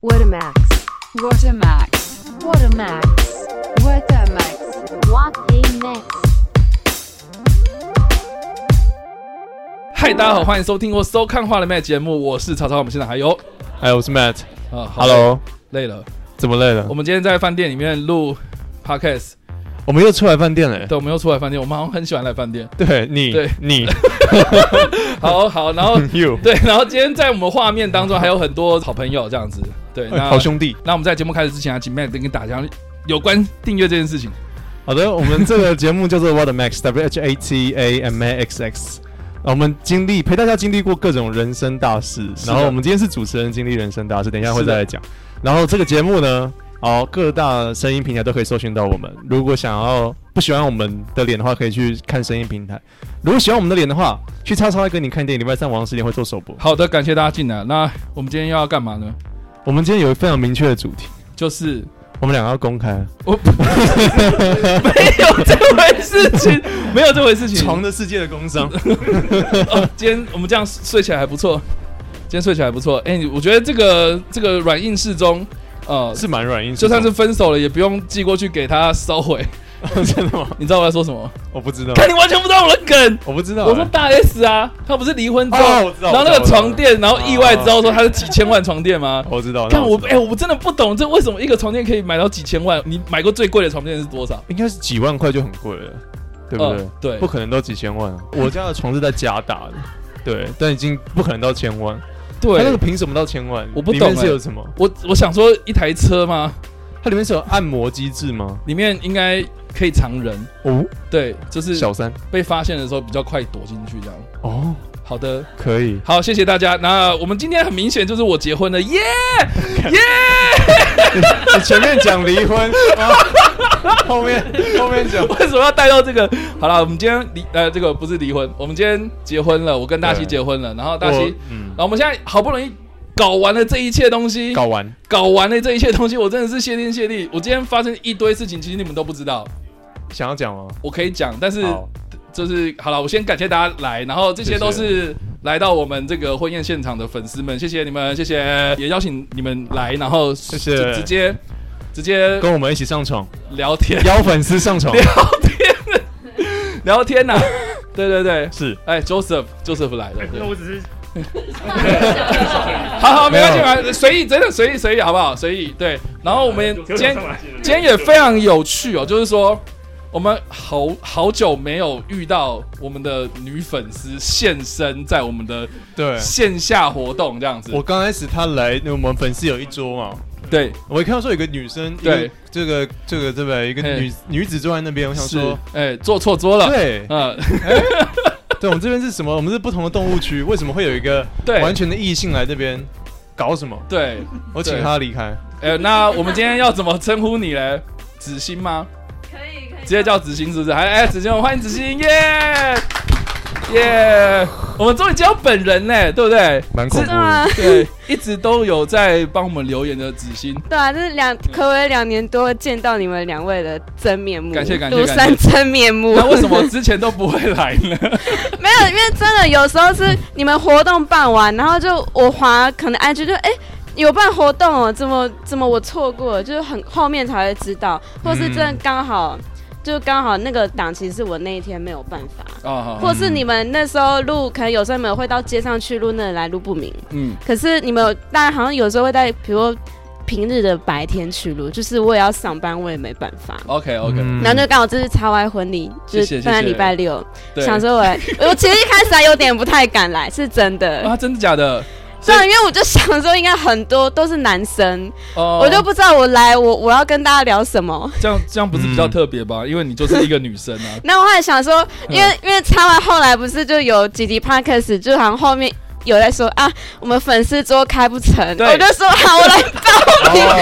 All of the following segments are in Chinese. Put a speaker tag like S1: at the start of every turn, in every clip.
S1: What a max.
S2: What a max.
S3: What a max.
S2: What a max.
S3: What a max.
S4: 嗨，大家好，欢迎收听或收看《画了麦》节目，我是曹操，我们现场还有
S5: 哎，我是 Matt。
S4: 啊好
S5: Hello，
S4: 累了。
S5: 怎么累了
S4: 我？们今天在饭店里面录 podcast，
S5: 我们又出来饭店了。
S4: 对，我们又出来饭店，我们好像很喜欢来饭店。
S5: 对你
S4: 对，
S5: 你
S4: 好好，然后
S5: you，
S4: 对，然后今天在我们画面当中还有很多好朋友这样子，对，那
S5: 哎好兄弟。
S4: 那我们在节目开始之前啊，请 Matt 跟大家有关订阅这件事情。
S5: 好的，我们这个节目叫做 What a Max，W H A T A M A X X。啊我们经历陪大家经历过各种人生大事，
S4: 是的
S5: 然后我们今天是主持人经历人生大事，等一下会
S4: 是的
S5: 再来讲。然后这个节目呢，好，各大声音平台都可以搜寻到我们。如果想要不喜欢我们的脸的话，可以去看声音平台；如果喜欢我们的脸的话，去叉叉跟你看电影。礼拜三晚上十点会做首播。
S4: 好的，感谢大家进来。那我们今天要干嘛呢？
S5: 我们今天有一个非常明确的主题，
S4: 就是
S5: 我们两个要公开。
S4: 我 没有这回事 情，没有这回事情。
S5: 床的世界的工伤。
S4: 哦，今天我们这样睡起来还不错，今天睡起来还不错。哎、你我觉得这个这个软硬适中，呃，
S5: 是蛮软硬，
S4: 就算是分手了，也不用寄过去给他收回。
S5: 真的吗？
S4: 你知道我在说什么？
S5: 我不知道，
S4: 看你完全不知道我的梗。
S5: 我不知道欸。
S4: 我说大 S 啊，她不是离婚之后，
S5: 哦我知道
S4: 然后那
S5: 我知道哦
S4: 个床垫，然后意外知道说她是几千万床垫吗？
S5: 我知道，
S4: 看
S5: 那
S4: 我
S5: 知道
S4: 哎、我真的不懂这为什么一个床垫可以买到几千万？你买过最贵的床垫是多少？
S5: 应该是几万块就很贵了，对不对
S4: 嗯？对
S5: 不可能到几千万 啊。我家的床是在加大的，对，但已经不可能到千万。它那个
S4: 对，
S5: 凭什么到千万？
S4: 我不
S5: 里
S4: 懂
S5: 面是
S4: 欸
S5: 有什么？
S4: 我我想说一台车吗？
S5: 它里面是有按摩机制吗？
S4: 里面应该可以藏人，
S5: 哦，
S4: 对，就是
S5: 小三
S4: 被发现的时候比较快躲进去这样。
S5: 哦，
S4: 好的，
S5: 可以。
S4: 好，谢谢大家。那我们今天很明显就是我结婚了， 耶耶！
S5: 你前面讲离婚， 啊后面 后面讲
S4: 为什么要带到这个？好了，我们今天离呃，这个不是离婚，我们今天结婚了，我跟大西
S5: 对
S4: 结婚了，然后大西，
S5: 我
S4: 然
S5: 嗯，
S4: 后我们现在好不容易搞完了这一切东西，
S5: 搞完
S4: 搞完了这一切东西，我真的是谢天谢地。我今天发生一堆事情，其实你们都不知道，
S5: 想要讲吗？哦
S4: 我可以讲，但是
S5: 好
S4: 就是好了，我先感谢大家来，然后这些都
S5: 谢
S4: 是来到我们这个婚宴现场的粉丝们，谢谢你们，谢谢，也邀请你们来，然后谢
S5: 谢
S4: 直接直接
S5: 跟我们一起上床，
S4: 聊天
S5: 邀粉丝上床
S4: 聊天呐、对对对，
S5: 是。哎
S4: 哎，Joseph Joseph 来了，
S6: 那
S4: 对
S6: 我只 是
S4: 好好没关系，
S5: 没有
S4: 没关系，随意，真的随意随意，好不好？随意对，然后我们
S6: 哎
S4: 今天
S6: 今
S4: 今天也非常有趣哦，就是说我们好好久没有遇到我们的女粉丝现身在我们的
S5: 对，
S4: 线下活动这样子。
S5: 我刚开始他来，我们粉丝有一桌嘛，
S4: 对，
S5: 我一看到说有个女生，
S4: 对
S5: 一个，这个这个对不对？一个
S4: 嘿
S5: 女女子坐在那边，我想
S4: 是
S5: 说，
S4: 哎、坐错桌了。
S5: 对
S4: 嗯，
S5: 对，我们这边是什么？我们是不同的动物区，为什么会有一个
S4: 对
S5: 完全的异性来这边搞什么？
S4: 对，
S5: 我请
S4: 对
S5: 她离开，
S4: 哎、那我们今天要怎么称呼你嘞？ 子欣吗？
S7: 可以可以，
S4: 直接叫子欣是不是？还哎，子欣，我们欢迎子欣，耶、耶、我们终于见到本人嘞，对不对？
S5: 蛮
S4: 恐怖
S7: 对啊，
S4: 对，一直都有在帮我们留言的子欣，
S7: 对啊，这是两可为两年多见到你们两位的真面目，
S4: 感谢感谢
S7: 庐山真面目。
S4: 那为什么之前都不会来呢？
S7: 没有？因为真的有时候是你们活动办完，然后就我滑可能 IG 就哎。有办活动哦，怎么怎么我错过了，就是很后面才会知道，或
S4: 嗯
S7: 是真的刚好、就刚好那个档期是我那一天没有办法，
S4: 啊、
S7: 或是你们那时候录，可能有时候你们会到街上去录，那里来路不明，
S4: 嗯，
S7: 可是你们有，大家好像有时候会在，比如说平日的白天去录，就是我也要上班，我也没办法。
S4: OK OK，、
S5: 嗯
S7: 然后就刚好这是插歪婚礼，就
S4: 哦谢谢
S7: 是放在
S4: 谢谢
S7: 礼拜六，
S4: 对，
S7: 想说我来，我其实一开始还有点不太敢来，是真的。
S4: 啊，真的假的？
S7: 对，因为我就想说，应该很多都是男生，
S4: 哦
S7: 我就不知道我来我我要跟大家聊什么。。
S4: 这样，这样不是比较特别吧？因为你就是一个女生啊
S7: 那我还想说，
S4: 嗯
S7: 因为因为插完后来不是就有几集 podcast，就好像后面有在说啊，我们粉丝桌开不成，
S4: 对
S7: 我就说好，我来
S5: 哦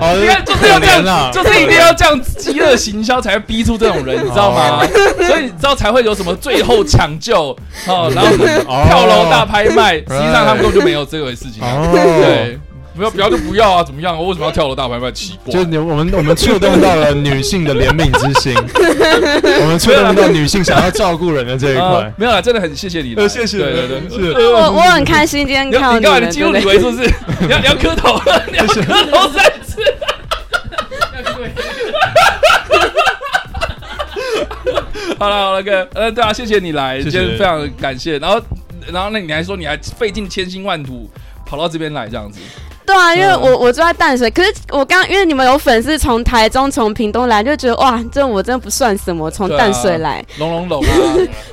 S5: 哦，
S4: 你看，就是要这
S5: 可怜啊
S4: 样，就是一定要这样饥饿行销才会逼出这种人，你知道吗？
S6: 哦
S4: 所以你知道才会有什么最后抢救哦，然后
S5: 哦
S6: 哦
S4: 跳楼大拍卖，实际上他们根本就没有这回事情啊。
S5: 哦，
S4: 对，没有不要就不要啊，怎么样？我为什么要跳楼大拍卖？奇怪，
S6: 就是你我们我们触动到了女性的怜悯之 心，我们触动到女性想要照顾人的这一
S4: 啊
S6: 块。
S4: 没有啦，真的很谢谢你来，
S6: 呃谢谢
S4: 对对
S6: 是
S4: 对，呃
S7: 我我很开心今天
S4: 你
S7: 看
S4: 要
S7: 到
S4: 你干嘛？
S7: 们，
S4: 你进入
S7: 对
S4: 李
S7: 不
S4: 维是不是？ 你要你要磕头，你要磕头三次。 好了好了，哥，呃，对啊，谢谢你来，
S6: 谢谢
S4: 今天非常感谢。然后，然后那你还说你还费尽千辛万苦跑到这边来这样子，
S7: 对啊，因为
S4: 嗯
S7: 我我住在淡水，可是我刚因为你们有粉丝从台中、从屏东来，就觉得哇，这我真的不算什么，从
S4: 对啊
S7: 淡水来，
S4: 龙龙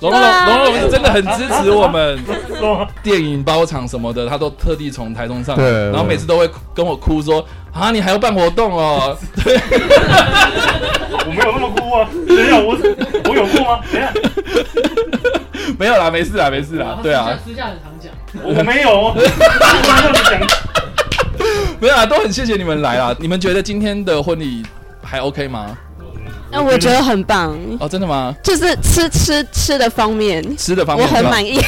S4: 龙啊，龙龙
S7: 对啊
S4: 龙龙龙真的很支持我们，电影包场什么的，他都特地从台中上来，
S6: 对
S4: 然后每次都会跟我哭说啊，你还要办活动哦，
S8: 我没有那么酷啊！等一下，我是我有酷吗？等一下，
S4: 没有啦，没事啦，没事啦，对啊，
S9: 私下私下很常讲，
S8: 我没有哦。我马上讲，
S4: 没有啦，啊都很谢谢你们来啊啦。你们觉得今天的婚礼还 OK 吗？
S7: 那我觉得很棒，
S4: 哦，真 的吗？
S7: 就是吃吃吃的方面。
S4: 吃的方
S7: 我
S4: 面
S7: 很
S4: 是吧
S7: 满意，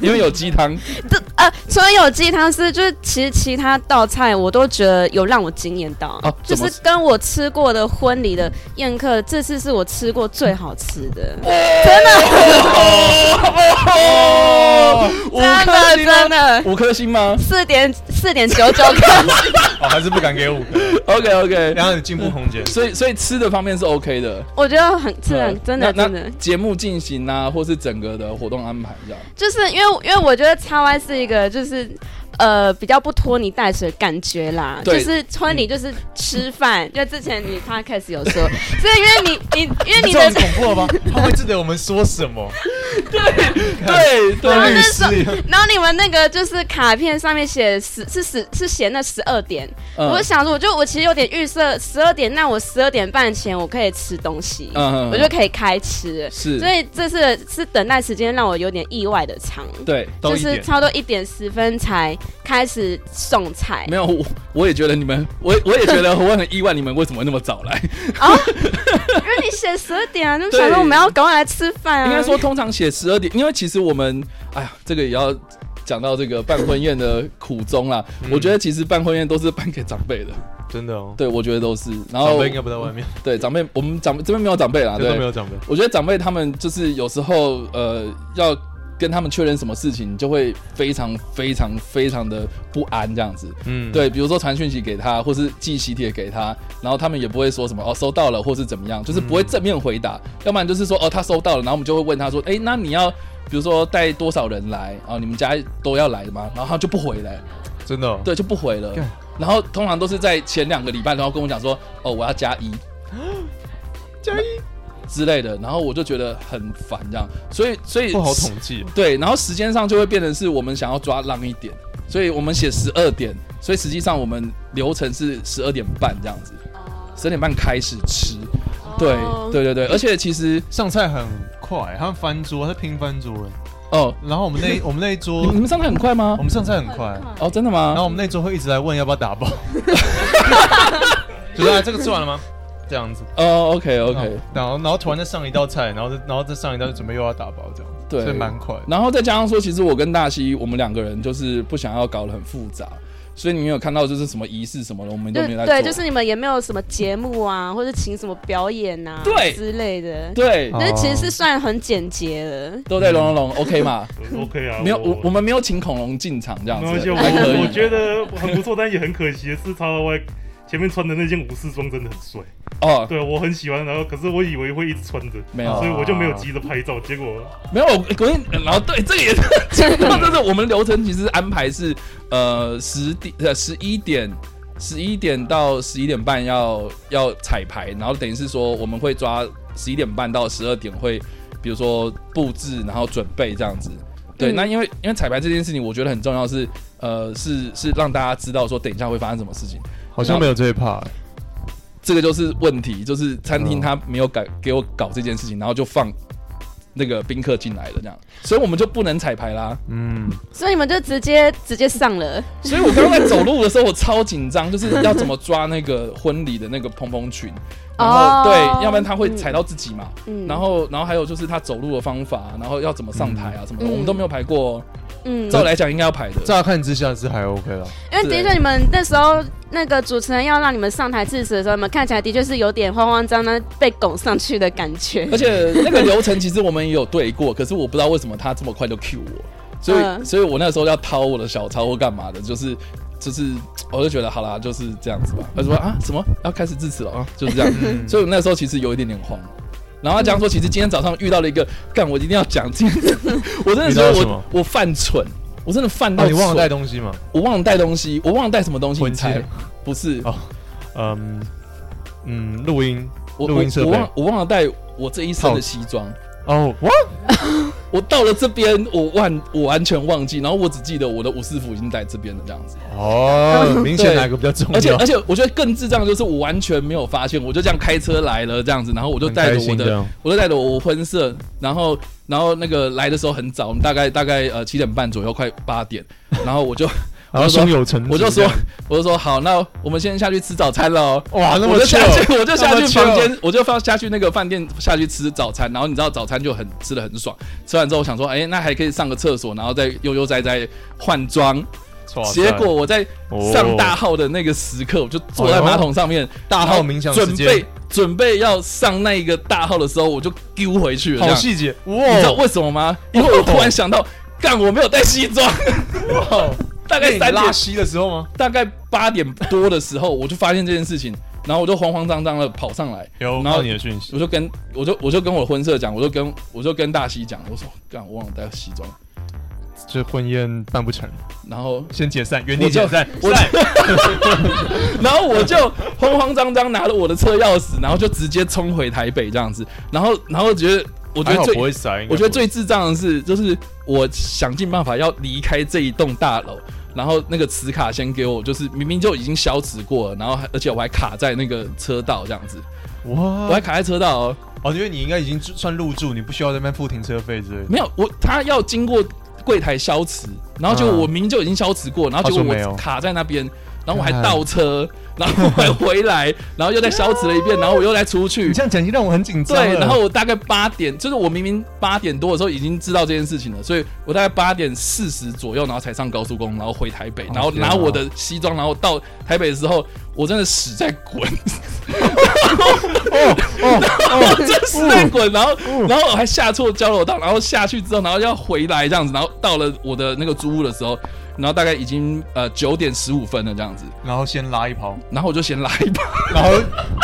S4: 因为有鸡汤，
S7: 这呃，除了有鸡汤是，就是其实其他道菜我都觉得有让我惊艳到，
S4: 啊
S7: 就
S4: 怎么
S7: 是跟我吃过的婚礼的宴客，这次是我吃过最好吃的，真的
S4: 哦，五
S7: 真
S4: 颗
S7: 的
S4: 星
S7: 真
S4: 吗？
S7: 的
S4: 五颗星吗
S7: 四点四点九九颗。
S6: 我哦还是不敢给五个，
S4: ？OK OK，
S6: 然后你进步空间。
S4: 所以所以吃的方面是 OK 的，
S7: 我觉得很真的
S4: 对
S7: 啊真的
S4: 那
S7: 真的
S4: 那，节目进行啊，或是整个的活动安排这样。
S7: 就是因为因为我觉得叉 Y 是一个就是。呃，比较不拖泥带水的感觉啦，就
S4: 对
S7: 是婚礼就是吃饭， 就之前你 podcast 有说，所以因为你你因为你
S6: 这
S7: 的
S6: 很恐怖了吧？ 他会记得我们说什么？
S4: 对
S7: 然后
S4: 对
S7: 那时候，然后你们那个就是卡片上面写十是十是写那十二点，
S4: 嗯
S7: 我就想说，我就我其实有点预设十二点，那我十二点半前我可以吃东西，
S4: 嗯嗯嗯
S7: 我就可以开吃，
S4: 是
S7: 所以这次是等待时间让我有点意外的长，
S4: 对，
S6: 都
S7: 就
S6: 一点
S7: 是差不多一点十分才开始送菜
S4: 没有我我也觉得你们，我我也觉得我很意外，你们为什么会那么早来？
S7: 啊，因为你写十二 点啊，就
S4: 对
S7: 想说我们要赶快来吃饭啊。
S4: 应该说，通常写十二点，因为其实我们，哎呀，这个也要讲到这个办婚宴的苦衷啦。我觉得其实办婚宴都是办给长辈的，
S6: 嗯真的哦，
S4: 对我觉得都是。然
S6: 长
S4: 后
S6: 辈应该不在外面，
S4: 对长辈，我们长辈这边没有长辈啦，
S6: 这都
S4: 对
S6: 没，有长辈。
S4: 我觉得长辈他们就是有时候呃要跟他们确认什么事情，就会非常非常非常的不安这样子。
S6: 嗯，
S4: 对，比如说传讯息给他，或是寄喜帖给他，然后他们也不会说什么哦收到了，或是怎么样，就是不会正面回答，要不然就是说哦他收到了，然后我们就会问他说，哎，那你要比如说带多少人来啊、哦？你们家都要来吗？然后他就不回来，
S6: 真的哦。
S4: 对，就不回了
S6: 干。
S4: 然后通常都是在前两个礼拜，然后跟我讲说，哦我要加一，
S6: 加
S4: 一之类的，然后我就觉得很烦这样，所以所以
S6: 不好统计。
S4: 对，然后时间上就会变成是我们想要抓浪一点，所以我们写十二点，所以实际上我们流程是十二点半这样子，十二点半开始吃。对
S7: 哦
S4: 对对对，而且其实
S5: 上菜很快，他们翻桌，他拼翻桌哎。
S4: 哦，
S5: 然后我们 那我们那一
S4: 你
S5: 桌
S4: 们，你们上菜很快吗
S5: 我？们上菜很快，
S4: 哦，真的
S5: 然后
S4: 吗？
S5: 我们那一桌会一直来问要不要 打包，就是哎这个吃完了吗？这样子
S4: 哦，OK OK，
S5: 然后然后突然再上一道菜，然后再然后再上一道，准备又要打包这样，
S4: 对
S5: 所以蛮快。
S4: 然后再加上说，其实我跟大西我们两个人就是不想要搞得很复杂，所以你们有看到就是什么仪式什么的，我们都
S7: 就
S4: 没有在做。
S7: 对，就是你们也没有什么节目啊，或者请什么表演啊，
S4: 对
S7: 之类的，
S4: 对，
S7: 但是其
S6: 哦
S7: 实是算很简洁的。嗯
S4: 都在龙龙龙，OK 嘛？
S8: 我 OK 啊。
S4: 没有，我我
S8: 我
S4: 们没有请恐龙进场这样
S8: 没
S4: 子，
S8: 关系，我
S4: 还可以
S8: 我觉得很不错，但也很可惜的是，叉 Y 前面穿的那件武士装真的很帅，
S4: 哦，
S8: 对我很喜欢。然后可是我以为会一直穿着，
S4: 没有
S8: 所以我就没有急着拍照。结果
S4: 没有，我跟你，然后对，这个也是， 然后就是我们流程其实安排是，呃，十点呃十一点，十一点到十一点半要要彩排，然后等于是说我们会抓十一点半到十二点会，比如说布置，然后准备这样子。对，
S7: 嗯
S4: 那因为因为彩排这件事情，我觉得很重要是，呃，是是让大家知道说等一下会发生什么事情。
S6: 好像没有这一趴，
S4: 这个就是问题，就是餐厅
S6: 嗯
S4: 他没有改给我搞这件事情，然后就放那个宾客进来了这样，所以我们就不能彩排啦。
S6: 嗯，
S7: 所以你们就直接直接上了，
S4: 所以我刚刚在走路的时候，我超紧张，就是要怎么抓那个婚礼的那个蓬蓬裙，然后、
S7: 哦
S4: 对，要不然他会踩到自己嘛。
S7: 嗯
S4: 然后，然后还有就是他走路的方法，然后要怎么上台啊什么的，
S7: 嗯
S4: 我们都没有排过、哦。
S7: 嗯，
S4: 照来讲应该要排的。
S5: 乍看之下是还 OK 了，
S7: 因为的确你们那时候那个主持人要让你们上台致辞的时候，你们看起来的确是有点慌慌张张被拱上去的感觉。
S4: 而且那个流程其实我们也有对过，可是我不知道为什么他这么快就 cue 我，所以、
S7: 嗯
S4: 所以我那时候要掏我的小抄或干嘛的，就是。就是，我就觉得好啦，就是这样子吧。他说啊，什么要开始致辞了
S6: 嗯
S4: 啊，就是这样。所以我那时候其实有一点点慌。然后他讲说，其实今天早上遇到了一个，干我一定要讲。今天我真的觉
S6: 遇到
S4: 得
S6: 什么哦
S4: 我我犯蠢，我真的犯到
S5: 啊，你
S4: 蠢。
S5: 忘了带东西吗？
S4: 我忘了带东西，我忘了带什么东西？
S6: 婚
S4: 你
S6: 戒
S4: 猜？不是，
S6: 哦嗯嗯，录音
S4: 我
S6: 录音设备
S4: 我我忘我忘了带我这一身
S6: 套子
S4: 的西装。
S6: 哦，哇，
S4: 我到了这边，我忘我完全忘记，然后我只记得我的五四服已经在这边了这样子。
S5: 哦，明显
S4: 对
S5: 哪个比较重
S4: 而且
S5: 要
S4: 而？且，我觉得更智障的就是我完全没有发现，我就这样开车来了这样子，然后我就
S6: 很
S4: 带
S6: 开
S4: 着我
S6: 心这
S4: 的
S6: 样，
S4: 我就带着我婚摄，然后然后那个来的时候很早，我们大概大概呃七点半左右，快八点，然后 我就
S6: 然后
S4: 我就说
S6: 胸有成竹
S4: 我就
S6: 这
S4: 说
S6: 样，
S4: 我就说好，那我们先下去吃早餐喽。
S6: 哇，那
S4: 我
S6: 么
S4: 就下
S6: chill
S4: 去，我就下
S6: 那
S4: 去
S6: 么
S4: 房
S6: chill
S4: 间，我就放下去那个饭店下去吃早餐，然后你知道早餐就很吃的很爽，吃完之后我想说，哎、那还可以上个厕所，然后再悠悠哉哉换装。
S5: 哇塞
S4: 结果我在上
S6: 哦
S4: 大号的那个时刻，我就坐在马桶上面，大
S5: 哎号
S4: 号
S5: 冥想时
S4: 准
S5: 间
S4: 备准备要上那一个大号的时候，我就丢回去了。这
S5: 好
S4: 样
S5: 细节，
S4: 你知道
S5: 哇，
S4: 为什么吗？因为我突然想到，干我没有带西装， 大概
S5: 那你
S4: 三点
S5: 拉稀的时候吗？
S4: 大概八点多的时候，我就发现这件事情，然后我就慌慌张张的跑上来，
S6: 有
S4: 然
S6: 看
S4: 后
S6: 到你的讯息，
S4: 我就跟我就我就跟我婚社讲，我就跟我就跟大西讲，我说干我忘了带西装，
S6: 这婚宴办不成，
S4: 然后
S6: 先解散，原
S4: 我就我就 然后我就慌慌张张拿了我的车钥匙，然后就直接冲回台北这样子，然后然后觉得我觉
S5: 还
S4: 得
S5: 好
S4: 最
S5: 不会塞，应该
S4: 我觉得
S5: 不
S4: 最
S5: 会
S4: 智障的是，就是我想尽办法要离开这一栋大楼，然后那个磁卡先给我，就是明明就已经消磁过了，然后还而且我还卡在那个车道这样子，我
S5: 哇
S4: 还卡在车道、哦，
S5: 哦，因为你应该已经住算入住，你不需要在那边付停车费之类的。
S4: 没有我他要经过柜台消磁，然后就
S5: 嗯
S4: 我明明就已经消磁过，然后结
S5: 他说
S4: 果
S5: 没有哎
S4: 我卡在那边。然后我还倒车，然后我还回来，然后又再消磁了一遍，然后我又再出去
S6: 你。这样讲就让我很紧张了。
S4: 对，然后我大概八点，就是我明明八点多的时候已经知道这件事情了，所以我大概八点四十左右，然后才上高速公路，然后回台
S5: 哦
S4: 北，然后
S5: 啊
S4: 拿我的西装，然后到台北的时候，我真的屎在滚，
S5: 哦
S4: 我真的屎在滚，然后
S5: 嗯
S4: 然后我还下错交流道，然后下去之后，然后要回来这样子，然后到了我的那个租屋的时候。然后大概已经呃九点十五分了这样子，
S5: 然后先拉一泡，
S4: 然后我就先来一把，
S5: 然后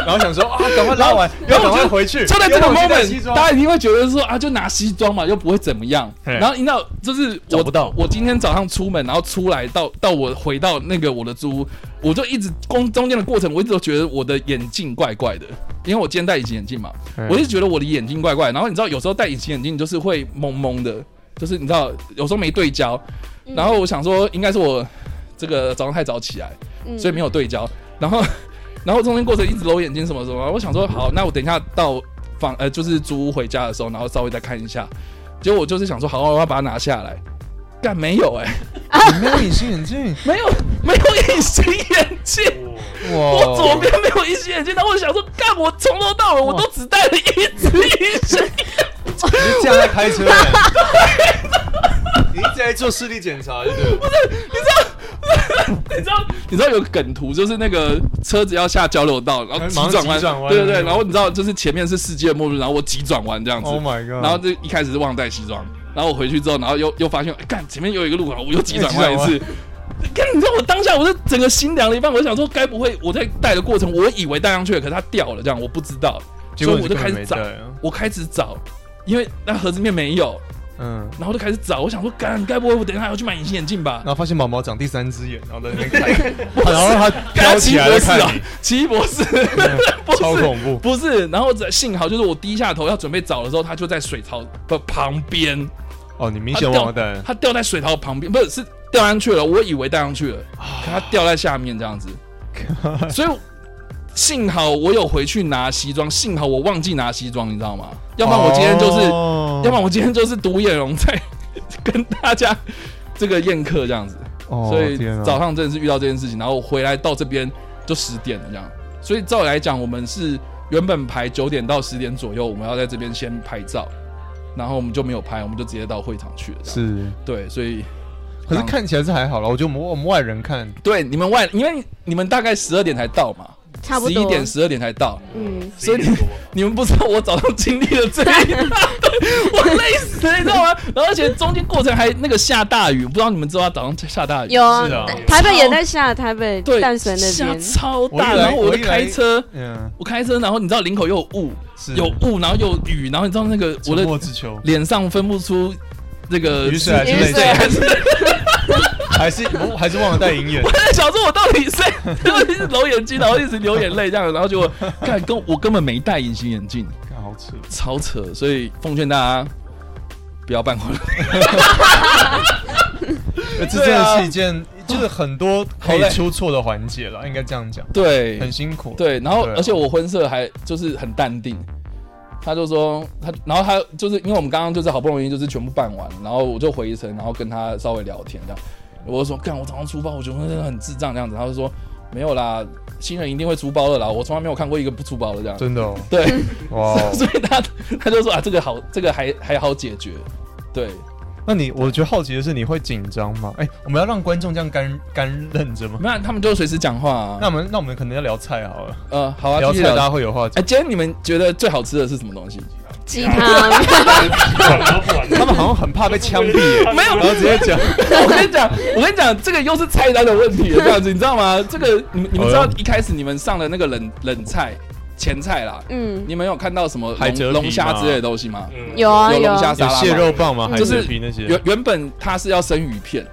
S5: 然后想说啊，赶快拉完，
S4: 然
S5: 要
S4: 后然
S5: 赶
S4: 后我
S5: 快
S4: 就
S5: 回去。
S4: 就在这个
S5: 要不然我去带西
S4: moment，
S5: 装
S4: 大家一定会觉得说啊，就拿西装嘛，又不会怎么样。
S6: 嘿
S4: 然后你知道，就是我
S6: 找不到
S4: 我今天早上出门，然后出来到到我回到那个我的租屋，我就一直中中间的过程，我一直都觉得我的眼镜怪怪的，因为我今天戴隐形眼镜嘛，我一直觉得我的眼睛怪怪。然后你知道，有时候戴隐形眼镜就是会蒙蒙的，就是你知道，有时候没对焦。然后我想说，应该是我这个早上太早起来，
S7: 嗯
S4: 所以没有对焦。然后， 然后中间过程一直揉眼睛什么什么，我想说好，那我等一下到房呃就是租屋回家的时候，然后稍微再看一下。结果我就是想说，好，我要把它拿下来。干没有哎、
S5: 没有隐形眼镜，
S4: 没有 没有隐形眼镜，我
S5: 哇
S4: 左边没有隐形眼镜。然后我想说，干我从头到尾我都只戴了一只隐形眼镜。
S5: 你是这样在开车欸，你一直在做视力检查，对不对了？
S4: 你知道，你知道有梗图，就是那个车子要下交流道，然后急转
S5: 呃马上
S4: 弯，
S5: 急转弯
S4: 对对对，然后你知道，就是前面是世界末日，然后我急转弯这样子
S5: Oh my god
S4: 然后就一开始是忘带西装，然后我回去之后，然后又又发现，哎干、前面又有一个路口，我又急转弯一次。看，你知道我当下我是整个心凉了一半，我想说，该不会我在带的过程，我以为带上去了，可是它掉了，这样我不知道，
S5: 结
S4: 所
S5: 果
S4: 以我就开
S5: 你
S4: 始
S5: 根
S4: 找
S5: 本没带啊，
S4: 我开始找，因为那盒子里面没有，
S5: 嗯，
S4: 然后就开始找，我想说，干，该不会我等一下还要去买隐形眼镜吧
S5: 然？后发现毛毛长第三只眼，然后 在那边看，
S6: 然后他飘
S4: 干奇
S6: 起
S4: 异
S6: 来
S4: 博
S6: 了
S4: 士
S6: 看
S4: 啊
S6: 你，，
S4: 奇异博士， 不
S5: 嗯超
S4: 是
S5: 恐怖。
S4: 不是，然后幸好就是我低下头要准备找的时候，他就在水槽的旁边，
S5: 哦，你明
S4: 他
S5: 显忘了
S4: 掉
S5: 带，
S4: 他掉在水槽旁边，不是是掉上去了，我以为掉上去了，
S5: 啊
S4: 可他掉在下面这样子，所以幸好我有回去拿西装，幸好我忘记拿西装，你知道吗？要不然我今天就是，
S6: 哦
S4: 要不然我今天就是独眼龙在 跟大家这个宴客这样子。
S6: 哦
S4: 所以
S6: 天啊
S4: 早上真的是遇到这件事情，然后我回来到这边就十点了这样。所以照理来讲，我们是原本排九点到十点左右，我们要在这边先拍照，然后我们就没有拍，我们就直接到会场去了。这样
S6: 是
S4: 对，所以
S6: 可是
S4: 当
S6: 看起来是还好了，我觉得我们我们外人看，
S4: 对你们外，因为你们大概十二点才到嘛，
S7: 差不
S4: 十一
S7: 多。
S4: 点十二点才到，
S7: 嗯，
S4: 所以
S8: 11点多
S4: 你们不知道我早上经历了这一 大堆，我累死了，你知道吗？然后而且中间过程还那个下大雨，不知道你们知道早上下大雨，
S7: 有啊
S6: 是啊
S7: 台北也在下，台北
S4: 对，
S7: 淡水那
S4: 下
S7: 边。
S4: 超
S6: 我
S4: 大，
S6: 一来
S4: 然后我
S6: 我
S4: 就
S6: 一来
S4: 开车，
S6: 嗯，
S4: 我开车，然后你知道林口又有雾，
S6: 是
S4: 有雾，然后又有雨，然后你知道那个我
S6: 沉
S4: 的
S6: 默之秋，
S4: 脸上分不出这个
S6: 雨水还是
S7: 雨水
S6: 泪水，
S4: 还是
S6: 还是我还是忘了带银眼
S4: 我，在想说，我到底是 到底是揉眼睛，然后一直流眼泪这样，然后结果看跟我根本没戴隐形眼镜，
S6: 看好扯。
S4: 超扯，所以奉劝大家不要办婚礼，
S6: 呃这真
S4: 啊
S6: 的是一件，就是很多可以出错的环节了，应该这样讲，很
S4: 对
S6: 辛苦。，
S4: 对，然后
S6: 对啊
S4: 而且我婚社还就是很淡定。他就说他，然后他就是因为我们刚刚就是好不容易就是全部办完，然后我就回程，然后跟他稍微聊天这样。我就说干，我早上出包，我觉得真的很智障这样子。他就说没有啦，新人一定会出包的啦，我从来没有看过一个不出包的这样。
S6: 真的哦，
S4: 对，
S6: 哇哦！
S4: 所以他他就说啊，这个好，这个还还好解决，对，
S6: 那你我觉得好奇的是，你会紧张吗？哎，我们要让观众这样干干认着吗？
S4: 那他们就随时讲话啊。
S6: 那我们那我们可能要聊菜好了，
S4: 呃，好啊，
S6: 聊
S4: 继
S6: 菜
S4: 续聊
S6: 大家会有话讲
S4: 哎，。今天你们觉得最好吃的是什么东西？
S7: 鸡汤，
S8: 然后不玩了
S6: 他们好像很怕被枪毙耶，
S4: 没有
S6: 然后直接讲，
S4: 我跟你讲，我跟你讲，这个又是菜单的问题 了，这样子，你知道吗？这个你们你们知道
S6: 哎呦
S4: 一开始你们上的那个冷冷菜前菜啦，
S7: 嗯，
S4: 你们有看到什么
S6: 海
S4: 龙
S6: 蜇
S4: 龙
S6: 皮
S4: 虾
S6: 吗
S4: 之类的东西吗？
S8: 嗯
S7: 有啊
S4: 有龙虾
S7: 有，
S4: 沙
S6: 有
S4: 拉吗
S6: 蟹肉棒吗？海
S4: 就是
S6: 蜇皮那些
S4: 原，原本他是要生鱼片，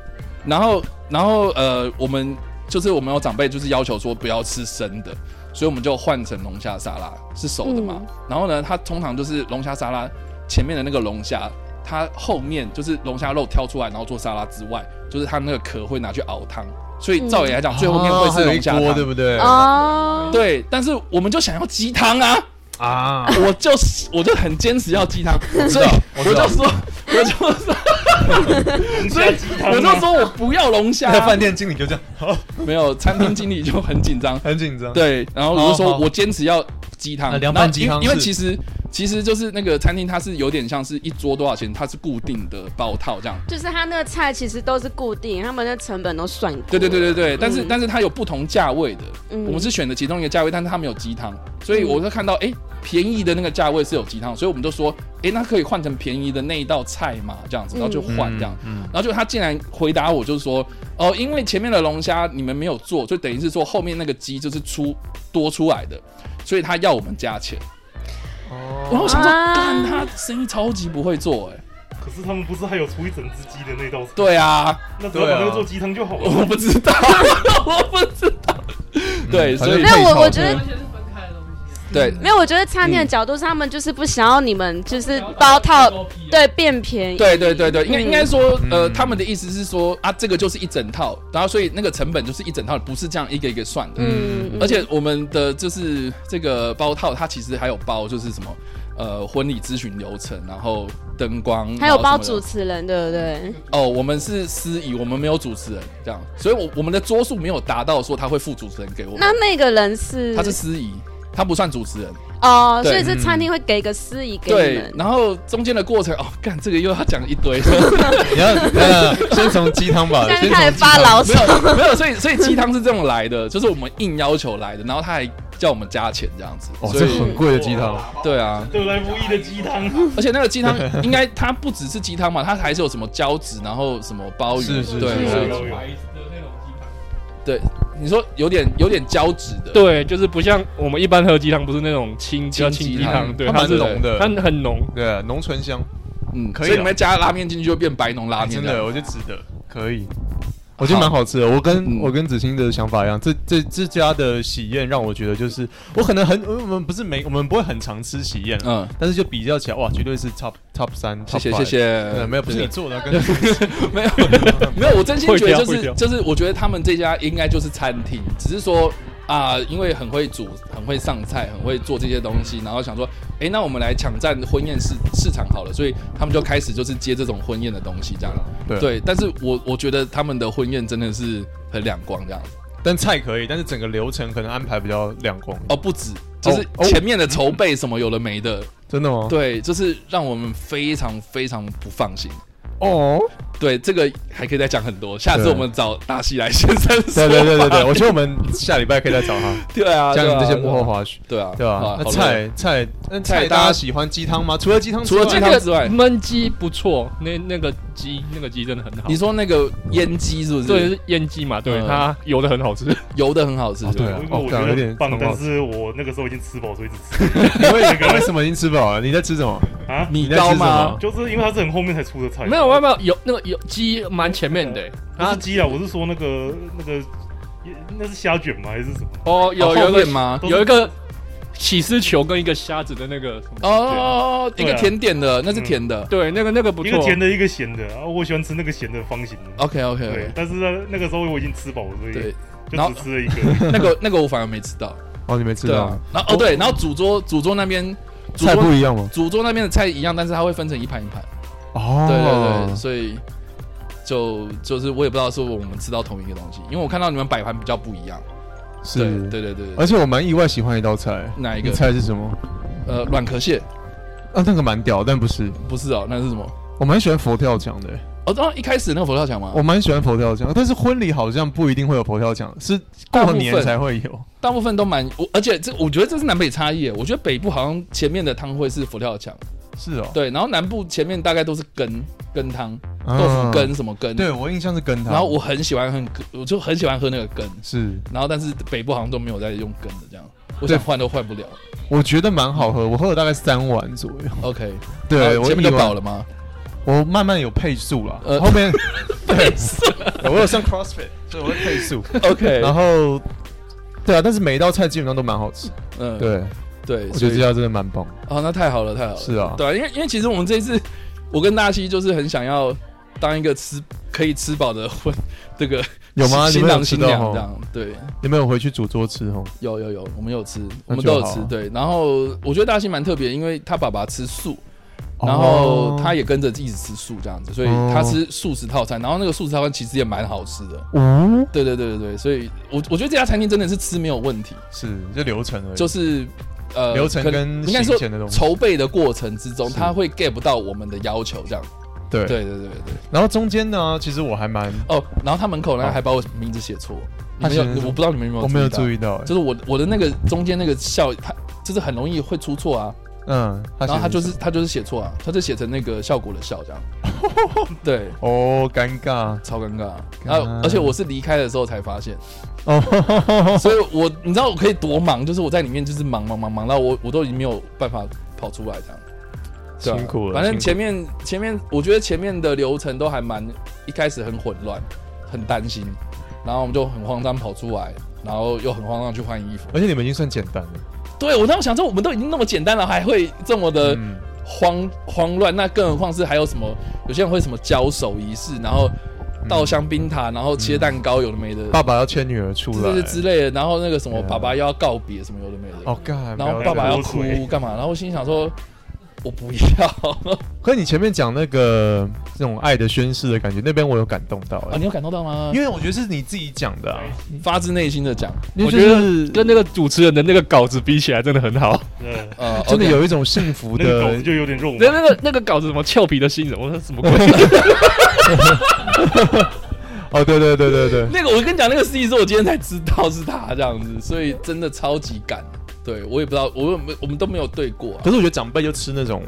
S4: 然后然后呃，我们就是我们有长辈就是要求说不要吃生的，所以我们就换成龙虾沙拉，是熟的嘛。
S7: 嗯
S4: 然后呢，它通常就是龙虾沙拉前面的那个龙虾，它后面就是龙虾肉挑出来然后做沙拉之外，就是它那个壳会拿去熬汤，所以照理来讲，最后面会
S6: 哦还
S4: 是
S6: 有一
S4: 龙虾汤。
S6: 锅，对不对？
S7: 哦，
S4: 对，但是我们就想要鸡汤啊，
S6: 啊，
S4: 我就是我就很坚持要鸡汤，所以
S6: 我
S4: 我
S6: 知道
S4: 就说，我就说。 所以
S8: 龙虾鸡汤啊
S4: 我就说我不要龙虾
S6: 那，个饭店经理就这样，好，，
S4: 没有餐厅经理就很紧 张
S6: 很紧张。，
S4: 对，然后我就
S6: 好
S4: 说
S6: 好
S4: 我坚持要鸡汤
S6: 啊，凉
S4: 然后
S6: 拌鸡
S4: 因
S6: 汤
S4: 因为
S6: 是
S4: 其实其实就是那个餐厅它是有点像是一桌多少钱，它是固定的包套这样。
S7: 就是他那个菜其实都是固定，他们的成本都算过。
S4: 对对对对对，但是、
S7: 嗯
S4: 但是它有不同价位的，
S7: 嗯
S4: 我们是选的其中一个价位，但是它没有鸡汤，所以
S7: 嗯
S4: 我就看到哎、诶便宜的那个价位是有鸡汤，所以我们就说哎、诶那可以换成便宜的那一道菜嘛，这样子，
S7: 嗯
S4: 然后就换
S6: 嗯
S4: 这样，
S6: 嗯
S4: 然后就他竟然回答我就是说哦、因为前面的龙虾你们没有做，就等于是说后面那个鸡就是出多出来的，所以他要我们加钱，然后我想说，
S7: 啊
S4: 干他生意超级不会做哎、诶
S8: 可是他们不是还有出一整只鸡的那道菜？
S4: 对啊，
S8: 那只要把那
S6: 对
S8: 个
S6: 啊
S8: 做鸡汤就好了。
S4: 我不知道， 我不知道，对，所以
S7: 没有我我觉得
S4: 对。
S7: 没有，我觉得餐厅的角度是他们就是不想要你们就是包套，对变便宜。
S4: 对对对对，应该
S7: 嗯
S4: 应该说，呃，
S6: 嗯
S4: 他们的意思是说啊，这个就是一整套，然后所以那个成本就是一整套，不是这样一个一个算的。
S7: 嗯，嗯
S4: 而且我们的就是这个包套，它其实还有包就是什么，呃，婚礼咨询流程，然后灯光，
S7: 还有
S4: 然
S7: 包
S4: 后什
S7: 主
S4: 么的
S7: 持人，对不对？
S4: 哦，我们是司仪，我们没有主持人，这样，所以我我们的桌数没有达到说他会付主持人给我们
S7: 那，那个人是
S4: 他是司仪，他不算主持人。
S7: 哦，
S4: 对
S7: 所以是餐厅会给一个司仪给你
S4: 对，
S7: 们。
S4: 然后中间的过程，哦，干这个又要讲一堆。
S6: 你要呃先从鸡汤
S4: 啊
S6: 吧，
S7: 现
S6: 先
S7: 在开
S6: 从
S7: 始
S6: 鸡
S7: 发
S6: 汤
S7: 牢
S4: 没
S7: 骚，
S4: 有没有，所以所以鸡汤是这种来的， 就是我们硬要求来的，然后他还叫我们加钱这样子，
S6: 哦，
S4: 所
S6: 这
S4: 以
S6: 很贵的鸡汤，
S4: 对啊，
S8: 得来不易的鸡汤，
S4: 而且那个鸡汤应该它不只是鸡汤嘛，它还是有什么胶质，然后什么鲍鱼，
S6: 是是
S4: 对
S6: 是
S4: 所以
S6: 是
S8: 有有
S4: 对，你说有点有点胶质的，
S9: 对，就是不像我们一般喝鸡汤，不是那种清叫
S4: 清
S9: 清
S4: 鸡
S9: 鸡汤，
S4: 汤
S9: 对，
S6: 它
S9: 它
S6: 蛮
S9: 是
S6: 浓的
S9: 它很浓。
S6: 对啊，浓醇香，
S4: 嗯，
S6: 可以
S4: 所
S6: 啊哎
S4: 以你们加拉面进去就变白浓拉面
S6: 真
S4: 这样
S6: 的，我觉得值得，可以。 我觉得蛮好吃的，我跟
S4: 嗯
S6: 我跟子欣的想法一样，这这这家的喜宴让我觉得就是，我可能很我们不是每我们不会很常吃喜宴，啊
S4: 嗯，
S6: 但是就比较起来，哇，绝对是 top top 三，
S4: 谢谢
S6: top
S4: 谢
S6: five，
S4: 谢，
S6: 对，没有不是
S4: 谢
S6: 你
S4: 谢
S6: 做的，跟
S4: 没有没有，我 真心觉得就
S9: 会
S4: 是
S9: 掉
S4: 就是，我觉得他们这家应该就是餐厅，只是说啊、因为很会煮，很会上菜，很会做这些东西，然后想说，哎，那我们来抢占婚宴市市场好了，所以他们就开始就是接这种婚宴的东西这样。
S6: 对
S4: 对，但是我我觉得他们的婚宴真的是很两光这样。
S6: 但菜可以，但是整个流程可能安排比较两光，
S4: 哦，不止，就是
S6: 哦哦
S4: 前面的筹备什么有的没的，
S6: 真的吗？
S4: 对，就是让我们非常非常不放心。
S6: 哦，
S4: 对，这个还可以再讲很多，下次我们找大西来先生
S5: 对
S4: 说
S5: 对对对对，
S4: 吧
S5: 我觉得我们下礼拜可以再找他
S4: 对啊，
S5: 讲
S4: 对啊
S5: 这些幕后，花絮，
S4: 对啊，
S5: 对吧
S4: 啊？
S5: 那
S4: 好
S5: 菜菜那菜大家喜欢鸡汤吗？除了鸡汤之
S4: 除
S5: 外，
S4: 了鸡
S9: 这
S4: 汤之
S9: 个
S4: 外
S9: 焖鸡不错，那那个鸡那个鸡真的很好
S4: 你。说那个腌鸡是不是？
S9: 对，，是腌鸡嘛，对
S4: 嗯
S9: 它油的很好吃。
S4: 油的很好吃，
S5: 哦
S4: 是不是
S5: 对啊
S8: 我觉
S5: 哦有点
S8: 得棒
S5: 很，好
S8: 但
S5: 吃
S8: 是我那个时候已经吃饱，所以一直吃
S5: 你为你为什么已经吃饱了？你在吃什么？
S8: 啊，
S4: 米
S5: 你在
S4: 糕
S5: 吃什
S4: 吗
S5: 么？
S8: 就是因为它是很后面才出的菜，
S9: 没有没有没有，油那个油鸡蛮前面的欸。
S8: 不
S9: 啊
S8: 是鸡啊，我是说那个那个那是虾卷吗？还是什么？
S9: 哦，有
S4: 哦
S9: 有
S4: 后
S9: 一个
S4: 面吗？
S8: 都是
S9: 有一个起司球跟一个虾子的那个什么
S4: 哦哦，哦一
S8: 对啊
S4: 个甜点的，那是甜的。
S9: 对，那个那个不
S8: 一个
S9: 错。
S8: 甜的，一个咸的，然后我喜欢吃那个咸的方形的。
S4: OK OK
S8: 对
S4: OK，，
S8: 但是呢那个时候我已经吃饱了，所以
S4: 对，然
S8: 就
S4: 后
S8: 只吃了一 个。
S4: 那个那个我反而没吃到。
S5: 哦，你没吃
S4: 对
S5: 到
S4: 啊，，然后哦对，然后主桌主桌那边主
S5: 菜不
S4: 桌
S5: 一样吗？
S4: 主桌那边的菜一样，但是它会分成一盘一盘。
S5: 哦，
S4: 对对对，所以就就是我也不知道是不是我们吃到同一个东西，因为我看到你们摆盘比较不一样。对
S5: 是，
S4: 对对对对，
S5: 而且我蛮意外喜欢一道菜，
S4: 哪一
S5: 你
S4: 个？
S5: 猜是什么？
S4: 呃，软壳蟹
S5: 啊，那个蛮屌，但不是。
S4: 不是哦，那是什么？
S5: 我蛮喜欢佛跳墙的，
S4: 哦，哦，一开始那个佛跳墙吗？
S5: 我蛮喜欢佛跳墙，但是婚礼好像不一定会有佛跳墙，是过年才会有。
S4: 大部分都蛮，我而且这我觉得这是南北差异耶。我觉得北部好像前面的汤会是佛跳墙，
S5: 是哦，
S4: 对，然后南部前面大概都是羹羹汤，豆腐羹
S5: 嗯。
S4: 什么羹，
S5: 对我印象是羹汤。
S4: 然后我很喜欢很，我就很喜欢喝那个羹，
S5: 是
S4: 然后但是北部好像都没有在用羹的这样，我想换都换不了。
S5: 我觉得蛮好喝，我喝了大概三碗左右。
S4: OK，
S5: 对，
S4: 然后
S5: 我
S4: 前面
S5: 以
S4: 就
S5: 为
S4: 饱了吗？
S5: 我慢慢有配速啦，
S4: 呃
S5: 后 面
S4: 对，是
S5: 我有上 CrossFit，所以我会配速。
S4: OK，
S5: 然后，对啊，但是每一道菜基本上都蛮好吃。
S4: 嗯，
S5: 对，
S4: 对，
S5: 我觉
S4: 所
S5: 得这
S4: 以
S5: 道真的蛮棒。
S4: 哦，那太好了，太好了，
S5: 是啊，
S4: 对啊，因为因为其实我们这一次，我跟大西就是很想要当一个吃可以吃饱的婚，这个
S5: 有吗？你
S4: 新
S5: 们有
S4: 郎
S5: 吃
S4: 新
S5: 到
S4: 娘这
S5: 哦？
S4: 样，对，
S5: 你们有回去主桌吃哦？
S4: 有有有，我们有吃，我
S5: 那
S4: 们
S5: 就
S4: 都有
S5: 好
S4: 吃，对。然后我觉得大西蛮特别，因为他爸爸吃素，然后他
S5: 也
S4: 也跟着一直吃素这样子，所以
S5: 哦
S4: 他吃素食套餐，然后那个素食套餐其实也蛮好吃的，
S5: 哦，
S4: 对对对对对，所以我我觉得这家餐厅真的是吃没有问题，
S5: 是就流程而已，
S4: 就是呃
S5: 流程
S4: 可能
S5: 跟
S4: 应该
S5: 行
S4: 说
S5: 前的东西。
S4: 筹备的过程之中，
S5: 是
S4: 他会 get 不到我们的要求这样，
S5: 对
S4: 对对对对对，
S5: 然后中间呢，其实我还蛮
S4: 哦，然后他门口呢
S5: 哦
S4: 还把我名字写错，你
S5: 他
S4: 们有
S5: 写的是
S4: 我不知道你们有没有
S5: 我没有
S4: 注
S5: 注
S4: 意
S5: 意
S4: 到，
S5: 到欸，
S4: 就是我我的那个中间那个笑，他就是很容易会出错啊。
S5: 嗯，
S4: 然
S5: 然
S4: 后他就是他就是写错啊，他就写成那个效果的效这 样，对，
S5: 哦，尴尬
S4: 超尴尬。
S5: 尬
S4: 然后而且我是离开的时候才发现，
S5: 哦，
S4: 所以我你知道我可以多忙，就是我在里面就是忙忙忙忙到我我都已经没有办法跑出来这样。对啊
S5: 辛苦了
S4: 反正
S5: 辛苦
S4: 前面前面我觉得前面的流程都还蛮一开始很混乱，很担心，然后我们就很慌张跑出来。然后又很慌张去换衣服，
S5: 而且你们已经算简单了，
S4: 对我当时想说，我们都已经那么简单了，还会这么的
S5: 嗯，
S4: 慌慌乱，那更何况是还有什么？有些人会什么交手仪式，然后倒香槟塔，然后切蛋糕，有的没的，
S5: 嗯爸爸要牵女儿出
S4: 这
S5: 来
S4: 些，之类的，然后那个什么
S5: 对啊
S4: 爸爸又要告别什么，有的没的，
S5: 哦，干，
S4: 然后爸
S5: 不要这
S4: 爸
S5: 样
S4: 要
S8: 不要这样
S4: 哭干嘛？然后我心想说，我不要
S5: 可是你前面讲那个这种爱的宣誓的感觉，那边我有感动到欸
S4: 啊！你有感受到吗
S5: 因？为我觉得是你自己讲的啊，
S4: 发自内心的讲，
S5: 因为
S9: 我
S5: 就
S9: 觉得
S5: 是
S9: 跟那个主持人的那个稿子比起来，真的很好。
S8: 嗯，
S4: 呃，
S5: 真的
S4: OK
S5: 有一种幸福
S8: 那个狗子
S5: 的，
S8: 就有点肉
S9: 那
S8: 麻。
S9: 那个那个稿子什么俏皮的新人，我说什么鬼？
S5: 哦，对对对对对，
S4: 那个，我跟你讲，那个司机是我今天才知道是他这样子，所以真的超级感。对我也不知道，我们我们都没有对过啊、
S5: 可是我觉得长辈就吃那种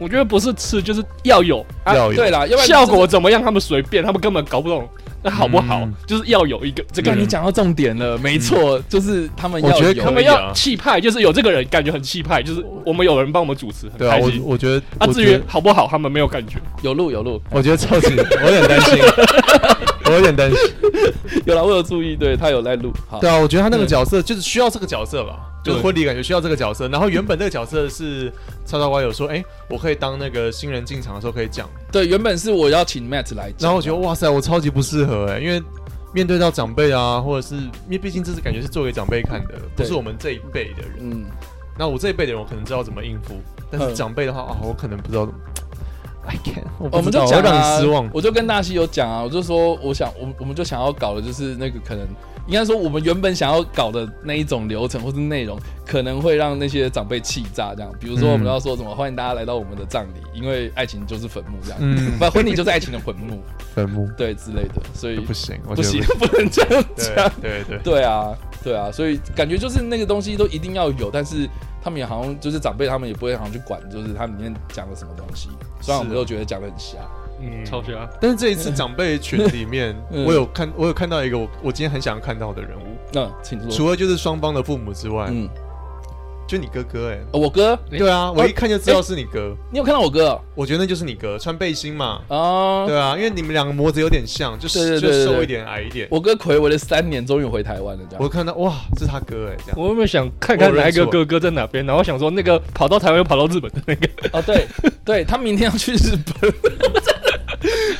S9: 我觉得不是吃，就是要有啊
S5: 料理，
S4: 对啦，要不然
S9: 效果怎么样，他们随便，他们根本搞不懂那好不好，
S5: 嗯
S9: 就是要有一个这
S4: 这个
S9: 个
S4: 你。讲到重点了，没错，就是他们要
S5: 我觉得
S4: 有
S9: 他们
S5: 可以
S9: 要
S5: 啊
S9: 气派，就是有这个人，感觉很气派，就是我们有人帮我们主持，很
S5: 对啊，
S9: 开
S5: 我
S9: 心。
S5: 我觉得
S9: 啊，
S5: 我
S9: 至
S5: 觉
S9: 于
S5: 得
S9: 好不好，他们没有感觉。
S4: 有录有录，
S5: 我觉得 超级，我有点担心，我有点担心。
S4: 有了我有注意，对他有在录。好，
S5: 对啊，我觉得他那个
S4: 对
S5: 角色就是需要这个角色吧，就是
S4: 对
S5: 婚礼感觉需要这个角色。然后原本这个角色是叉叉 Y 有说，哎、我可以当那个新人进场的时候可以讲。
S4: 对，原本是我要请 Matt 来讲，
S5: 然后我觉得哇塞，我超级不适合哎、因为面对到长辈啊，或者是因为毕竟这是感觉是做给长辈看的，不
S4: 对
S5: 是我们这一辈的人。
S4: 嗯，
S5: 那我这一辈的人，我可能知道怎么应付，但
S4: 嗯
S5: 是长辈的话啊，我可能不知道怎么。
S6: I can，我
S4: 我
S6: 不
S4: 们
S6: 知
S4: 就
S6: 道，
S4: 讲、
S6: 我
S4: 啊、
S6: 让你失望。
S4: 我就跟大西有讲啊，我就说我想，我我们就想要搞的就是那个可能，应该说我们原本想要搞的那一种流程或是内容，可能会让那些长辈气炸这样。比如说我们
S6: 嗯
S4: 要说什么，欢迎大家来到我们的葬礼，因为爱情就是坟墓这样，
S6: 嗯
S4: 不、婚礼就是爱情的坟墓，
S6: 坟墓
S4: 对之类的，所以
S6: 不行，我
S4: 不
S6: 觉
S4: 行
S6: 得，
S4: 不 能这样讲。
S5: 对对，
S4: 对啊，对啊，所以感觉就是那个东西都一定要有，但是他们也好像就是长辈，他们也不会好像去管，就是它里面讲了什么东西。虽然我们
S5: 是啊
S4: 都觉得讲的很瞎，
S5: 嗯
S9: 超学啊，
S5: 但是这一次长辈群里面，
S4: 嗯
S5: 我有看，我有看到一个我我今天很想要看到的人物，
S4: 那嗯请说。
S5: 除了就是双方的父母之外，
S4: 嗯，
S5: 就你哥哥哎、
S4: 呃我哥，呃
S5: 对啊，我一看就知道是你哥，
S4: 你有看到我哥哦
S5: 我觉得那就是你哥，穿背心嘛，
S4: 哦啊？
S5: 对啊，因为你们两个模子有点像，就
S4: 对对对
S5: 是就
S4: 对对
S5: 瘦一点矮一点。
S4: 我哥魁违了三年，终于回台湾了，这样。
S5: 我看到哇，这是他哥哎，这样
S9: 我有没有想看看哪一个哥哥在哪边？然后想说那个跑到台湾又跑到日本的那个，
S4: 哦， 对，对他明天要去日本，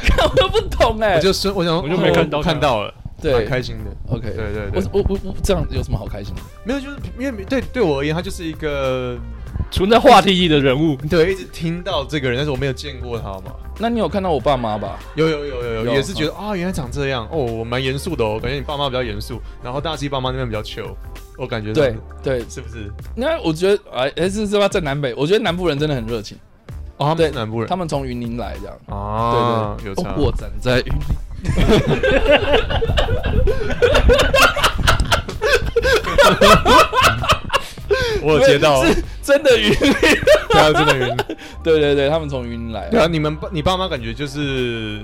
S4: 看我不懂哎、
S5: 我就说，我想哦
S9: 我就没看到
S5: 看到了，蛮
S4: 对
S5: 开心的。
S4: ，OK，
S5: 对对
S4: 我
S5: 对，
S4: 我我我这样有什么好开心的？
S5: 没有，就是因为对对我而言，他就是一个
S9: 存在话题里的人物，
S5: 对一直听到这个人，但是我没有见过他嘛。
S4: 那你有看到我爸妈吧？
S5: 有有有有
S4: 有
S5: 有，也是觉得啊，原来长这样哦，我蛮严肃的哦，感觉你爸妈比较严肃，然后大鸡爸妈那边比较 chill，我感觉
S4: 对
S5: 到
S4: 对，
S5: 是不是？
S4: 那我觉得哎，还是是吧，在南北，我觉得南部人真的很热情。
S5: 哦，他们
S4: 对
S5: 是南部人
S4: 他们从云林来这样。
S5: 啊，
S4: 对
S5: 有
S4: 对
S5: 差，
S4: 我站在云林。
S5: 我有接到，
S4: 是真的云林。
S5: 对啊，真的原因。
S4: 对对对，他们从云林来
S5: 对，啊，你们爸你爸妈感觉就是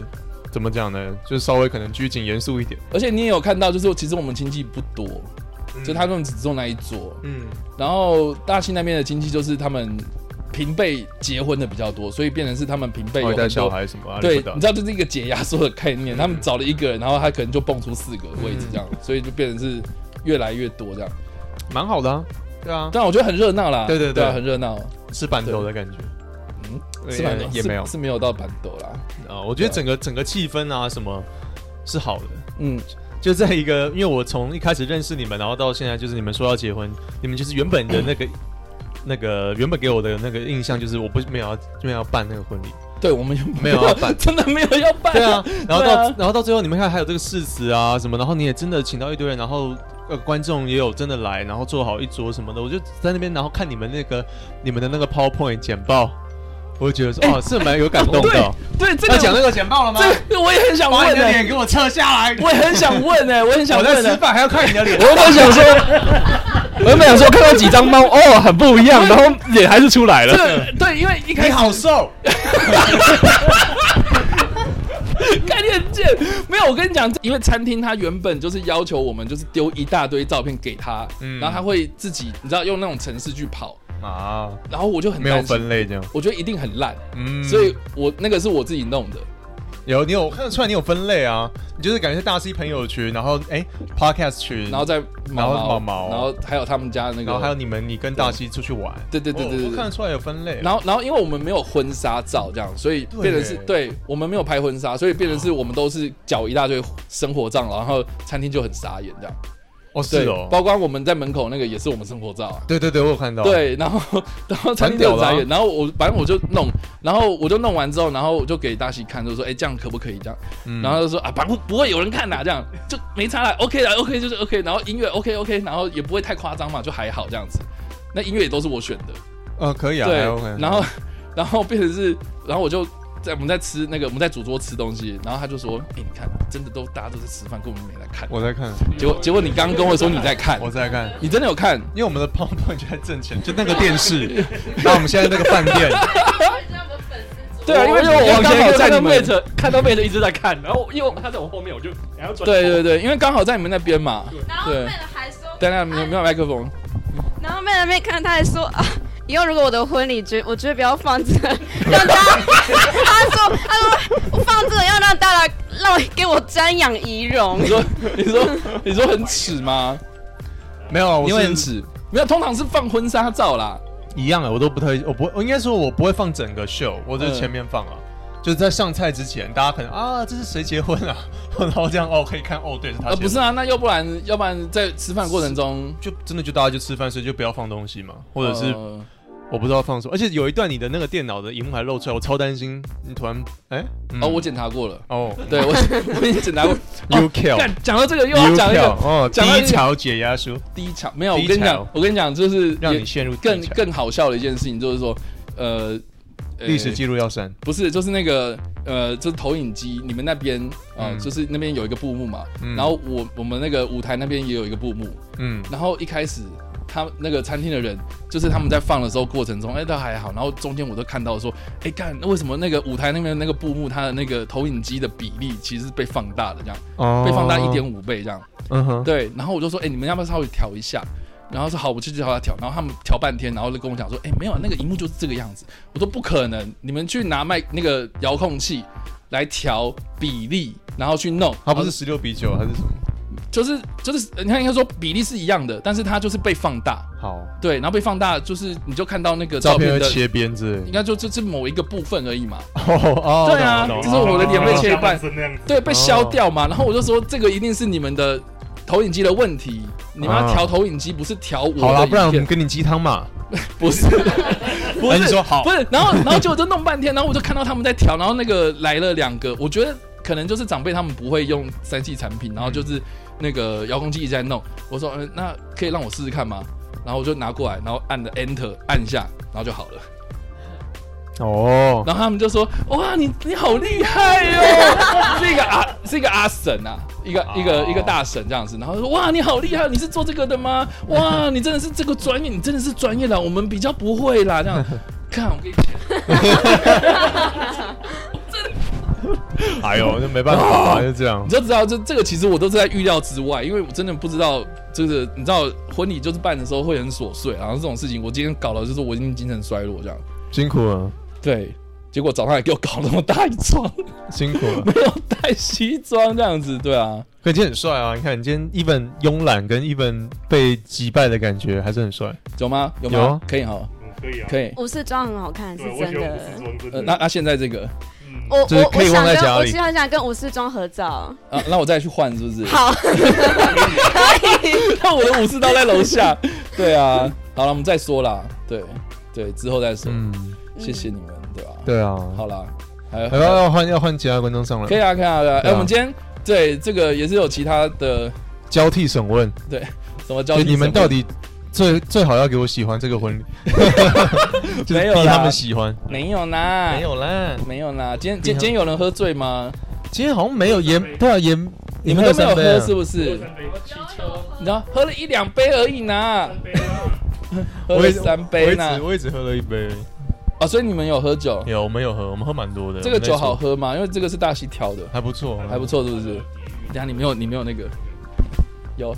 S5: 怎么讲呢？就是稍微可能拘谨严肃一点，
S4: 而且你也有看到，就是其实我们亲戚不多，就他们只坐那一桌。
S5: 嗯
S4: 然后大庆那边的亲戚就是他们平辈结婚的比较多，所以变成是他们平辈有
S5: 会
S4: 很
S5: 带
S4: 多
S5: 小。孩什么啊，
S4: 对，
S5: 你不嗯
S4: 你知道就是一个解压缩的概念，他们找了一个人，然后他可能就蹦出四个位置这样，所以就变成是越来越多这样。
S5: 蛮好的啊，对啊，
S4: 但我觉得很热闹啦，
S5: 对对对
S4: 啊很热闹。
S5: 吃板头的感觉。
S4: 嗯
S5: 对，
S4: 是板豆
S5: 也
S4: 是
S5: 没有
S4: 是没有到板豆啦。
S5: 啊，我觉得整个整个气氛啊什么是好的，
S4: 嗯，
S5: 就在一个，因为我从一开始认识你们，然后到现在就是你们说要结婚，你们就是原本的那个那个原本给我的那个印象就是我不没有要没有要办那个婚礼，
S4: 对，我们有
S5: 没有要办
S4: 真的没有要办。
S5: 对啊，然后到、
S4: 对啊
S5: 然后到最后你们看还有这个誓词啊什么，然后你也真的请到一堆人，然后呃观众也有真的来，然后做好一桌什么的，我就在那边然后看你们那个你们的那个 PowerPoint 简报，我就觉得说、 哦是蛮有感动的哦。
S4: 对这
S5: 要
S4: 个
S5: 讲那个简报了吗？
S4: 这个我也很想
S5: 把
S4: 问
S5: 你的
S4: 呢、
S5: 脸给我撤下来！
S4: 我也很想问呢、我很想
S5: 我在
S4: 问欸呢、
S5: 吃饭还要看你的脸
S9: 我，原本想说，
S4: 啊
S9: 我原本想说看到几张猫，哦，很不一样，然后脸还是出来
S4: 这
S9: 了。
S4: 个对，因为一开
S5: 你
S4: 始
S5: 好瘦。
S4: 概念见，没有。我跟你讲，因为餐厅它原本就是要求我们就是丢一大堆照片给他，
S5: 嗯
S4: 然后他会自己你知道用那种程式去跑，
S5: 啊，
S4: 然后我就很
S5: 没有
S4: 担心，
S5: 分类这样。
S4: 我觉得一定很烂，
S5: 嗯，
S4: 所以我那个是我自己弄的。
S5: 有你有我看得出来你有分类啊，你就是感觉是大 C 朋友群，然后哎 Podcast 群，
S4: 然后再
S5: 然
S4: 毛
S5: 后
S4: 毛，
S5: 毛毛啊
S4: 然后还有他们家啊那个，
S5: 然后还有你们你跟大 C 出去玩，
S4: 对对对对
S5: 哦
S4: 对
S5: 我
S4: 对
S5: 看得出来有分类。
S4: 然后，然后因为我们没有婚纱照这样，所以变成是对
S5: 对哦
S4: 我们没有拍婚纱，所以变成是我们都是缴一大堆生活账，然后餐厅就很傻眼这样。
S5: 哦
S4: 对，
S5: 是哦，
S4: 包括我们在门口那个也是我们生活照啊。
S5: 对对对，我有看到。，
S4: 对，然后然后餐厅就很傻眼，然后我反正我就弄，然后我就弄完之后，然后我就给大西看，就说哎这样可不可以这样？
S5: 嗯
S4: 然后他就说啊，反正不会有人看啦，这样就没差啦 o k 啦 o k 就是 OK，然后音乐 OK OK，然后也不会太夸张嘛，就还好这样子。那音乐也都是我选的，
S5: 呃可以啊，还 OK
S4: 然后 然后变成是，然后我就在我们在吃那个我们在主桌吃东西，然后他就说：“哎、你看，真的都大家都在吃饭，根本没来看。
S5: 我在看，”
S4: 结果结果你刚刚跟我说你在看，
S5: 我在看。
S4: 你真的有看？
S5: 因为我们的 PowerPoint 就在正前，就那个电视， 那我们现在那个饭 店，
S4: 对啊，因为
S9: 因为我往
S4: 刚
S9: 前
S4: 好在
S9: 看
S4: 你
S9: 到妹
S4: 们，
S9: 子，看到妹子一直在看，然后因为他在我后面，我就然后转头
S4: 对对对，因为刚好在你们那边嘛。
S7: 然后妹子还说，
S4: 等下没有没有麦克风，
S7: 然后妹子没看，她还说啊。以后如果我的婚礼绝，我绝对不要放这个，让大家，她说，她说我放这个要让大家让给我瞻仰仪容
S4: 你，说你说你说很耻吗？
S5: 没有，
S4: 你
S5: 我
S4: 会很
S5: 是
S4: 耻？没有，通常是放婚纱照啦。
S5: 一样的，我都不太，我不，我应该说我不会放整个秀，我就是前面放
S4: 嗯
S5: 啊，就是在上菜之前，大家可能啊，这是谁结婚啊， 然后这样哦，可以看哦，对，是他
S4: 呃，
S5: 结
S4: 不
S5: 婚
S4: 是啊，那要不然要不然在吃饭过程中，
S5: 就真的就大家就吃饭，所以就不要放东西嘛，或者是
S4: 呃
S5: 我不知道放什么，而且有一段你的那个电脑的荧幕还露出来，我超担心你突然哎、嗯
S4: 哦，我检查过了，
S5: 哦
S4: 对我我已经检查 过。
S5: ，You kill
S4: 干，讲到这个又
S5: You
S4: 要讲一个
S5: kill 哦，
S4: 讲到一
S5: 低
S4: 个
S5: 潮解压术，
S4: 低潮，没有，我
S5: 低
S4: 跟你讲
S5: 潮，
S4: 我跟你讲，就是
S5: 让
S4: 也
S5: 你陷入低
S4: 更
S5: 潮
S4: 更好笑的一件事情，就是说，呃，呃
S5: 历史记录要删，
S4: 不是，就是那个呃，就是投影机，你们那边啊、呃
S5: 嗯
S4: 就是那边有一个布幕嘛，
S5: 嗯
S4: 然后我我们那个舞台那边也有一个布幕，
S5: 嗯
S4: 然后一开始他那个餐厅的人，就是他们在放的时候过程中，哎，都还好，然后中间我都看到说，哎，干，那为什么那个舞台那边那个布幕它的那个投影机的比例其实是被放大的，这样
S5: 哦
S4: 被放大一点，五倍这样，
S5: 嗯哼，
S4: 对，然后我就说，哎、你们要不要稍微调一下？然后说好，我去调他调，然后他们调半天，然后就跟我讲说，哎、没有啊，那个荧幕就是这个样子。我说不可能，你们去拿麦那个遥控器来调比例，然后去弄。
S5: 它不是十六比九，它是什么？
S4: 就是就是，你看应该说比例是一样的，但是它就是被放大，
S5: 好，
S4: 对，然后被放大就是你就看到那个
S5: 照片
S4: 片
S5: 会
S4: 的，
S5: 切边之类
S4: 应
S5: 的，
S4: 该就这这某一个部分而已嘛。
S5: 哦哦
S4: 对啊
S5: 懂懂
S4: 就是我的脸被切半
S8: 下身那样子。
S4: 对，被消掉嘛。然后我就说，这个一定是你们的投影机的问题，你们要
S5: 哦
S4: 调投影机，不是调我的
S5: 好啦，不然
S4: 影
S5: 我
S4: 片
S5: 们给你鸡汤嘛，
S4: 不是，不
S5: 哎
S4: 是
S5: 你说好
S4: 不是，然后然后结果就弄半天，然后我就看到他们在调，然后那个来了两个，我觉得可能就是长辈他们不会用三 C 产品，然后就是那个遥控器一直在弄，我说、嗯，那可以让我试试看吗？然后我就拿过来，然后按了 Enter 按下，然后就好了。
S5: 哦，
S4: 然后他们就说：“哇，你你好厉害哦，是一个阿是一个阿婶啊，一个一
S5: 哦
S4: 个一个大婶这样子。”然后说：“哇，你好厉害，你是做这个的吗？哇，你真的是 这个专业，你真的是专业啦，我们比较不会啦。” 这样，看我跟你讲，
S5: 哎呦，那没办法
S4: 哦
S5: 啊，就这样
S4: 你，就知道这这个其实我都是在预料之外，因为我真的不知道，就是你知道婚礼就是办的时候会很琐碎，然后这种事情我今天搞了，就是我已经精神衰弱这样。
S5: 辛苦了，
S4: 对，结果早上还给我搞那么大一床，
S5: 辛苦 了。
S4: 没有带西装这样子，对啊。
S5: 可你今天很帅啊！你看你今天 even 慵懒跟 even 被击败的感觉还是很帅。
S4: 有吗？有吗？
S5: 有啊
S4: 可以哈，
S8: 嗯，可以啊，
S4: 可以。
S7: 武士装很好看，是
S8: 对，我
S7: 真
S8: 喜欢武士
S7: 的。
S8: 装，真
S4: 呃，
S8: 的。
S4: 那那现在这个
S8: 嗯
S7: 我
S5: 就是
S7: 我
S5: 可
S7: 我
S5: 以忘
S7: 想
S5: 在家
S7: 跟
S5: 里
S7: 我喜欢想跟武士装合照，
S4: 啊，那我再去换是不是？
S7: 好，
S4: 那 我的武士刀在楼下。对啊，好了，我们再说啦。对对，之后再说。
S5: 嗯，哎
S4: 谢谢你们，对吧？
S5: 对啊。
S4: 好啦，还有
S5: 要要换要换其他观众上
S4: 呃可以
S5: 来，
S4: 啊，可以啊，对啊。哎，
S5: 对啊
S4: 我们今天对这个也是有其他的
S5: 交替审问，
S4: 什么交
S5: 就
S4: 替
S5: 你们
S4: 审问
S5: 到底最最好要给我喜欢这个 婚礼，就是
S4: 没有啦
S5: 逼他们喜欢。
S4: 没有啦？
S5: 有啦，
S4: 没有啦。今天今天今天有人喝醉吗？
S5: 今天好像没有盐，对啊盐，
S4: 你们都没有喝是
S5: 是？
S4: 不是？你知道喝了一两杯而已呢，喝
S5: 我
S4: 了
S5: 也
S4: 三杯呢。
S5: 我也只喝了一杯，
S4: 啊，所以你们有喝酒？
S5: 有我们有喝，我们喝蛮多的。
S4: 这个酒好
S5: 我们
S4: 喝吗？因为这个是大西调的
S5: 那，还不错，
S4: 还不错，是不是？等一下你没有，你没有那个，有，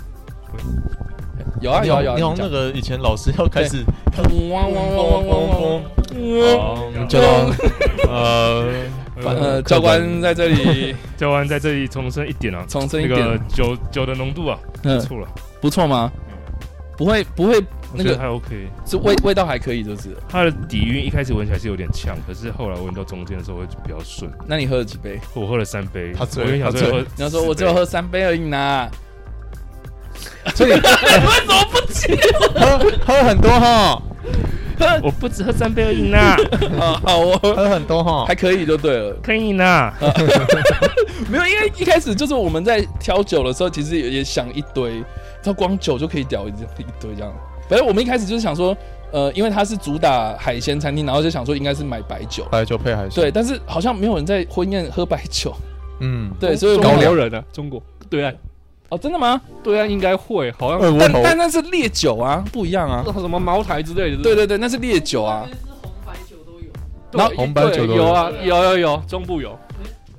S4: 有啊
S5: 哎你
S4: 有啊
S5: 好
S4: 有啊，
S5: 你好像
S4: 讲
S5: 那个以前老师要开始
S4: 汪汪汪汪汪汪，
S5: 嗯，教官，呃，
S4: 呃，教官在这里
S8: 教官在这里重申一点啊，
S4: 重申一
S8: 那个
S4: 点，
S8: 酒酒的浓度啊，不
S4: 嗯，
S8: 错了，
S4: 不错吗？
S5: 嗯
S4: 不会不会，
S8: 我
S4: 那
S8: 觉得
S4: 个
S8: 还 OK。
S4: 是味味道还可以，就是。
S8: 它的底蕴一开始闻起来是有点呛，可是后来闻到中间的时候会比较顺。
S4: 那你喝了几杯？
S8: 我喝了三杯，
S5: 他醉
S8: 我跟小
S5: 他
S8: 醉
S5: 醉
S8: 喝，
S4: 你要说我 只有喝三杯而已呢，
S5: 所 以喝喝很多哈，
S8: 我不止喝三杯而已 呢，
S4: 啊，好哦，
S5: 喝很多哈
S4: 还，可以就对了。
S8: 可以呢。
S4: 没有，因为一开始就是我们在挑酒的时候，其实也也想一堆，他光酒就可以屌一一堆这样。反正我们一开始就是想说，呃，因为它是主打海鲜餐厅，然后就想说应该是买白酒，
S5: 白酒配海鲜，
S4: 对，，但是好像没有人在婚宴喝白酒，
S5: 嗯，
S4: 对，所以我
S9: 高
S4: 们
S9: 粱人啊，中国对岸
S4: 哦，真的吗？
S9: 对岸应该会，哎好像
S5: 二锅
S4: 但
S5: 头，
S4: 但那是烈酒啊，不一样啊。
S9: 什么茅台之类的，
S4: 对对对，那是烈酒啊。
S9: 然后
S5: 红白酒都有
S9: 有啊，有有有，中部有，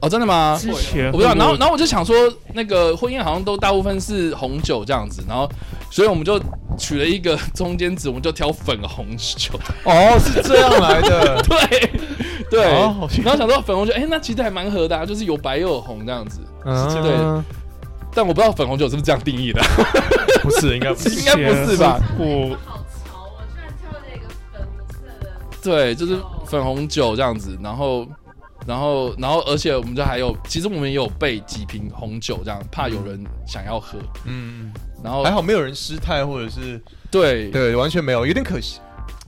S4: 哦，真的吗？
S8: 之前
S4: 我不知道，然后然
S8: 后
S4: 后我就想说，那个婚宴好像都大部分是红酒这样子，然后所以我们就取了一个 中间值，我们就挑粉红酒。，
S5: 哦，是这样来的
S4: 对对，
S5: 哦好像
S4: 然后想到粉红酒，哎、那其实还蛮合的、啊，就是有白又有红这样子。
S5: 嗯，
S4: 但我不知道粉红酒是不是这样定义的，
S5: 不是，应该不是，
S4: 应该不是吧？
S8: 我
S4: 对，就是粉红酒这样子，然后。然后，然后，而且我们就还有，其实我们也有备几瓶红酒，这样怕有人想要喝。
S5: 嗯，
S4: 然后
S5: 还，好没有人失态，或者是
S4: 哦对，
S5: 对，完全没有，有点可惜，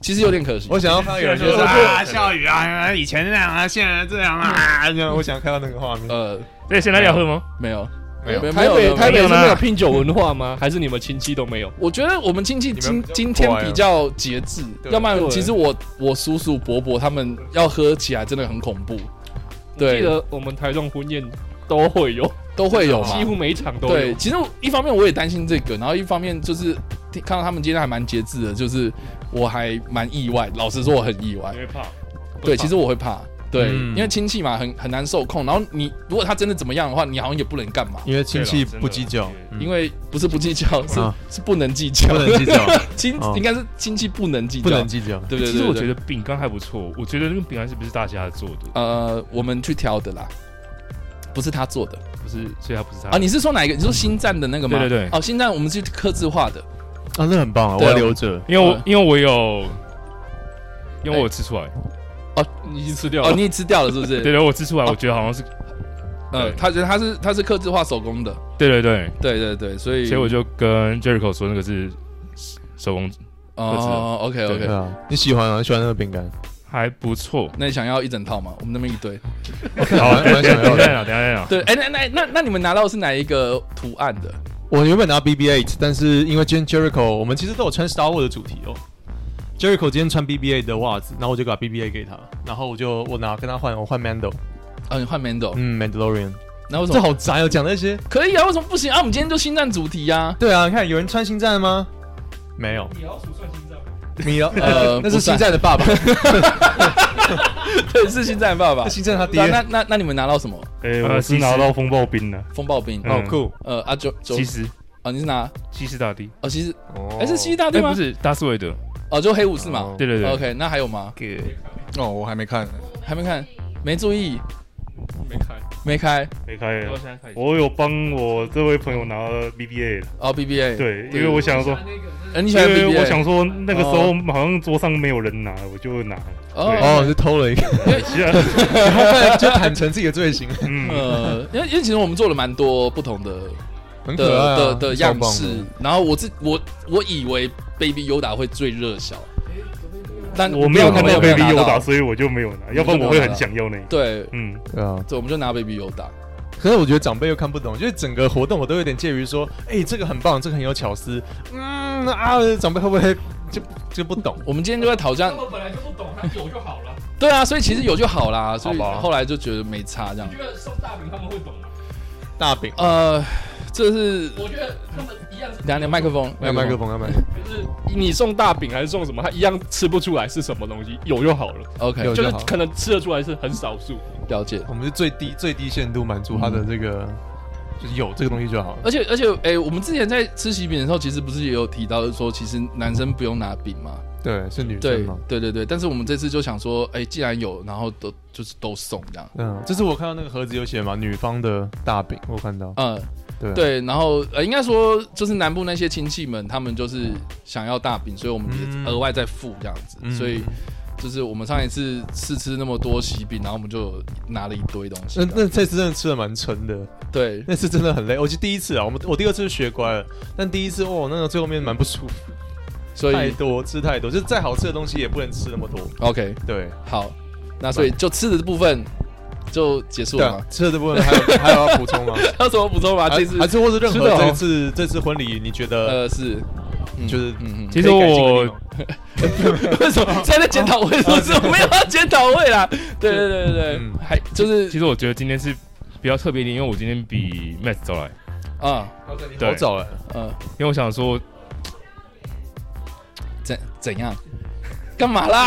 S4: 其实有点可惜。
S5: 我想要看到有人就
S8: 就是是
S5: 啊，下雨啊，以前那样啊，现在这样啊，这 样，我想看到那个画面。
S4: 呃，
S8: 对，先来雅喝吗？
S4: 没有，
S5: 没有
S9: 台北
S4: 的
S9: 台北
S8: 没有
S9: 是
S8: 啦
S9: 没有拼酒文化吗？ 还是你们亲戚都没有？
S4: 我觉得我们亲戚
S5: 们
S4: 今
S5: 比较
S4: 今天
S5: 乖啊
S4: 比较节制，
S5: 对
S4: 要不然
S9: 对
S4: 其实我我叔叔伯伯他们要喝起来真的很恐怖，对
S9: 记得我们台中婚宴都会有，
S4: 都会有嘛
S9: 几。乎每一场都有。
S4: 对，其实一方面我也担心这个，然后一方面就是听看到他们今天还蛮节制的，就是我还蛮意外，老实说我很意外
S8: 你。会怕？
S4: 对，其实我会怕，对，
S5: 嗯
S4: 因为亲戚嘛很很难受控，然后你如果他真的怎么样的话，你好像也不能干嘛。
S5: 因为亲
S8: 对
S5: 戚
S8: 啦真的嗯
S5: 不计较，
S8: 对
S4: 因为不是不计较，是、
S5: 啊
S4: 是不能计较，
S5: 不能计较
S4: 亲、
S5: 哦
S4: 应该是亲戚不能计较，
S5: 不能计较。
S4: 对不对？
S8: 其实我觉
S4: 得，
S8: 得饼干还不错，我觉得那个饼干是不是大家做的？
S4: 呃，我们去挑的啦，不是他做的
S8: 不是，所以它不是他
S4: 啊。你是说哪一个？你说星战的那个吗？
S8: 嗯对对对
S4: 哦，星战我们是刻字化的，
S5: 啊，那很棒啊，我
S4: 对啊
S5: 要留着。
S8: 因为嗯我
S4: 呃
S8: 因为我有，因为我有吃出来，
S9: 你已经吃掉
S4: 哦，
S9: 了。
S4: 你也吃掉了是不是？ 哦
S8: 对对，我有吃出来，我觉得好像是，
S4: 呃，他是他是他是刻字化手工的，
S8: 对对对，
S4: 对对对，所以
S8: 所以我就跟 Jericho 说那个是手工，刻字的
S4: 哦，OK
S5: 对
S4: OK，
S5: 啊，你喜欢啊？你喜欢那个饼干？
S8: 还不错。
S4: 那你想要一整套吗？我们那边一堆。
S5: 好啊，
S8: 等一
S5: 蛮
S8: 下
S5: 想要
S8: 等一下讲，等
S5: 的。
S8: 一下讲，
S4: 对，哎、那那那那你们拿到的是哪一个图案的？
S5: 我原本拿 BB8，但是因为今天 Jericho，我们其实都有穿 Star Wars 的主题哦。Jericho 今天穿 BB8 的袜子，然后我就把 BB8 给他，然后我就我拿跟他换，我换 Mando，
S4: 啊，你换 Mando，
S5: 嗯，Mandalorian，
S4: 那为什
S5: 这
S4: 么
S5: 好宅哦，讲那些。
S4: 可以啊？为什么不行啊？我们今天就星战主题呀、
S5: 对啊，你看有人穿星战吗？没有，你要
S4: 呃
S5: 呃， 那是
S4: 不算
S5: 星战的爸爸，
S4: 对，是星战爸爸
S5: 那。星战他
S4: 那
S5: 爹，
S4: 那那那你们拿到什么？
S8: 哎，
S5: 呃
S8: 我
S5: 其
S8: 是
S5: 实
S8: 拿到风暴兵了，
S4: 风暴兵，
S8: 嗯
S5: 好酷
S4: 呃，啊九九
S8: 西斯
S4: 啊，你是拿
S8: 西斯大帝，
S4: 哦，其实
S5: 哦
S4: 哎是西大
S8: 哎
S4: 对吗
S8: 不？是大斯维德，
S4: 哦，就黑武士嘛。
S8: 对对对
S4: OK，那还有吗？
S6: 哦，我还没看。
S4: 还没看，没注意，
S9: 没开，
S4: 没开
S8: 没开
S9: 我，现在开始。
S8: 我有帮我这位朋友拿了 BBA 的，
S4: 哦，BBA。
S8: 对，因为我想说，
S4: 呃，你
S8: 因
S4: 喜欢
S8: 为
S4: BBA？
S8: 我想说那个时候好像桌上没有人拿，我就拿了。
S4: 哦
S5: 哦，就 偷了一个，
S8: 其实，
S5: 然后后 来就坦诚自己的罪行，
S8: 啊 嗯，
S4: 呃，因为因为其实我们做了蛮多不同的
S5: 很可爱啊
S4: 的的的
S5: 超
S4: 样
S5: 棒
S4: 式，然后我自我我以为 Baby Yoda 会最热销，但
S8: 我没有看到 Baby
S4: 有
S8: 有
S4: 拿
S8: 打，所以我就没有拿，要不然我会很想要那个。
S4: 对
S8: 嗯，
S5: 对啊。
S4: 对，我们就拿 Baby Yoda。
S5: 可是我觉得长辈又看不懂，就是整个活动我都有点介于说，哎、这个很棒，这个很有巧思，嗯啊，长辈会不会就就不懂？
S4: 我们今天就在讨论，我本来就不懂，他有就好了。对啊，所以其实有就好啦，所以
S5: 好吧
S4: 后来就觉得没差这样。啊
S5: 大饼，
S4: 呃，这是我觉得他们一样是。两点麦克风，
S5: 麦麦克。风，麦麦克风，
S9: 就是你送大饼还是送什么，他一样吃不出来是什么东西，有就好了。
S4: OK，
S5: 有
S9: 就
S5: 就是好
S9: 可能吃得出来是很少数。
S4: 了解。
S5: 我们是最低最低限度满足他的这个，就是有这个东西就好了。
S4: 而且而且，哎、我们之前在吃喜饼的时候，其实不是也有提到说，其实男生不用拿饼嘛。
S5: 对，是女生
S4: 对
S5: 嘛？
S4: 对对对，但是我们这次就想说，哎、既然有，然后都就是都送这样。
S5: 嗯，这是我看到那个盒子有写嘛，女方的大饼，我看到，
S4: 嗯，
S5: 对啊，
S4: 对，然后呃，应该说就是南部那些亲戚们，他们就是想要大饼，所以我们
S5: 嗯
S4: 也额外再付这样子，
S5: 嗯
S4: 所以就是我们上一次试吃那么多喜饼，然后我们就拿了一堆东西
S5: 那
S4: 这样。
S5: 那这次真的吃的蛮撑的，
S4: 对，
S5: 那次真的很累。我是第一次啊，我们我第二次就学乖了，但第一次哦，那个最后面蛮不舒服，
S4: 所
S5: 太
S4: 以
S5: 多吃太多，就是再好吃的东西也不能吃那么多。
S4: OK
S5: 对，
S4: 好，那所以就吃的部分就结束
S5: 对
S4: 了
S5: 啊
S4: 吗？，
S5: 吃的这部分还有还有要补充吗？
S4: 还有什么补充吗？这次
S5: 还还是或是任
S4: 吃
S5: 何
S4: 的哦
S5: 这次这次婚礼，你觉得
S4: 呃是，嗯
S5: 就是嗯
S4: 嗯嗯
S8: 其实
S5: 可以改进的地
S8: 我
S5: 方
S4: 为什么现在在检讨会？不是
S5: 哦
S4: 我没有要检讨会啦。对对对对对
S5: 嗯，
S4: 还就是
S8: 其实我觉得今天是比较特别一点，因为我今天比 Max 早来，
S4: 啊
S8: 对
S5: 好早哎，
S4: 嗯，
S8: 因为我想说，
S4: 怎怎样？干嘛啦？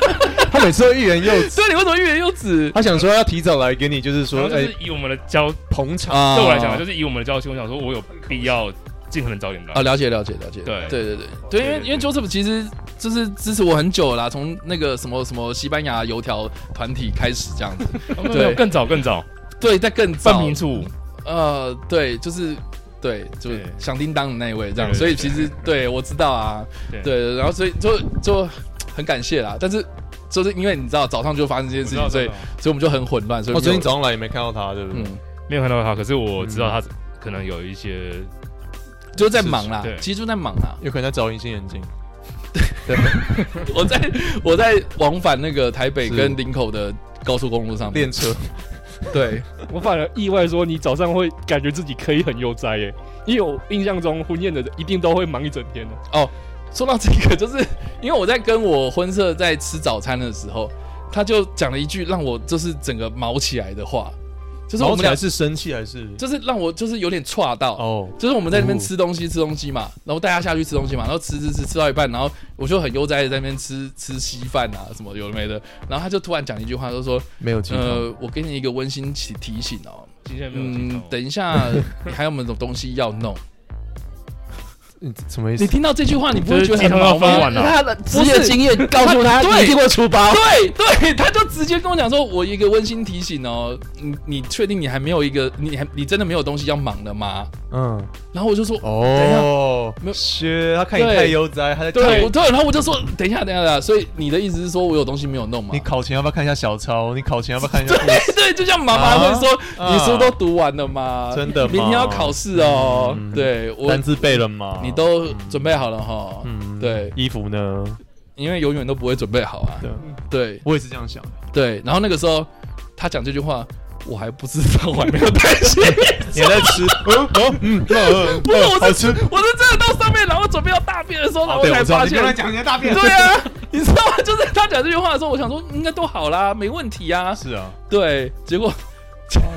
S5: 他每次都欲言又止，
S4: 所以你为什么欲言又止？
S5: 他想说要提早来给你，就是
S8: 然
S5: 说
S8: 后就
S5: 哎
S8: 是以我们的交，
S5: 捧场，
S4: 啊
S8: 对我来讲就是以我们的交情，我想说我有必要尽可能早点
S4: 啊，
S8: 来。
S4: 了解了解了解，
S8: 对
S4: 对对对对，因为因为 Joseph 其实就是支持我很久了啦，从那个什么什么西班牙油条团体开始这样子，
S8: 哦没有没有更早更早，
S4: 对，但更
S8: 半
S4: 早
S8: 瓶，醋，
S4: 呃，对，就是对，就是
S8: 对
S4: 响叮当的那一位这样，
S8: 对对
S4: 所以
S8: 对
S4: 其实对我知道啊，
S8: 对
S4: 对，然后所以就就很感谢啦，但是就是因为你知道早上就发生这件事情，所以所以我们就很混乱，所以
S5: 我
S4: 没有
S5: 昨天早上来也没看到他，对不对
S4: 嗯？，
S8: 没有看到他，可是我知道他可能有一些
S4: 就是在忙啦啊
S8: 是是，对
S4: 其实就在忙啦，
S5: 有可能在找隐形眼镜，
S4: 我在我在往返那个台北
S5: 是
S4: 跟林口的高速公路上面
S5: 练，车，
S4: 对，
S9: 我反而意外说你早上会感觉自己可以很悠哉耶，因为我印象中婚宴的人一定都会忙一整天的。
S4: 哦说到这个，就是因为我在跟我婚社在吃早餐的时候，他就讲了一句让我就是整个毛起来的话，就是我
S5: 毛
S4: 们
S5: 起来
S4: 俩
S5: 是生气还是？
S4: 就是让我就是有点岔到，
S5: 哦，
S4: 就是我们在那边吃东西吃东西嘛，然后大家下去吃东西嘛，然后吃吃吃吃到一半，然后我就很悠哉的在那边吃吃稀饭啊什么有的没的，然后他就突然讲了一句话，就说
S5: 没有鸡汤，
S4: 呃，我给你一个温馨提提醒哦，
S9: 今天没有听
S4: 嗯
S9: 到，，
S4: 等一下 你还有没有东西要弄？
S5: 嗯什么意
S4: 你
S5: 思？
S4: 听到这句话，你不会觉
S9: 就是
S4: 得很
S9: 鸡汤要
S4: 毛
S9: 分
S4: 吗
S9: 完？了。
S6: 他的职
S4: 业经
S6: 验告
S4: 诉他一定
S6: 会出包。
S4: 对对，他就直接跟我讲说，我一个温馨提醒哦，你你确定你还没有一个，你还你真的没有东西要忙的吗？
S5: 嗯，
S4: 然后我就说，等一下
S5: 哦
S4: 没有，
S5: 薛，他看你太悠哉，他在
S4: 对，我对，然后我就说，等一下，等一下，等一下，所以你的意思是说我有东西没有弄吗
S5: 你？考前要不要看一下小抄？你考前要不要看一下？
S4: 对对，就像妈妈会说，
S5: 啊
S4: 你书都读完了吗？
S5: 真的吗
S4: 明天要考试哦。
S5: 嗯
S4: 对我
S5: 单，字背了吗？
S4: 你都准备好了哈。
S5: 嗯
S4: 对
S5: 衣服呢？
S4: 因为永远都不会准备好啊。
S5: 对，
S4: 对
S5: 我也是这样想。
S4: 对，然后那个时候他讲这句话，我还不知道，我还没有担心。
S5: 你还在吃？嗯嗯嗯嗯，
S4: 不是我是
S5: 好吃。哦
S4: 我是真的到上面，然后准备要大便的时候，然后
S5: 对，
S4: 才
S5: 我知道
S4: 发
S5: 你
S4: 现
S5: 刚。才讲人家大便。
S4: 对啊，你知道吗？就是他讲这句话的时候，我想说应该都好啦，没问题啊。
S5: 是啊，
S4: 对，结果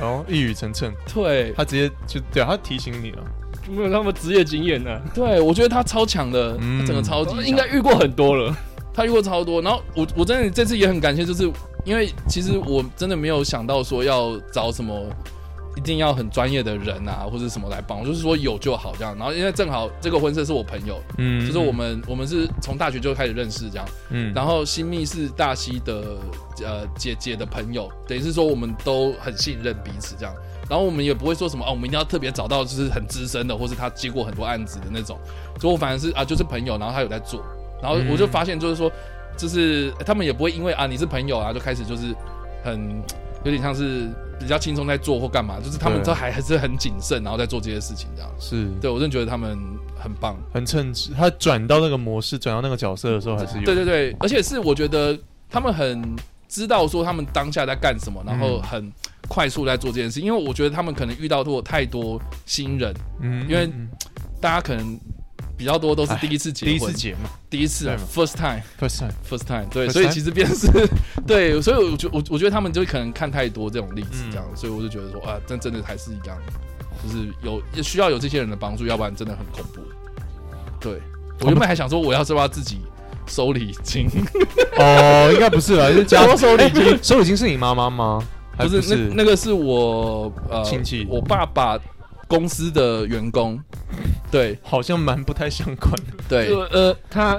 S5: 然后哦一语成谶，
S4: 对
S5: 他直接就对啊他提醒你了。
S9: 没有他们职业经验呢、
S4: 对，我觉得他超强的，
S5: 嗯
S4: 他整个超级强
S9: 哦应该遇过很多了。
S4: 他遇过超多。然后我我真的这次也很感谢，就是因为其实我真的没有想到说要找什么一定要很专业的人啊，或者什么来帮，我就是说有就好这样。然后因为正好这个婚社是我朋友，
S5: 嗯
S4: 就是我，们我们是从大学就开始认识这样。
S5: 嗯
S4: 然后新密是大西的呃姐姐的朋友，等于是说我们都很信任彼此这样。然后我们也不会说什么哦，我们一定要特别找到就是很资深的，或是他接过很多案子的那种。所以我反而是啊，就是朋友，然后他有在做，然后我就发现就是说，就是他们也不会因为啊你是朋友啊就开始就是很有点像是比较轻松在做或干嘛，就是他们
S5: 对
S4: 都还还是很谨慎，然后在做这些事情这样。
S5: 是
S4: 对我真的觉得他们很棒。
S5: 很称职。他转到那个模式，转到那个角色的时候，还是有
S4: 对对对，而且是我觉得他们很知道说他们当下在干什么，然后很快速在做这件事，因为我觉得他们可能遇到过太多新人，
S5: 嗯
S4: 因为
S5: 嗯
S4: 大家可能比较多都是第一次结
S5: 哎第一
S4: 婚
S5: 次，结嘛
S4: 第一次啊
S5: 对嘛
S4: first time
S5: ，first time。
S4: first time，对，
S5: First
S4: 所以
S5: time？
S4: 其实变成是 对，所以我觉我我觉得他们就可能看太多这种例子
S5: 嗯
S4: 这样，所以我就觉得说啊，真真的还是一样，就是有也需要有这些人的帮助，要不然真的很恐怖。对我原本还想说我要是不是要自己收礼金。
S5: 哦，应该不是吧？是家
S4: 多收礼金
S5: 哎收礼金是你妈妈吗？还
S4: 不是
S5: 是
S4: 那那个是我呃
S5: 亲戚
S4: 我爸爸公司的员工，对
S5: 好像蛮不太相关的。
S4: 对
S9: 就，呃，他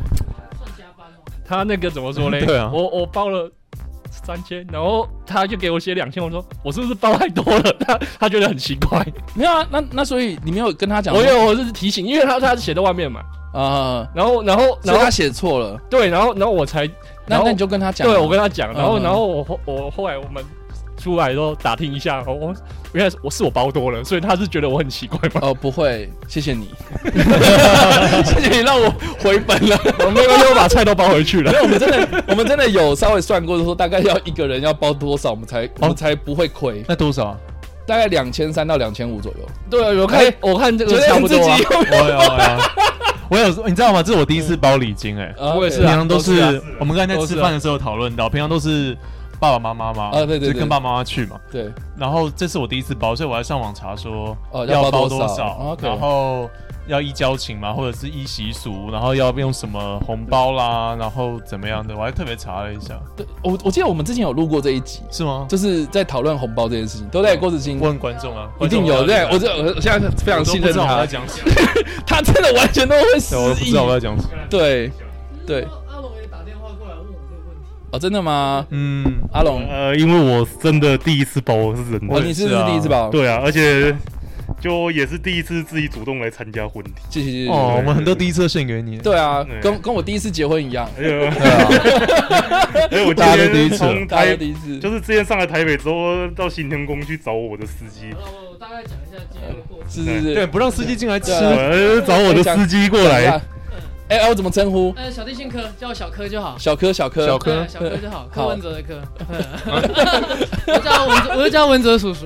S9: 他那个怎么说嘞？
S5: 对啊
S9: 我我报了。三千，然后他就给我写两千，我说我是不是报太多了？他他觉得很奇怪。
S4: 没有啊，那那所以你没有跟他讲
S9: 我
S4: 说，
S9: 有，我是提醒，因为他他写在外面嘛，
S4: 啊，
S9: 然后然后
S4: 然
S9: 然
S4: 后
S9: 后
S4: 他写错了，
S9: 对，然后然后我才，
S4: 那
S9: 然后
S4: 那你就跟他讲啊，
S9: 对我跟他讲，然后
S4: 嗯
S9: 然后我后我后来我们出来之后打听一下，我我原来是我是我包多了，所以他是觉得我很奇怪嘛。
S4: 哦不会，谢谢你， 谢谢你让我回本了。
S9: 我没有，我把菜都包回去了
S4: 没。有，我们真的我们真的有稍微算过，就说大概要一个人要包多少，我们才我们才不会亏，
S5: 哦那多少？啊
S4: 大概两千三到两千五左右。
S9: 对，我啊看我看这
S4: 哎觉
S9: 个
S4: 得
S9: 差不多啊
S4: 自。己
S5: 我哦有，我有我有，你知道吗？这是我第一次包礼金，哎，
S4: 啊
S9: 我也是
S5: 平
S9: 啊
S5: 常都
S8: 都是
S5: 是
S8: 啊是啊
S5: 我们刚才在
S4: 都是啊
S5: 吃饭的时候讨论到，平常都是爸爸妈妈嘛，
S4: 啊对对对
S5: 就跟爸爸妈妈去嘛。
S4: 对，
S5: 然后这是我第一次包，所以我还上网查说
S4: 哦要
S5: 要
S4: 包
S5: 包
S4: 多
S5: 多
S4: 少
S5: 少，
S4: OK
S5: 然后要依交情嘛，或者是依习俗，然后要用什么红包啦，然后怎么样的，我还特别查了一下，
S4: 对我我记得我们之前有录过这一集，
S5: 是吗？
S4: 就是在讨论红包这件事情，都在郭子清
S5: 问观众啊，
S4: 一定有对，我这我现在非
S5: 非
S4: 常信任
S5: 我
S4: 他
S5: 在，讲什么，
S4: 他真的完全都会失
S5: 对我都不
S4: 忆
S5: 知。道我在讲什么。
S4: 对对，
S10: 阿龙也打电话过来问我这个问题，
S4: 哦，真的吗？啊
S5: 嗯，
S4: 阿龙，
S8: 呃，因为我真的第一次包，我是真
S4: 哦，
S5: 我
S8: 的，
S4: 你是不
S5: 是
S4: 是
S5: 啊
S4: 第一次吧？，
S8: 对啊，而且就也是第一次自己主动来参加婚礼，
S4: 谢谢谢谢。
S5: 哦，我们很多第一次都献给你，
S4: 对啊，
S8: 对
S4: 跟跟我第一次结婚一样，
S8: 而且
S5: 对啊，
S8: 而哎且我今
S5: 大家都第
S8: 天
S5: 一次
S8: 从
S4: 大家
S8: 台
S4: 都第一次。
S8: 就是之前上来台北之后，到新天宫去找我的司机，
S10: 然后我大概讲一下今天的过程。
S4: 嗯是是是，
S5: 对，不让司机进来吃，
S4: 对啊
S8: 呃，找我的司机过
S4: 讲一
S8: 来
S4: 下，哎、哎，我怎么称呼？
S10: 呃，小弟姓柯，叫我小柯就好。
S4: 小柯，小柯，
S5: 小柯
S10: 哎小柯就好，柯文哲的柯。我叫他文哲，我就叫文哲叔叔，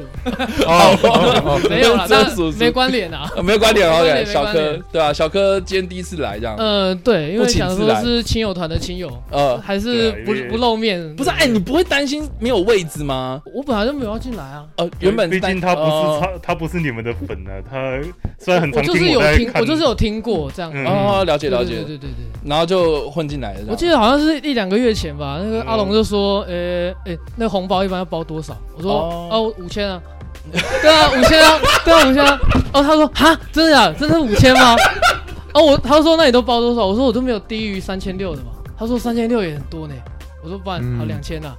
S4: 哦，
S10: 没有啦，
S4: 这哦
S10: 但没关联啊。
S4: 没有关联
S10: 没关
S4: ，OK，
S10: 联
S4: 小
S10: 没关
S4: 柯
S10: 联，
S4: 对啊，小柯今天第一次来这样，
S10: 呃，对，因
S4: 不
S10: 为
S4: 请
S10: 想
S4: 自
S10: 说
S4: 来
S10: 是亲友团的亲友，
S4: 呃，
S10: 还是
S8: 对啊
S10: 不
S8: 因为
S10: 不露面。
S4: 不是，哎，你不会担心没有位置吗？
S10: 我本来就没有要进来啊。
S4: 呃，原本是
S8: 毕
S4: 担
S8: 竟他不是
S4: 哦
S8: 他，他不是你们的粉啊，他虽然很
S10: 我
S8: 常
S10: 就是
S8: 听
S10: 有
S8: 在
S10: 听，
S8: 看，
S10: 我就是有听过这样。
S8: 嗯
S4: 哦，了解
S10: 对
S4: 了
S10: 对
S4: 解
S10: 对，对对对。
S4: 然后就混进来了这样，
S10: 我记得好像是一两个月前吧，那个
S8: 嗯
S10: 阿龙就说，呃、诶、那红包一般要包多少？我说，
S4: 哦
S10: 哦，五千啊。 对啊，五千啊，对啊，五千啊。哦，他说，哈，真的假的？真的五千吗？哦，我他说那你都包多少？我说我都没有低于三千六的嘛。他说三千六也很多呢。我说不然
S5: 嗯
S10: 好两千啊，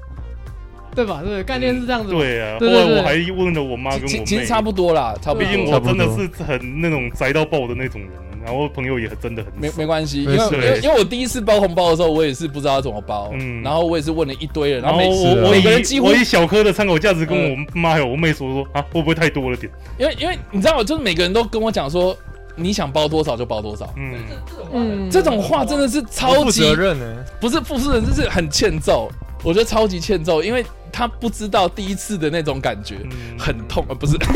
S10: 对吧？对，概念是这样子嘛。
S8: 对啊。后
S10: 对对
S8: 来
S10: 对
S8: 我还问了我妈跟
S4: 其
S8: 我
S4: 其其
S8: 妹，
S4: 实差不多啦，差不
S8: 毕
S4: 多，
S8: 竟
S5: 差
S8: 我
S5: 不
S8: 真的
S5: 多
S8: 是很那种宅到爆的那种人，然后朋友也真的很
S4: 没
S8: 少
S4: 没关系，因
S5: 没
S4: 为
S5: 事
S4: 因为因为我第一次包红包的时候，我也是不知道要怎么包，
S8: 嗯
S4: 然后我也是问了一堆人，然
S8: 然
S4: 后
S8: 后
S4: 每
S8: 我
S5: 是啊
S8: 我
S4: 每个人
S8: 以
S4: 几乎
S8: 我以小柯的参考价值跟
S4: 嗯
S8: 我妈还有我妹说说啊，会不会太多了点？
S4: 因为因为你知道，就是每个人都跟我讲说，你想包多少就包多少。
S8: 嗯，
S10: 嗯
S4: 这种话真的是
S5: 不
S4: 超
S5: 负
S4: 级
S5: 责任呢，
S4: 不是负责任，就是很欠揍。我觉得超级欠揍，因为他不知道第一次的那种感觉
S8: 嗯
S4: 很痛，呃，不是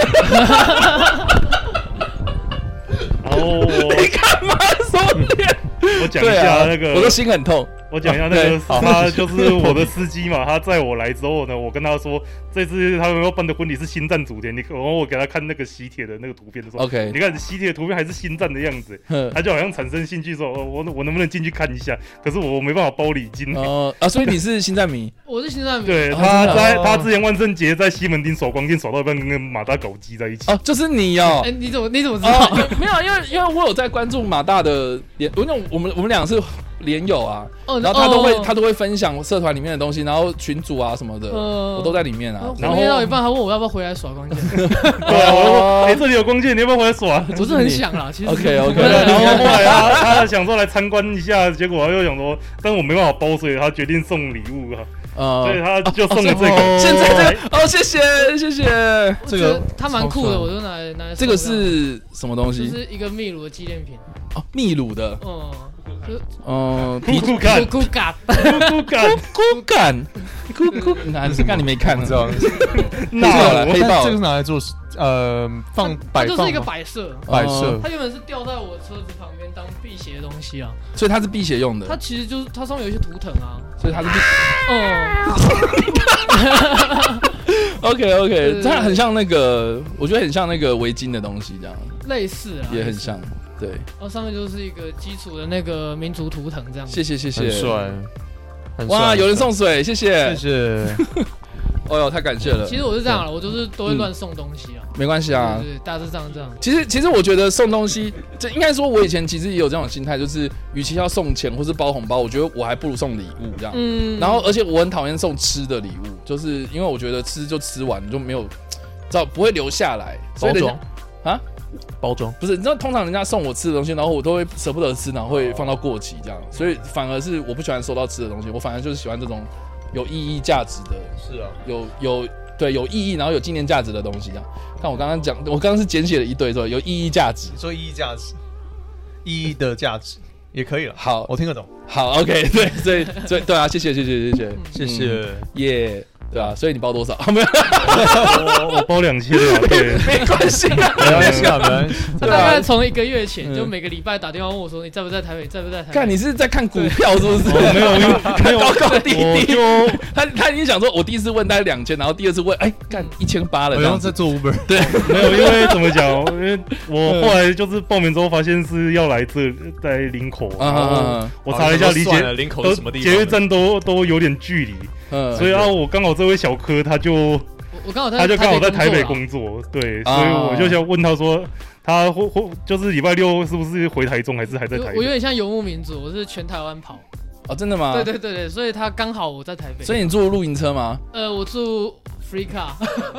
S8: 然后
S5: 哦
S8: 我
S4: 干嘛说
S8: 嗯
S4: 脸？
S8: 我讲一
S4: 对
S8: 下
S4: 啊，
S8: 那个
S4: 我，的心很痛。
S8: 我讲一下那
S4: 对
S8: 个，他 就是我的司机嘛，他载我来之后呢，我跟他说这次他们要办的婚礼是新站主题，你然后我给他看那个喜帖的那个图片的时候
S4: OK
S8: 你看喜帖的图片还是新站的样子，
S4: 哼
S8: 他就好像产生兴趣说，哦我我能不能进去看一下？可是我没办法包礼金。
S4: 哦啊，所以你是心脏迷，
S10: 我是新站民，
S8: 对，
S4: 哦
S8: 他
S4: 真的
S8: 在
S5: 哦
S8: 他之前万圣节在西门町耍光棍耍到一半，跟那个马大搞基在一起。
S4: 哦，就是你哦
S10: 哎、。你怎么你怎么知道？
S4: 哦， 没有，因为因为我有在关注马大的连，因为我们我们俩是连友啊，
S10: 哦
S4: 然后他都会、
S10: 哦
S4: 他都会分享社团里面的东西，然后群主啊什么的，
S10: 嗯
S4: 我都在里面啊。
S8: 然
S10: 然
S8: 后
S10: 后到一半，他问我要不要回来耍光剑，
S8: 对啊，我就说，哎，这里有光剑，你要不要回来耍？
S10: 我是很想啦，其实
S4: OK，OK
S8: 对啊，
S10: 对
S8: 然后后来他他想说来参观一下，结果他又想说，但我没办法包，所以他决定送礼物啊，
S4: 呃
S10: 哦
S8: 所以他就送了这
S4: 哦
S8: 个。
S4: 现在这个哦，谢谢谢谢，
S10: 我觉
S5: 这个
S10: 得它蛮酷
S5: 超
S10: 的，
S5: 帅
S10: 我就拿来拿来收
S4: 这个
S10: 藏
S4: 是什么东
S10: 就
S4: 西？
S10: 是一个秘鲁的纪念品，
S4: 哦，秘鲁的，
S10: 嗯，就
S4: 嗯，
S8: 酷
S4: 啤
S8: 酷感，
S10: 酷酷嘎，
S8: 酷酷感，
S4: 酷感，酷酷，
S5: 嗯
S4: 那是看你没看
S5: 不知道。
S8: 那
S4: 黑豹啦
S8: 我
S4: 黑豹
S5: 这个是拿来做呃放
S10: 它
S5: 摆
S10: 就
S5: 放
S10: 是一个
S5: 吗
S10: 摆设，
S5: 摆设
S4: 哦，
S10: 它原本是吊在我车子旁边当辟邪的东西啊，
S4: 所以它是辟邪用
S10: 它
S4: 的，
S10: 其实就是它上面有一些图腾啊，
S4: 所以它是辟。
S10: 嗯，
S4: OK
S10: 对
S4: OK，
S10: 对
S4: 它很像那个，我觉得很像那个围巾的东西，这样
S10: 类似啊，
S4: 也很像。对，
S10: 然后上面就是一个基础的那个民族图腾这样，
S4: 谢谢谢谢。
S5: 很帅，很帅
S4: 哇，有人，送水，谢谢
S5: 谢。谢。
S4: 哦呦，太感谢了
S10: 其。实我是这样了，我就是都会乱送东西啊，
S4: 没关系啊
S10: 对，对，对大致上这样，
S4: 其实，其实我觉得送东西，这应该说，我以前其实也有这种心态，就是与其要送钱或是包红包，我觉得我还不如送礼物这样。
S10: 嗯，
S4: 然后，而且我很讨厌送吃的礼物，就是因为我觉得吃就吃完，你就没有，知道不会留下来。所以人家
S5: 包
S4: 啊，
S5: 包装
S4: 不是，那通常人家送我吃的东西，然后我都会舍不得吃，然后会放到过期这样。所以反而是我不喜欢收到吃的东西，我反而就是喜欢这种有意义价值的，
S5: 是啊，
S4: 有有对有意义，然后有纪念价值的东西这样。但我刚刚讲，我刚刚是简写了一堆，说有意义价值。
S5: 你说意义价值，意义的价值也可以了。
S4: 好
S5: 我听得懂，
S4: 好，OK，对， 所以所以对啊，谢谢谢谢谢谢
S5: 谢谢。
S4: 耶 对啊，所以你包多少？没有，
S8: 我我包两千啊， 对，
S4: 没关系啊。
S5: 没关系啊，没关系。
S10: 他
S4: 对
S10: 大
S4: 啊
S10: 概从一个月前
S4: 嗯
S10: 就每个礼拜打电话问我说：“你在不在台北？你在不在台北？”
S4: 看 你是在看股票是不是？
S8: 哦我没有， 因为没有
S4: 高高低
S8: 我
S4: 低，
S8: 就
S4: 他他已经想说，我第一次问大概两千，然后第二次问，哎，干一千八了，
S5: 我
S4: 这
S5: 要
S4: 样
S5: 在
S4: 子。
S5: 做 Uber，
S8: 没有，因为怎么讲？因为我后来就是报名之后发现是要来这在林口，
S10: 啊
S8: 然后
S4: 嗯
S8: 我查了一下，离
S5: 算了
S8: 捷
S5: 林口
S8: 都
S5: 是什么地
S8: 捷运
S5: 方？
S8: 站都都有点距离，
S4: 嗯
S8: 所以啊，我刚好这位小柯他就
S10: 我我刚好在
S8: 啊他就刚好在台北
S10: 工作啦
S8: 工作，对，
S4: 啊
S8: 所以我就想问他说，他或或就是礼拜六是不是回台中，还是还在
S10: 我
S8: 台
S10: 我有
S8: 北？
S10: 点像游牧民族，我是全台湾跑。
S4: 哦，真的吗？
S10: 对对对对，所以他刚好我在台北。
S4: 所以你坐露营车吗？
S10: 呃，我住 free car，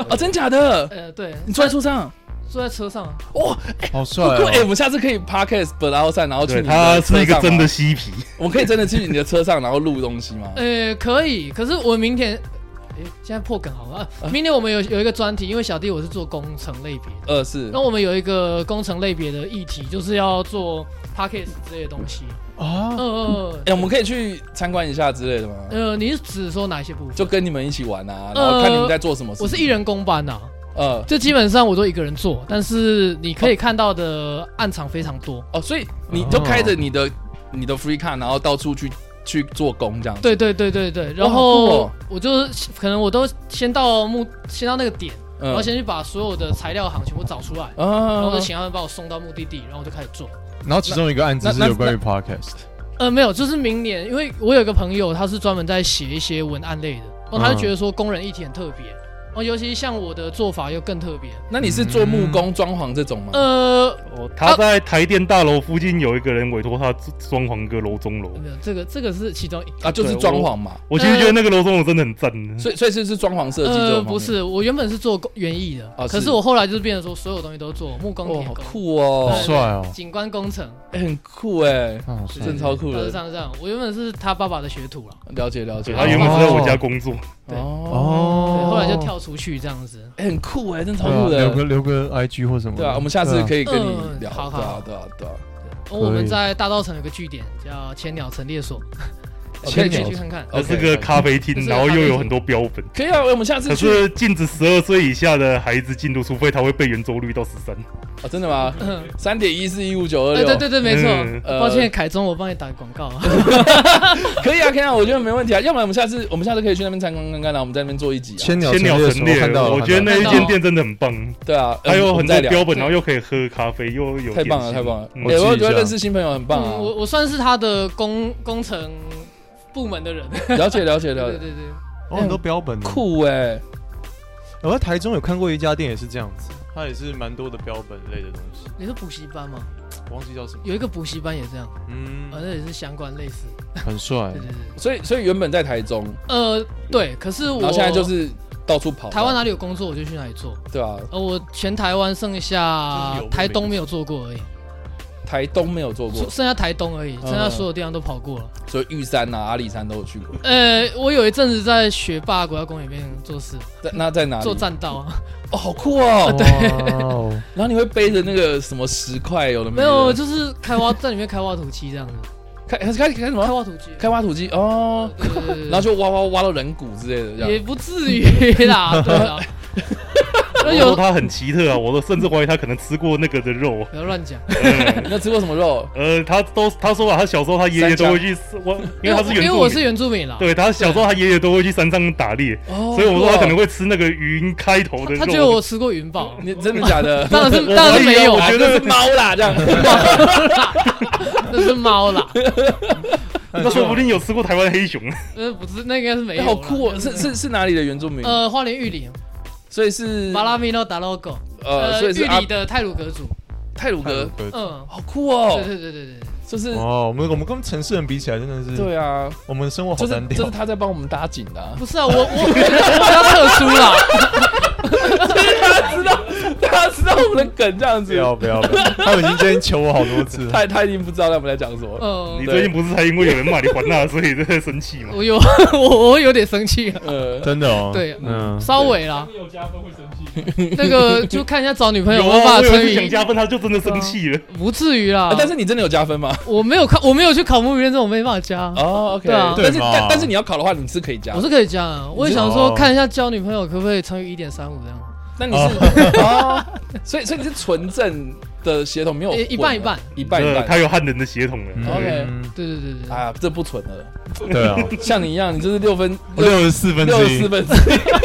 S4: 啊，真假的？
S10: 呃，对，
S4: 你坐在车上？
S10: 坐在车上啊，
S4: 哇，
S5: 好帅
S4: 不过哎，我
S5: 哦！
S4: 们下次可以 podcast 本然后赛，然后去
S8: 对，
S4: 你的
S8: 他是
S4: 车
S8: 一个
S4: 上
S8: 真的
S4: 吗，
S8: 嬉皮，
S4: 我们可以真的去你的车上，然后录东西吗？
S10: 呃，可以。可是我明天哎，现在破梗好了。啊明年我们有有一个专题，因为小弟我是做工程类别的，
S4: 二是
S10: 那我们有一个工程类别的议题，就是要做 p a c k a g e 之类的东西。
S5: 啊
S10: 嗯，嗯
S4: 哎，我们可以去参观一下之类的吗？
S10: 嗯，呃，你是指说哪一些部分？
S4: 就跟你们一起玩啊，然后看你们在做什么事。
S10: 呃我是一，人公班呐、啊
S4: 呃，
S10: 这基本上我都一个人做，但是你可以看到的暗场非常多。
S4: 哦，所以你就开着你的你的 free car，然后到处去去做工这样子。
S10: 对对对对对，然
S4: 哇好酷
S10: 后
S4: 哦
S10: 我就是可能我都先到目，先到那个点，
S4: 嗯，
S10: 然后先去把所有的材料行全部找出来，然后
S4: 啊
S10: 就，请他们把我送到目的地，然后我就开始做。
S5: 然后其中一个案子是
S4: 那那
S5: 有关于 podcast，
S10: 呃，没有，就是明年，因为我有一个朋友，他是专门在写一些文案类的，然后他就觉得说工人议题很特别，然后尤其像我的做法又更特别。
S4: 那你是做木工、装潢这种吗？
S10: 呃，
S8: 哦，他在台电大楼附近有一个人委托他装潢一个楼中楼，
S10: 没有，这个这个是其中一
S4: 啊，就是装潢嘛。
S8: 我其实觉得那个楼中楼真的很赞。
S4: 所以，所以是是装潢设计这
S10: 呃，
S4: 种方面。
S10: 不是，我原本是做工园艺的，
S4: 哦
S10: 可
S4: 是
S10: 是我后来就是变成说所有东西都做木工、
S4: 哦，
S10: 铁
S4: 好
S10: 工、
S4: 酷哦
S10: 对，
S5: 帅哦，
S10: 景观工程，
S4: 哎很酷
S10: 欸
S4: 哎，
S8: 哦
S5: 啊好帅
S4: 真的超酷
S10: 呃，
S4: 的
S10: 这。样这样。我原本是他爸爸的学徒了，
S4: 了解了解
S8: 对，他原本是在我家工作，
S10: 对
S4: 哦，
S10: 对，后
S5: 哦，
S10: 来就跳出去这样子。
S4: 哎很酷哎，真的超
S5: 对啊
S4: 酷的
S5: 留个。留个 IG 或什么的，
S4: 对啊，我们下次可以跟你
S10: 嗯
S4: 聊。
S10: 好
S4: 对啊
S10: 好
S4: 对啊对啊，
S10: 哦我们在大道城有个据点叫千鸟陈列所，
S4: 哦
S10: 可以可
S4: 千
S10: 以
S4: 鸟
S10: 去看看。
S8: 这
S4: OK，
S8: 是个咖啡
S10: 这
S8: 厅，
S10: 是个
S8: 然
S10: 咖啡厅
S8: 后又有很多标本。
S4: 可以啊，我们下次
S8: 可
S4: 去。
S8: 是禁止十二岁以下的孩子进入，除非他会被圆周率到十三。
S4: 哦，真的吗？三点一四一五九二
S10: 哎，嗯
S4: 六，
S10: 对对对，没
S8: 嗯
S10: 错。
S4: 呃
S10: 抱歉，凯中，我帮你打广告啊。
S4: 可以啊，可以啊，我觉得没问题啊。要不然我们下次，我们下次可以去那边参观看看啊，我们在那边做一集啊。
S5: 千鸟
S8: 千鸟
S5: 陈
S8: 陈
S5: 列
S8: 列
S5: 所看，到了，
S8: 我觉得
S5: 看到
S8: 那
S5: 了
S8: 一间店真的很棒，
S4: 对啊，呃
S8: 还有
S4: 我
S8: 很
S4: 们再聊
S8: 多标本，然后又可以喝咖啡，又有
S4: 太棒了，
S8: 点心
S4: 太棒了！
S8: 嗯
S4: 哎我
S5: 我记一
S4: 觉
S5: 下
S4: 得认识新朋友很棒
S10: 嗯，我
S4: 啊。
S10: 我算是他的工工程部门的人。
S4: 了解了解
S10: 对
S4: 了
S10: 对
S4: 解，
S10: 对对。
S5: 哦很多标本哦，
S4: 酷哎！
S5: 我在台中有看过一家店也是这样子，它也是蛮多的标本类的东西，
S10: 你是补习班吗？
S5: 我忘记叫什么，
S10: 有一个 补习班也这样，
S5: 嗯
S10: 反，正也是相关类似。
S5: 很帅
S10: 对对对。
S4: 所以所以原本在台中，
S10: 呃，对，可是我
S4: 然后现在就是到处跑，
S10: 台湾哪里有工作我就去哪里做。
S4: 对啊，
S10: 呃，我全台湾剩
S5: 就是
S10: 下
S5: 有
S10: 台东没有做过而已，
S4: 台东没有做过
S10: 剩，剩下台东而已，
S4: 嗯
S10: 剩下所有地方都跑过了。
S4: 所以玉山啊、阿里山都有去过。
S10: 呃，我有一阵子在学霸国家公园里面做事，
S4: 在那在哪 里？
S10: 做栈道，
S4: 哦，好酷
S10: 呃
S4: 哦！
S5: 对，
S8: 哦
S4: 然后你会背着那个什么石块，有的
S10: 没
S4: 的
S10: 有，就是开挖在里面开挖土机这样子，
S4: 开开开什
S10: 开
S4: 么？
S10: 挖土机，
S4: 开挖土机哦，
S10: 对对对对
S4: 然后就挖挖挖到人骨之类的，这
S10: 也
S4: 样
S10: 不至于 啦，对啊啦。那
S8: 我说
S10: 有
S8: 他很奇特啊，我都甚至怀疑他可能吃过那个的肉。啊嗯
S10: 不要乱讲，
S4: 你有吃过什么肉？
S8: 呃，他都他说啊，他小时候他爷爷都会去，我因为他是
S10: 因
S8: 原
S10: 为
S8: 住
S10: 我是
S8: 民，
S10: 原住民啦，
S8: 对他小时候他爷爷都会去山上打猎，
S4: 哦，
S8: 所以我说
S4: 酷
S8: 他
S4: 哦
S8: 可能会吃那个云开头的
S10: 他觉得
S8: 肉
S10: 我。吃过云豹，
S4: 你真的假的？
S10: 当然
S8: 我
S10: 是当然是没有啊
S8: 我
S10: 啦，
S8: 觉
S4: 觉
S8: 得
S4: 得是猫啦，这样。
S10: 那是猫啦，
S8: 那说不定有吃过台湾 黑熊，
S10: 呃，不是，那应该是没有
S4: 哎
S10: 啦。
S4: 好酷哦！是是是哪里的原住民？
S10: 呃，花莲玉里，
S4: 所以是
S10: 巴拉米诺达 logo，
S4: 呃，
S10: 呃，
S4: 所
S10: 玉
S4: 以是阿
S10: 里的泰鲁格族，
S4: 泰鲁格，
S10: 嗯，
S4: 好酷
S10: 对
S4: 哦！
S10: 对对对对对，
S4: 就是
S5: 哦，我们我们跟城市人比起来，真的是，
S4: 对啊，
S5: 我们的生活好
S4: 就是
S5: 单
S4: 就是
S5: 调。
S4: 他在帮我们搭景的啊，
S10: 不是啊，我我 我比较特殊啦，
S4: 知道他知道我们的梗这样
S5: 不
S4: 子，
S5: 要不要，不要他们已经今天求我好多次 了。
S4: 他他已经不知道我们在讲什么。
S10: 嗯，
S8: 你最近不是才因为有人骂你还那，所以在生气吗？
S10: 我有 我我有点生气了，
S4: 呃，
S5: 真的哦，
S10: 对
S5: 嗯，
S10: 稍微啦，
S9: 有加分会生气。
S10: 那个就看一下找女朋友有没有
S8: 啊，
S10: 办
S8: 我
S10: 法
S8: 有
S10: 成
S8: 一次想
S10: 语，
S8: 加分，他就真的生气了。
S10: 不至于啦
S4: 啊，但是你真的有加分吗？
S10: 我没有考，我没有去考公务员，这我没办法加。
S4: 哦，OK，
S10: 对啊
S4: 但是
S5: 对嘛
S4: 但但是你要考的话，你是可以加
S10: 我。是可以加啊，我也想
S5: 哦
S10: 说看一下交女朋友可不可以乘以一点三五这样，
S4: 那你是 哦，所以所以你是纯正的血统，没有
S10: 一一半一半，
S4: 一半一
S8: 呃他
S4: 半。
S8: 有汉人的血统了。
S5: 嗯
S4: OK
S5: 嗯
S10: 对对对对对，
S4: 啊，这不纯了，
S5: 对啊，
S4: 像你一样，你就是六分
S5: 我六十四分之
S4: 六十四
S5: 一，
S4: 分之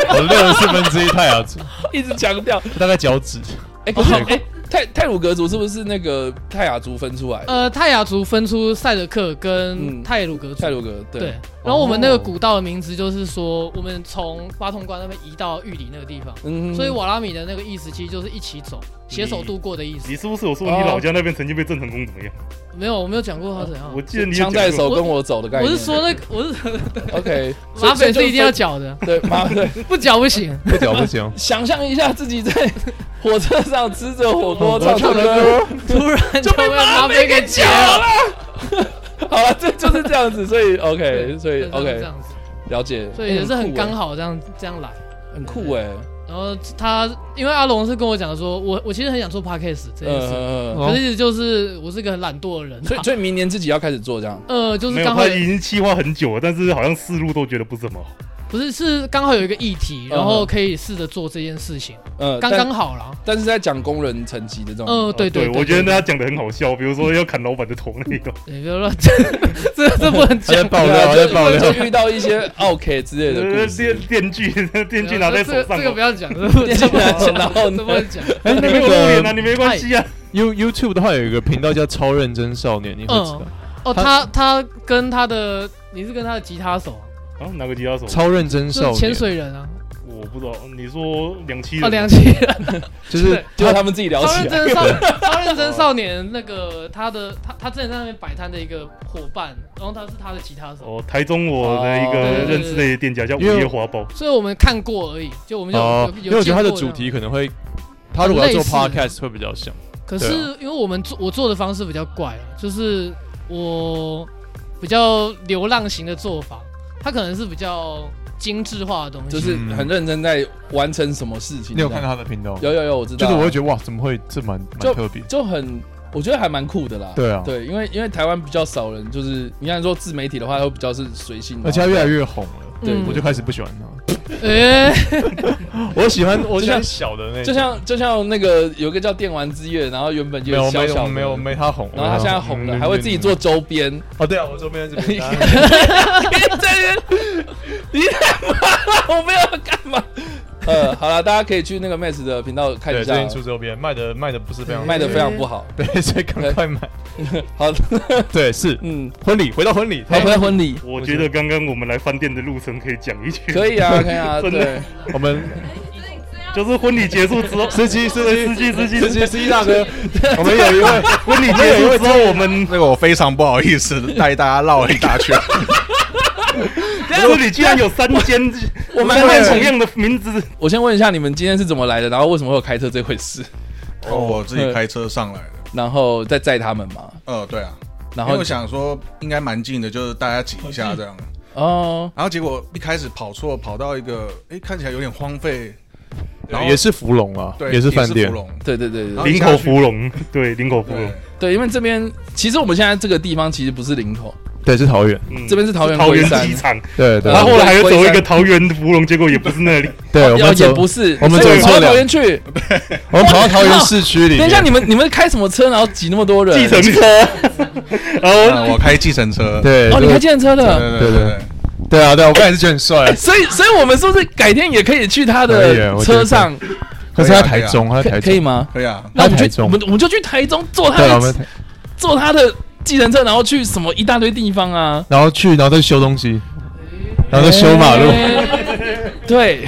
S5: 我六十四分之一太阳族，
S4: 一，一直强调。
S5: 大概脚趾。
S4: 哎，可是哎，泰泰鲁格族是不是那个泰雅族分出来
S8: 哎
S4: 的？
S10: 呃，泰雅族分出赛德克
S4: 嗯
S10: 跟泰鲁格族
S4: 泰，鲁格
S10: 对，然后我们那个古道的名字就是说，我们从八通关那边移到玉里那个地方，
S4: 嗯
S10: 所以瓦拉米的那个意思其实就是一起走，携手度过的意思
S8: 嗯你。是不是有说你老家那边曾经被郑成功怎么样？
S10: 没有，我没有讲过他怎样
S8: 我。记得你有
S4: 枪
S8: 讲
S4: 在
S8: 过
S4: 手跟我走的概
S10: 我
S4: 念。
S10: 是说那个，我是
S4: OK，
S10: 马匪
S4: 哦所
S10: 是
S4: 以
S10: 一定要缴的，
S4: 对马对。，
S10: 不缴不行。
S5: 不屌不行
S4: 想象一下自己在火车上吃着火锅唱着
S5: 唱着
S4: 歌，
S10: 突然就被马匪给
S4: 好了，这就是这样子，所以 OK，所以
S10: 对
S4: OK，
S10: 这样子。
S4: 了解，
S10: 所以也是
S4: 欸
S10: 很
S4: 酷欸
S10: 刚好这样这样来。
S4: 很酷哎。
S10: 然后他因为阿龙是跟我讲说，我我其实很想做 podcast 这件事，
S4: 呃，
S10: 可是一直就是我是个很懒惰的人啊、
S4: 所以所以明年自己要开始做这样。
S10: 呃，就
S8: 没
S10: 是
S8: 有，
S10: 刚
S8: 他
S10: 好
S8: 已经计划很久了，但是好像思路都觉得不怎么好。
S10: 不是是刚好有一个议题，然
S4: 嗯
S10: 后
S4: 嗯
S10: 可以试着做这件事情，
S4: 呃，
S10: 刚
S4: 但
S10: 刚好啦。
S4: 但是在讲工人层级的这种，
S10: 嗯、对对
S8: 我觉得
S10: 呢，
S8: 他讲的很好笑，比如说要砍老板的头那一段，
S10: 对比如说这这这不能
S6: 他在
S10: 讲。
S6: 爆
S4: 对
S6: 料，
S4: 啊
S6: 他
S4: 就
S6: 在爆料。
S4: 就遇到一些 OK 之类的故
S8: 呃
S4: 事
S8: 电。电锯，电锯拿在手
S10: 呃啊这个
S8: 上
S10: 这个
S8: 哦
S10: 不，要讲，这 个不
S4: 电锯拿在手上然后呢
S10: 这不能讲。
S6: 哎，
S8: 你
S6: 那
S8: 没有露脸啊，
S6: 个
S8: 你没关系啊。
S6: You YouTube 的话有一个频道叫超认真少年，你会知道
S10: 嗯。，哦，他他跟他的你是跟他的吉他手，
S8: 啊，哪个吉他手？
S6: 超认真
S10: 就
S6: 少
S10: 是潜
S6: 年
S10: 水人啊，
S8: 我不知道，你说两栖
S10: 哦，
S8: 人？
S10: 两栖 人。
S6: 就是
S4: 结果他们自己聊
S10: 超
S4: 起
S10: 认真
S4: 来，
S10: 少超认真少年，那个他的他他之前在那边摆摊的一个伙伴，然后他是他的吉他手，
S8: 哦，台中我的一
S10: 哦
S8: 个认识的店家叫午夜花
S5: 哦
S8: 豹，
S10: 所以我们看过而已，就我们就
S6: 哦
S10: 有，
S6: 因为我觉得他
S10: 有见
S6: 的
S10: 过这
S6: 主
S10: 样
S6: 题可能会，他如果要做
S10: 很类似
S6: podcast 会比较像。
S10: 可
S6: 对啊
S10: 是因为我们做我做的方式比较怪啊，就是我比较流浪型的做法，他可能是比较精致化的东西，
S4: 就是很认真在完成什么事情。
S5: 你有看他的频道？
S4: 有有有，我知
S6: 就
S4: 道。
S6: 是我会
S5: 我觉得哇，怎么会这蛮蛮特别？
S4: 就很，我觉得还蛮酷的啦。
S5: 对啊
S4: 对，因为因为台湾比较少人，就是你看说自媒体的话，会比较是随性的，
S6: 而且他越来越红了，
S4: 对
S10: 嗯
S6: 我就开始不喜欢他。
S10: 哎、
S6: 我喜 欢，我
S4: 就
S6: 喜
S4: 像
S6: 欢小的那种，
S4: 就像就像那个有一个叫电玩之夜，然后原本就
S6: 没有没
S4: 小小的
S6: 有没有，没他红，嗯
S4: 然后他现在红了，还会自己做周边，
S6: 哦，对啊，我周边这边
S4: 边 在那边，你干嘛？我没有要干嘛。呃，好了，大家可以去那个 Max 的频道看
S6: 对，
S4: 一
S6: 最
S4: 下嗯
S6: 近，出周边卖的卖的不是非常
S4: 卖的非常不好。
S6: 对，所以赶快买。
S4: 好，
S6: 对，是
S4: 嗯，
S6: 婚礼，回到婚礼，
S4: 好，回来婚礼
S8: 我觉得刚刚我们来饭店的路程可以讲一句，
S4: 可以啊，可以啊，
S8: 真的
S4: 对，
S6: 我们
S8: 就是婚礼结束之后，
S6: 司机司
S8: 司
S6: 机
S8: 机司机
S6: 司机司机大哥，我们有一位
S8: 婚礼结 束之后，我们
S11: 这个我非常不好意思带大家绕了一大 圈。
S8: 婚礼居然有三间，
S4: 我们
S8: 三间同样的名字，
S4: 我先问一下你们今天是怎么来的，然后为什么会有开车这回事，
S11: 哦，我自己开车上来的。
S4: 然后再载他们嘛，
S11: 呃，对啊，
S4: 然
S11: 因为
S4: 后
S11: 我想说应该蛮近的，就是大家挤一下这样。
S6: 嗯
S4: 哦，
S11: 然后结果一开始跑错，跑到一个哎看起来有点荒废，然后
S6: 也是 芙蓉啊，
S11: 对
S6: 也是饭
S11: 也
S6: 店
S11: 芙，蓉
S4: 对对对对
S11: 然后
S8: 林口芙蓉，对，林口芙蓉
S11: 对，
S4: 对，因为这边其实我们现在这个地方其实不是林口，
S6: 对，是桃园，
S8: 嗯
S4: 这边是桃园
S8: 桃
S4: 龟
S8: 园
S4: 山
S8: 机，场，
S6: 对对
S4: 呃
S8: 他后来还有
S4: 龟
S8: 走一
S4: 山哦
S8: 个桃园芙蓉，结果也不是那里，
S6: 对，我们
S4: 要也
S6: 走，
S4: 不是，
S6: 我们
S4: 所以
S6: 走错
S4: 跑到
S6: 了
S4: 桃园去。
S6: 我们跑到桃园市区里面。
S4: 等一下，你们你们开什么车，然后挤那么多人？
S8: 计程车，然后
S11: 呃我开计程车。
S6: 对，
S4: 哦，
S6: 对
S4: 你开计程车的，
S11: 对对哎
S6: 对
S11: 对，
S6: 对啊，对啊，我刚才是觉得很帅，
S4: 所以所以我们是不是改天也可以去他
S6: 可以耶
S4: 的
S6: 我觉
S4: 车
S6: 得
S4: 上？
S6: 可是他
S11: 啊
S6: 台中，他
S4: 可
S6: 台中
S4: 可以，吗？
S11: 可以啊。
S4: 那我
S6: 台
S4: 们去
S6: 中
S4: 我们我们就去台中坐他
S6: 对啊，我
S4: 的
S6: 们
S4: 坐他的计程车，然后去什么一大堆地方 啊？
S6: 然后去，然后再修东西，然后再修马路，
S8: 哎
S4: 对，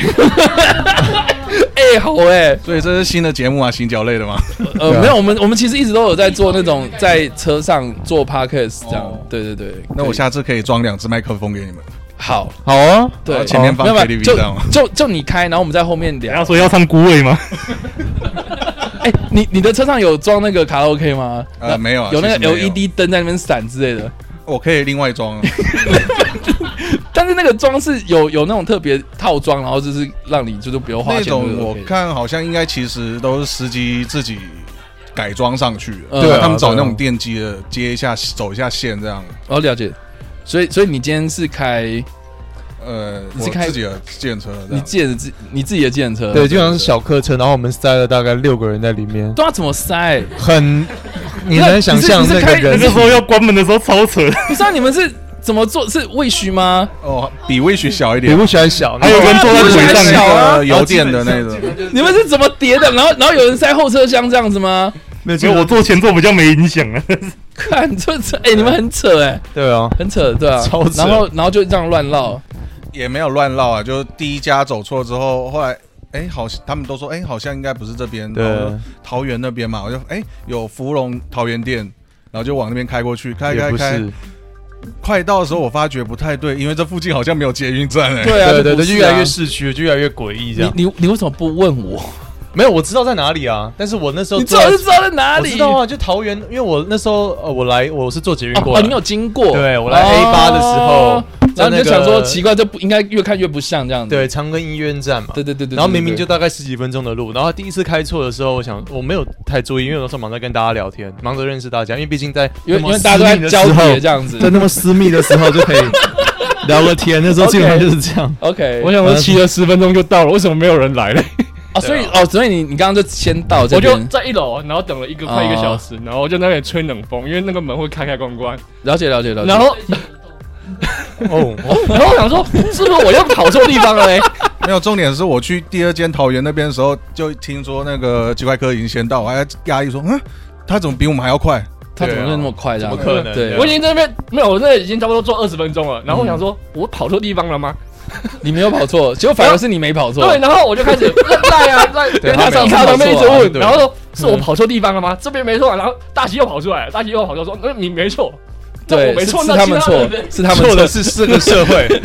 S4: 哎，好哎，
S11: 所以这是新的节目啊，行脚类的吗？
S4: 呃，
S6: 对啊
S4: 没有，我们我们其实一直都有在做那种在车上做 podcast 这样
S11: 哦，
S4: 对对对。
S11: 那我下次可以装两只麦克风给你们。
S4: 好，
S6: 好啊，
S11: 然
S4: 对，哦
S11: 后前面放
S4: 没有没有
S11: KTV
S4: 就
S11: 这样吗
S4: 就就你开，然后我们在后面
S8: 然后
S4: 聊。
S8: 说要唱孤 味吗？
S4: 哎，你你的车上有装那个卡拉 OK 吗？
S11: 呃，没有啊，
S4: 有那个
S11: 其实没
S4: LED 灯在那边闪之类的，
S11: 我可以另外装啊。
S4: 但是那个装是有有那种特别套装，然后就是让你就是不用花
S11: 那
S4: 钱。
S11: 种我
S4: 对不对
S11: 看好像应该其实都是司机自己改装上去的，
S4: 嗯
S6: 对啊
S11: 他们找那
S6: 对
S11: 种
S6: 啊
S11: 电机的接一下走一下线这样。
S4: 哦了解，所以所以你今天是开
S11: 呃，
S4: 你是
S11: 我
S4: 开
S11: 自己的建车这
S4: 你
S11: 样。
S4: 自己的自你自己的计程车，
S6: 对，基本上是小客车，然后我们塞了大概六个人在里面，
S4: 都啊要怎么塞？
S6: 很，你
S4: 那
S6: 能想
S4: 你是
S6: 象
S4: 你是
S6: 那个
S4: 开
S8: 那
S6: 人
S8: 个时候要关门的时候超扯，
S4: 不知道你们是怎么做？是未许吗？
S11: 哦，比威许小一
S6: 比
S11: 点，
S6: 不喜欢小，
S8: 还有人坐在
S4: 不
S8: 腿
S4: 是还
S8: 上
S11: 那
S4: 小啊
S11: 个油电的那种。
S4: 你们是怎么叠的？然后然后有人塞后车厢这样子吗？
S6: 那
S8: 没有，我坐前座比较没影响啊。
S4: 看这这，哎、你们很扯哎、
S6: 对啊，
S4: 很扯对啊，
S6: 超扯
S4: 然后然后就这样乱绕，
S11: 也没有乱绕啊，就第一家走错之后，后来。哎，好，他们都说，哎，好像应该不是这边，
S6: 对
S11: 然后我说桃园那边嘛。我就哎，有芙蓉桃园店，然后就往那边开过去，开
S6: 也
S11: 开
S6: 不
S11: 开，
S6: 是，
S11: 快到的时候我发觉不太对，因为这附近好像没有捷运站哎、
S4: 对 啊，
S6: 对对
S4: 不
S6: 对，
S4: 是
S6: 就
S4: 啊
S6: 越来越市区，就越来越诡异这样。
S4: 你你你为什么不问我？
S6: 没有，我知道在哪里啊，但是我那时候
S4: 你
S6: 坐
S4: 早就知道在哪
S6: 我
S4: 里？
S6: 知道啊，就桃园，因为我那时候呃，我来我是坐捷运
S4: 哦
S6: 过
S4: 哦
S6: 来
S4: 你，有经过？
S6: 对我来 A 八的时候
S4: 哦，然后你就想
S5: 在那
S4: 说
S5: 个
S4: 奇怪，这不应该越看越不像这样子。
S5: 对，长庚医院站嘛。
S4: 对对对对，
S5: 然后
S4: 对
S5: 明明
S4: 对
S5: 就大概十几分钟的路，然后第一次开错的时候，我想我没有太注意，因为我那时候忙着跟大家聊天，忙着认识大家，因为毕竟在
S4: 因为
S5: 那
S4: 因
S5: 么
S4: 为大家都在
S5: 私密的
S4: 交
S5: 时候
S4: 叠这样子。
S6: 在那么私密的时候就可以聊个天，那时候基本上就是这样。
S4: OK，
S9: 我想说骑了十分钟就到了，为什么没有人来嘞？
S4: 哦，所以哦，所以你你刚刚就先到这
S9: 啊我就
S4: 边，
S9: 在一楼，然后等 了一个快一个小
S6: 啊
S9: 时，然后我就在那里吹冷风，因为那个门会开开关关。
S4: 了解了解了解。
S9: 然后，
S5: 哦，
S9: 然后我想说，是不是我又跑错地 方了
S4: 欸
S9: 嘞？
S11: 没有，重点是我去第二间桃园那边的时候，就听说那个奇怪哥已经先到，我还压抑说，嗯，他怎么比我们还要快？
S4: 他怎么会那么快这
S5: 啊
S4: 样
S5: 怎
S4: 子？
S5: 么可能？
S4: 对
S9: 我已经在那边没有，我那已经差不多坐二十分钟了。然后我想说，
S6: 嗯
S9: 我跑错地方了吗？
S4: 你没有跑错，结果反而是你没跑错。
S9: 对，然后我就开始 赖啊赖，跟他上
S4: 他没有
S9: 他旁边一直
S4: 跑错啊
S9: 问，
S4: 对
S9: 然后说是我跑错地方了吗？这边没错啊，然后大西又跑出来了，大西又跑出来 说，那嗯你没错，那我
S4: 对，
S9: 没
S4: 是
S9: 错，
S4: 是
S9: 那
S4: 他
S9: 其
S4: 们错
S9: 人呢，
S4: 是他们
S5: 错
S4: 错
S5: 的是这个社 会，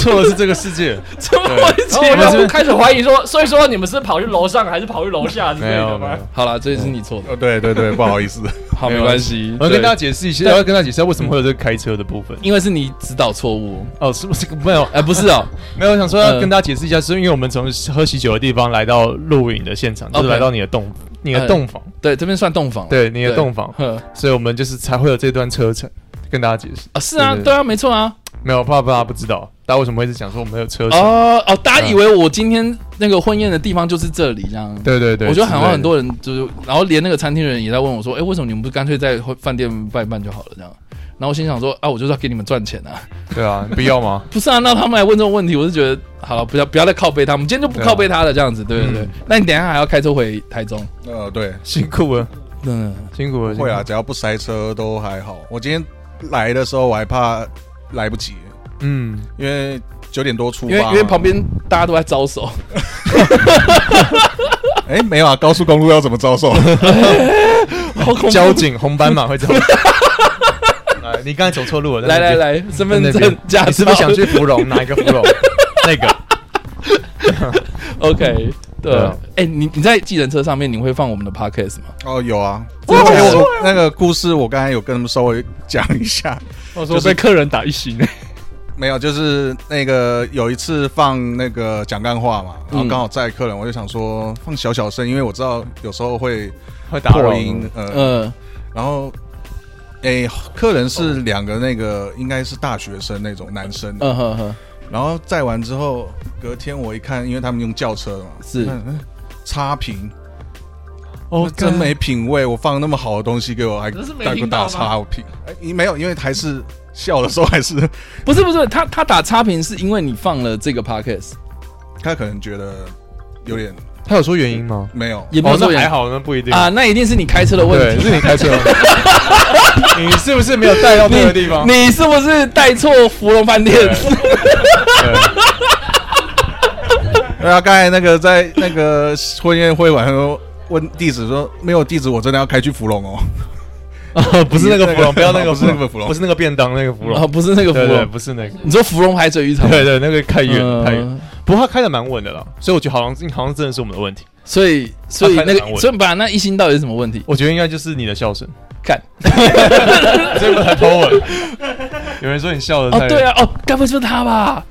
S5: 错的是这个世 界，
S4: 怎么会这
S9: 然
S4: 样？
S9: 后我就开始怀疑说，所以说你们是跑去楼上还是跑去楼下之类
S5: 没有
S9: 的
S5: 没
S9: 吗
S5: 有？。
S4: 好了，这是你错的，
S11: 哦，对对对，不好意思，
S4: 好，没关系。
S5: 我要跟大家
S4: 对
S5: 解释一下，要跟大家解释为什么会有这个开车的部分。
S4: 因为是你指导错误，
S5: 哦，是不是没有
S4: 哎，不是哦，
S5: 没有？我想说要
S4: 呃
S5: 跟大家解释一下，是因为我们从喝喜酒的地方来到录影的现场，就是
S4: OK
S5: 来到你的洞，你的
S4: 呃
S5: 洞房，
S4: 对，这边算洞房了，
S5: 对，你的洞房，
S4: 呵，
S5: 所以我们就是才会有这段车程。跟大家解释，
S4: 啊，是啊，
S5: 对对
S4: 对啊，没错啊。
S5: 没有怕怕不知道，大家为什么会一直讲说我们有车程？
S4: 哦哦，大家以为我今天那个婚宴的地方就是这里，这样。
S5: 对对对，
S4: 我觉得好像很
S5: 之类的
S4: 多人就是，然后连那个餐厅人也在问我说：“哎，为什么你们不干脆在饭店办一办就好了？”这样。然后我心想说：“啊，我就是要给你们赚钱啊，
S5: 对啊，你不 要吗？
S4: 不是啊？那他们来问这种问题，我是觉得好了，不要不要再靠背他们，今天就不靠背他了，这样子，对对对
S5: 嗯。
S4: 那你等一下还要开车回台中，
S11: 呃，对，
S5: 辛苦了，
S4: 嗯，
S5: 辛苦了，
S11: 会啊，
S5: 辛
S11: 只要不塞车都还好。我今天来的时候，我还怕来不及，
S5: 苦，嗯，
S11: 因为九点多出
S4: 因为
S11: 发嘛，
S4: 因为 旁边大家都在招手，
S11: 哎没有啊，高速公路要怎么遭受？
S4: 好恐怖！
S5: 交警红斑马会 走。来，哎你刚才走错路了。
S4: 来来来，身
S5: 在
S4: 份
S5: 那边，在那
S4: 证
S5: 边
S4: 驾照，
S5: 你是不是想去 芙蓉？哪一个芙蓉？那个
S4: OK，对
S5: 啊
S4: 啊，哎、你你在计程车上面你会放我们的 podcast 吗？
S11: 哦，有啊，因为我那个故事我刚才有跟他们稍微讲一下，
S9: 我说被客人打一星欸，
S11: 没有，就是那个有一次放那个讲干话嘛，然后
S4: 嗯
S11: 刚好载客人，我就想说放小小声，因为我知道有时候会
S5: 会打扰
S11: 破
S5: 我
S11: 音，呃，
S4: 嗯、
S11: 然后。诶，客人是两个那个应该是大学生那种男生，
S4: 嗯哼哼，
S11: 然后载完之后，隔天我一看，因为他们用轿车嘛，
S4: 是
S11: 看嗯差评，
S5: 哦，
S11: 真没品味！我放那么好的东西给我，还
S9: 这是没
S11: 带个
S9: 听到
S11: 大
S9: 吗
S11: 差评，哎，你没有，因为还是笑的时候还是
S4: 不是不是，他他打差评是因为你放了这个 podcast，
S11: 他可能觉得有点
S5: 他有说原因吗？
S11: 没有，
S4: 也没
S5: 哦
S4: 有，说
S5: 那
S4: 原
S5: 还
S4: 因、
S5: 好，那不一定
S4: 啊，。那一定是你开车的问
S5: 对，
S4: 题。
S5: 是你开车， 你是不是 没有带到那个地方？
S4: 你是不是带错芙蓉饭店？
S11: 对啊，刚才那个在那个婚宴会馆说问地址说没有地址，我真的要开去芙蓉哦。
S5: 哦，不是那个芙蓉，不 要那个
S11: 不是那个芙蓉
S5: 不是那个便当那个芙
S4: 啊，
S5: 蓉，
S4: 不是那个芙
S5: 对对，
S4: 蓉，
S5: 不是那个。
S4: 你说芙蓉海水浴场？
S5: 对对，那个太远
S4: 嗯
S5: 了太远，不过他开的蛮稳的啦，所以我觉得好像好像真的是我们的问题。
S4: 所以所以
S5: 他开
S4: 那
S5: 得蛮稳
S4: 个所以把那一星到底是什么问题？
S5: 我觉得应该就是你的笑声，
S4: 看
S5: 这个才 po 文。有人说你笑的
S4: 哦
S5: 太，
S4: 对啊，哦，该不会就是他吧？啊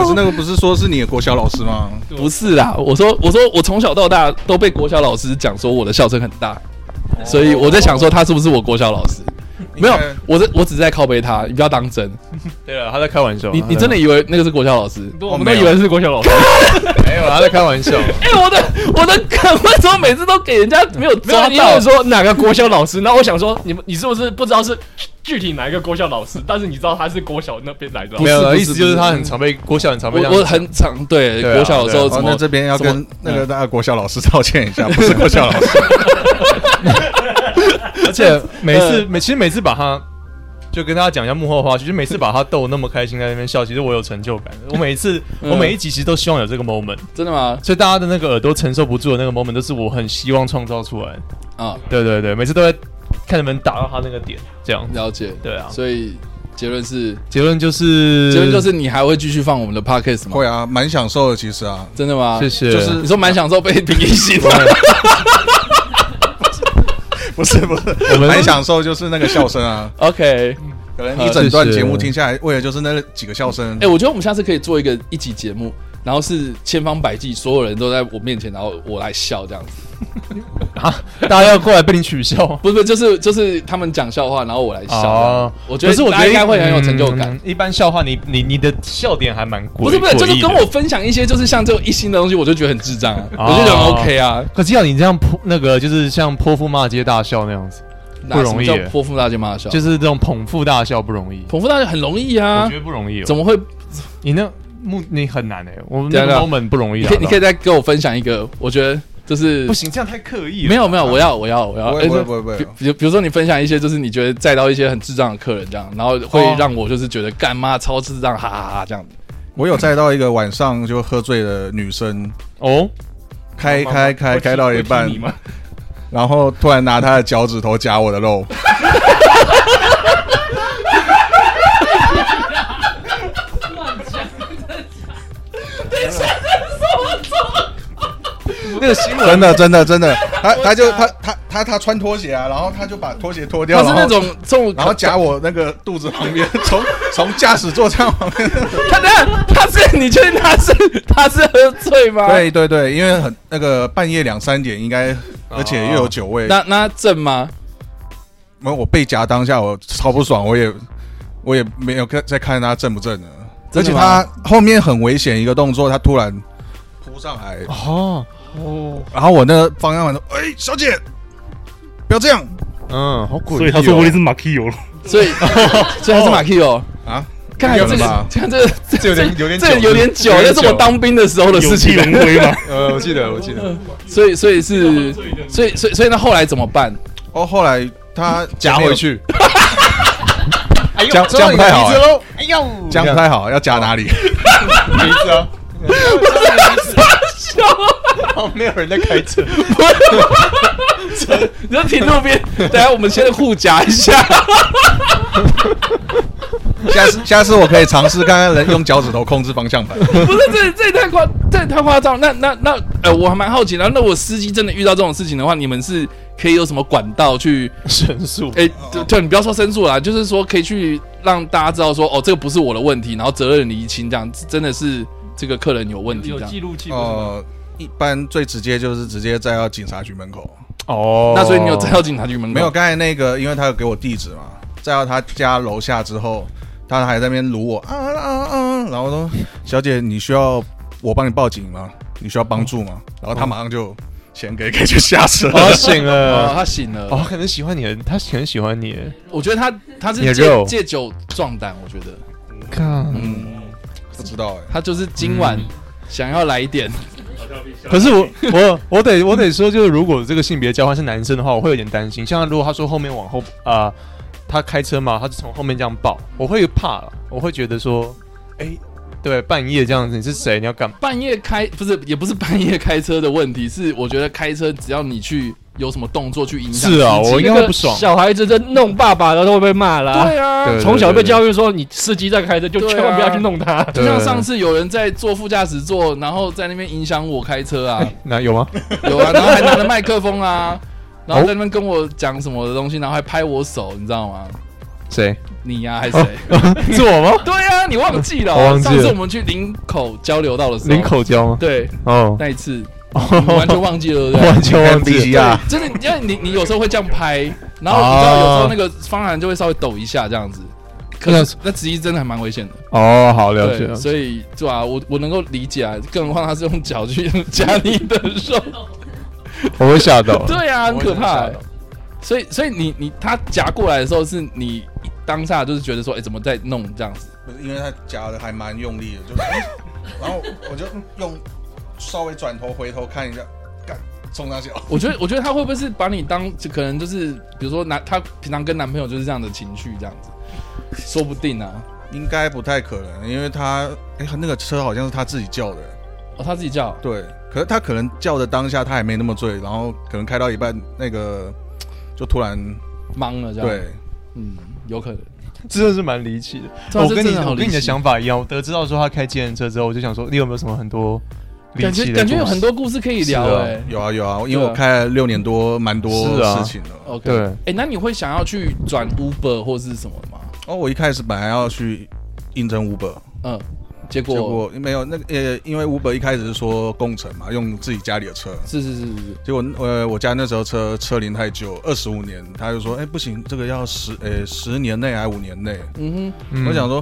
S11: 可是那个不是说是你的国小老师吗？
S4: 不是啦，我说我说我从小到大都被国小老师讲说我的笑声很大，
S11: 哦
S4: 所以我在想说他是不是我国小老师？没有
S11: 应该，
S4: 我在我只是在靠背他，你不要当真。
S5: 对啊了，他在开玩
S11: 啊
S5: 笑。
S4: 你
S5: 他
S4: 你
S5: 在
S4: 真的以为那个是国小老师？
S11: 哦
S9: 我们都以为是国小老师。
S5: 没有，啊他在 开玩笑。
S4: 哎、我的我的 梗为什么每次都给人家没有
S9: 没有
S4: 抓，
S9: 因为
S4: 到
S9: 我？说哪个国小老师，然后我想说你们你是不是不知道是具体哪一个国小老师，但是你知道他是国小那边来的
S4: 不
S5: 没
S4: 是
S5: 有
S4: 不
S5: 了，
S4: 是
S5: 意思
S4: 不
S5: 就是
S4: 是
S5: 他很常被郭晓很常被
S4: 我
S5: 这样
S4: 我
S5: 讲
S4: 很常对
S5: 对啊
S4: 国小的时候
S5: 对
S4: 怎
S11: 哦，
S4: 么、
S11: 那这边要
S4: 什么嗯
S11: 跟那个大家国小老师道歉一下，不是国小 老师。
S5: 而且每次
S4: 呃
S5: 每其实每次把他就跟大家讲一下幕后花絮，就每次把他逗那么开心在那边笑，其实我有成就感。我每一次
S4: 嗯
S5: 我每一集其实都希望有这个 moment，
S4: 真的吗？
S5: 所以大家的那个耳朵承受不住的那个 moment 都是我很希望创造出来的。
S4: 啊，
S5: 对对对，每次都在看能不能打到他那个点，这样。
S4: 了解。
S5: 对啊，
S4: 所以结论是，
S5: 结论就是
S4: 结论就是你还会继续放我们的 podcast 吗？
S11: 会啊，蛮享受的，其实啊。
S4: 真的吗？
S5: 谢谢，
S11: 就是
S4: 你说蛮享受被评一星吗？
S11: 不是不是，
S6: 我们
S11: 蛮享受就是那个笑声啊，
S4: OK，
S11: 可能一整
S6: 好
S11: 段
S6: 谢谢
S11: 节目听下来，为了就是那几个笑声
S4: 哎、。我觉得我们下次可以做一个一集节目，然后是千方百计，所有人都在我面前，然后我来笑这样子。
S6: 大家要过来被你取笑。
S4: 不是，就是就是他们讲笑话，然后我来笑这样
S6: 哦
S4: 子。我觉得
S6: 可是我
S4: 大
S6: 觉
S4: 家
S6: 得
S4: 应该会很有成就感。
S6: 嗯一般笑话你，你你的笑点还蛮诡
S4: 不是不是，就是
S6: 诡
S4: 跟。
S6: 异
S4: 我
S6: 的
S4: 分享一些就是像这种一星的东西，我就觉得很智障、啊，
S6: 哦
S4: 我就觉得很 OK 啊。
S6: 可是要你这样泼那个，就是像泼妇骂街大笑那样子，
S4: 那
S6: 容易
S4: 什么
S6: 耶
S4: 叫泼妇大街骂笑，
S6: 就
S4: 就
S6: 是是这种捧腹大笑不容易。
S4: 泼妇大街很容易
S6: 我
S4: 啊
S6: 觉，得不容易哦，
S4: 怎么会？
S6: 你那目你很难哎、我们那
S4: 对
S6: 个
S4: 啊
S6: moment 不容易
S4: 你
S6: 啊
S4: 可以。你可以
S6: 以
S4: 再给我分享一个，我觉得就是
S6: 不行，这样太刻意了。
S4: 没有没有，我要我要我要，
S11: 不
S4: 哎
S11: 会不会不会不
S4: 比
S11: 会，
S4: 比如比如说你分享一些，就是你觉得载到一些很智障的客人这样，然后会
S11: 哦
S4: 让我就是觉得干妈超智障，哈哈哈这样 子。
S11: 我有载到一个晚上就喝醉的女生，
S6: 哦，
S11: 开开开开到一半
S9: 会踢你，吗
S11: 然后突然拿她的脚趾头夹我的肉，
S6: 那个新闻
S11: 真的真的真的，她她就她她她她穿拖鞋啊，然后她就把拖鞋脱掉，
S4: 他是那
S11: 然后
S4: 种
S5: 哦
S4: 这种，
S11: 然后夹我那个肚子旁边，从从驾驶座这样旁边。
S4: 他等一下他是你确定他是他是喝醉吗？，
S11: 对对对，因为很那个半夜两三点应该，而且又有酒味。
S4: 那那正吗？
S11: 没有我被夹当下我超不爽，我也我也没有看在看他正不正的，而
S4: 真的
S11: 且
S4: 吗
S11: 他后面很危险一个动作，他突然扑上来，
S6: 哦，
S11: 然后我那方向盘说：“哎，小姐，不要这样
S6: 嗯，好诡异、哦。
S8: 所以他说不定是马 Q 油了，
S4: 所 以所以他是马 Q 哦。
S11: 啊！”
S4: 干
S11: 有
S4: 这
S11: 了
S4: 个
S11: 吧，
S4: 这个这 个这
S5: 这有点有点
S4: 这个有点久，那是我当兵的时候的
S8: 有
S4: 事
S8: 气
S4: 情。
S8: 龙龟 嘛？
S5: 呃，我记得我记得，
S4: 所以所以是所以所以所以那后来怎么办？
S11: 哦，后来他
S5: 夹
S11: 前面
S5: 回
S11: 有，
S5: 去，
S11: 这样这样不太好，哎
S5: 哎呦，
S11: 这样不太好，要夹哪里？
S5: 鼻子啊，
S4: 啊
S5: 哦，没有人在开车，
S4: 你就停路 边，等一下我们先互夹一下。
S11: 下次下次我可以尝试看看能用脚趾头控制方向 盘。
S4: 不是，这这也太夸，这也太夸张。那那那，呃，我还蛮好奇的。那我司机真的遇到这种事情的话，你们是可以有什么管道去？
S6: 神速。
S4: 哎、对对，你不要说申诉啦，就是说可以去让大家知道说，哦，这个不是我的问题，然后责任厘清，这样真的是这个客人有问题
S9: 有
S4: 这样。
S9: 记录器不是吗？
S11: 呃，一般最直接就是直接载到警察局门口。
S6: 哦，
S4: 那所以你有载到警察局门口？
S11: 没有，刚才那个，因为他有给我地址嘛，载到他家楼下之后，他还在那边撸我啊啊啊啊，然后说：“小姐，你需要我帮你报警吗？你需要帮助吗？”然后他马上就钱给给就下车了。
S6: 哦，醒
S4: 哦，
S6: 了。
S4: 他醒了。
S6: 哦，可能喜欢你，他很喜欢你。
S4: 我觉得他他
S6: 你
S4: 是
S6: 的
S4: 借
S6: 肉
S4: 借酒壮胆，我觉得
S6: 看，
S11: 嗯，不知道哎、
S4: 他就是今
S9: 嗯
S4: 晚想要来一点。
S6: 可是我我我得我得说，就是如果这个性别交换是男生的话，我会有点担心。像如果他说后面往后啊、他开车嘛，他就从后面这样抱，我会怕了，我会觉得说，哎、对，半夜这样子，你是谁？你要干嘛？
S4: 半夜开不是也不是半夜开车的问题，是我觉得开车只要你去有什么动作去影响
S6: 是啊
S4: 司机
S6: 我应该会不爽
S9: 小孩子在弄爸爸的都会被骂啦。
S4: 对啊，
S6: 对
S9: 从小被教育说，你司机在开车就
S4: 对啊
S9: 千万不要去弄他。
S4: 就像上次有人在坐副驾驶座，然后在那边影响我开车啊，
S6: 那有吗？
S4: 有啊，然后还拿着麦克风啊，然后在那边跟我讲什么的东西，然后还拍我手，你知道吗？
S6: 谁？
S4: 你呀、还是谁？
S6: 哦 是我吗？
S4: 对啊，你忘记了哦、
S6: 我忘记了
S4: 上次我们去林口交流道的时候，
S6: 领口交吗？
S4: 对
S6: 哦，
S4: 那一次，你完全忘记了，对不对？
S6: 完全忘
S11: 必
S6: 记
S11: 须
S6: 了。哦
S11: 啊，
S4: 真的，因为你你有时候会这样拍，然后你知道有时候那个方向盘就会稍微抖一下这样子，可是那其实真的还蛮危险的，
S6: 哦，好了解
S4: 对，。所以对啊，我我能够理解啊，更何况他是用脚去 夹你的肉，
S6: 我会吓到。
S4: 对啊，很可怕欸、所以所以你你他夹过来的时候，是你当下就是觉得说，哎、怎么在弄这样子？
S11: 不是因为他夹的还蛮用力的，就是，哎然后我就用稍微转头回头看一下，干冲上去 哦，
S4: 我觉得我觉得他会不会是把你当就可能就是比如说男他平常跟男朋友就是这样的情绪这样子，说不定啊，
S11: 应该不太可能，因为他哎那个车好像是他自己叫的。
S4: 哦他自己叫，
S11: 对，可是他可能叫的当下他还没那么醉，然后可能开到一半，那个就突然
S4: 忙了这样，
S11: 对，
S4: 嗯，有可能。
S6: 真的是蛮离奇的。
S4: 对啊
S6: 我
S4: 这
S6: 跟
S4: 真
S6: 你
S4: 的好
S6: 我
S4: 离
S6: 跟你的
S4: 奇
S6: 想法一样，我得知到说他开计程车之后，我就想说，你有没有什么很多
S4: 感
S5: 离
S4: 觉
S5: 奇的
S4: 感觉有
S5: 故事
S4: 很多故事可以聊
S5: 是啊
S4: 哎、
S11: 有啊有啊，因
S4: 对
S11: 为
S4: 啊
S11: 我开了六年多，蛮多
S5: 是啊
S11: 事情的。
S4: OK，
S5: 对
S4: 哎、那你会想要去转 Uber 或是什么吗？
S11: 哦，我一开始本来要去应征 Uber，
S4: 嗯，结果
S11: 结果没有那个呃，因为 Uber 一开始是说工程嘛，用自己家里的车，
S4: 是是是是是，
S11: 结果呃，我家那时候车车龄太久，二十五年，他就说，哎，不行，这个要十呃十年内还是五年内，
S4: 嗯哼，
S5: 嗯
S11: 我想说，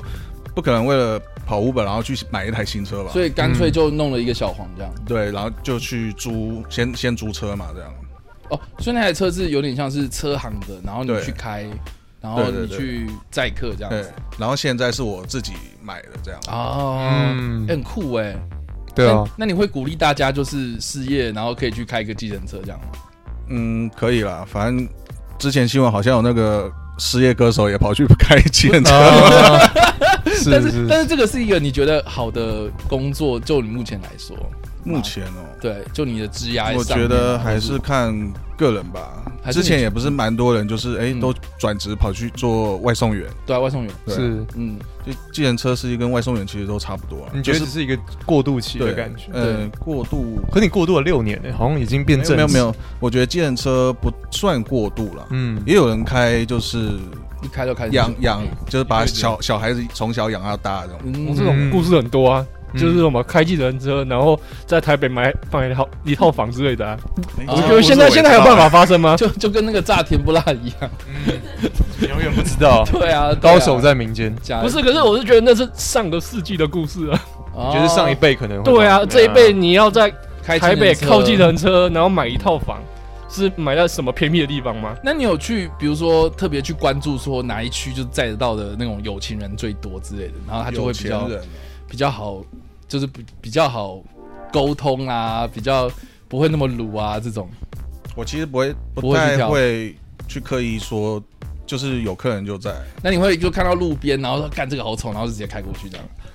S11: 不可能为了跑 Uber 然后去买一台新车吧？
S4: 所以干脆就弄了一个小黄这样。
S11: 对，然后就去租，先先租车嘛，这样。
S4: 哦，所以那台车是有点像是车行的，然后你
S11: 对
S4: 去开，然后
S11: 对对
S4: 你
S11: 对
S4: 去载客这样
S11: 对
S4: 子。，
S11: 然后现在是我自己买的这样。
S4: 哦，
S5: 嗯
S4: 欸很酷哎、
S6: 对啊
S4: 那，那你会鼓励大家就是失业，然后可以去开一个计程车这样吗？
S11: 嗯，可以啦，反正之前新闻好像有那个失业歌手也跑去 开计程车，
S6: 啊，是
S4: 但是
S6: 是
S4: 但是这个是一个你觉得好的工作，就你目前来说，
S11: 目前哦，
S4: 对，就你的职涯上面啊，
S11: 我觉得
S4: 或
S11: 还是看个人吧。
S4: 还是
S11: 之
S4: 你
S11: 前也不是蛮多人，就是哎、
S4: 嗯
S11: 都转职跑去做外送员。
S4: 对啊外送员，
S11: 对，
S6: 是，
S4: 嗯，
S11: 就计程车司机跟外送员其实都差不多啊，
S5: 你觉得
S11: 就是
S5: 只是一个过渡期的
S11: 对
S5: 感觉？
S11: 嗯，过度
S6: 可你过渡了六年呢，好像已经变
S11: 没有
S6: 正
S11: 没有
S6: 职
S11: 没，有，我觉得计程车不算过度了，
S6: 嗯，
S11: 也有人开就是
S4: 一开就开始嗯
S11: 养养，就是把
S4: 对对
S11: 小小孩子从小养到大这种。
S4: 嗯
S6: 哦
S9: 我这种故事很多啊，
S6: 嗯
S9: 就是什么开计程车，然后在台北买买一套一套房之类的啊。
S4: 啊
S9: 我觉得现在现在还有办法发生吗？
S4: 就就跟那个炸甜不辣一样，，
S6: 嗯永远不知道
S4: 对啊，对啊
S6: 高手在民间，
S4: 假的
S9: 不是，可是我是觉得那是上个世纪的故事啊。
S4: 哦
S6: 觉得上一辈可能会
S9: 对啊，这一辈你要在
S4: 开
S9: 台北靠计
S4: 的。
S9: 程车，然后买一套房，是买在什么偏僻的地方吗？
S4: 那你有去，比如说特别去关注说哪一区就载得到的那种有钱人最多之类的，然后他就会
S11: 有
S4: 比
S11: 钱
S4: 较
S11: 人
S6: 啊
S4: 比较好，就是比比较好沟通啊，比较不会那么鲁啊这种。
S11: 我其实不会
S4: 不
S11: 不
S4: 会去
S11: 太
S4: 挑
S11: 会去刻意说，就是有客人就在，
S4: 那你会就看到路边，然后说干这个好丑，然后就直接开过去这样，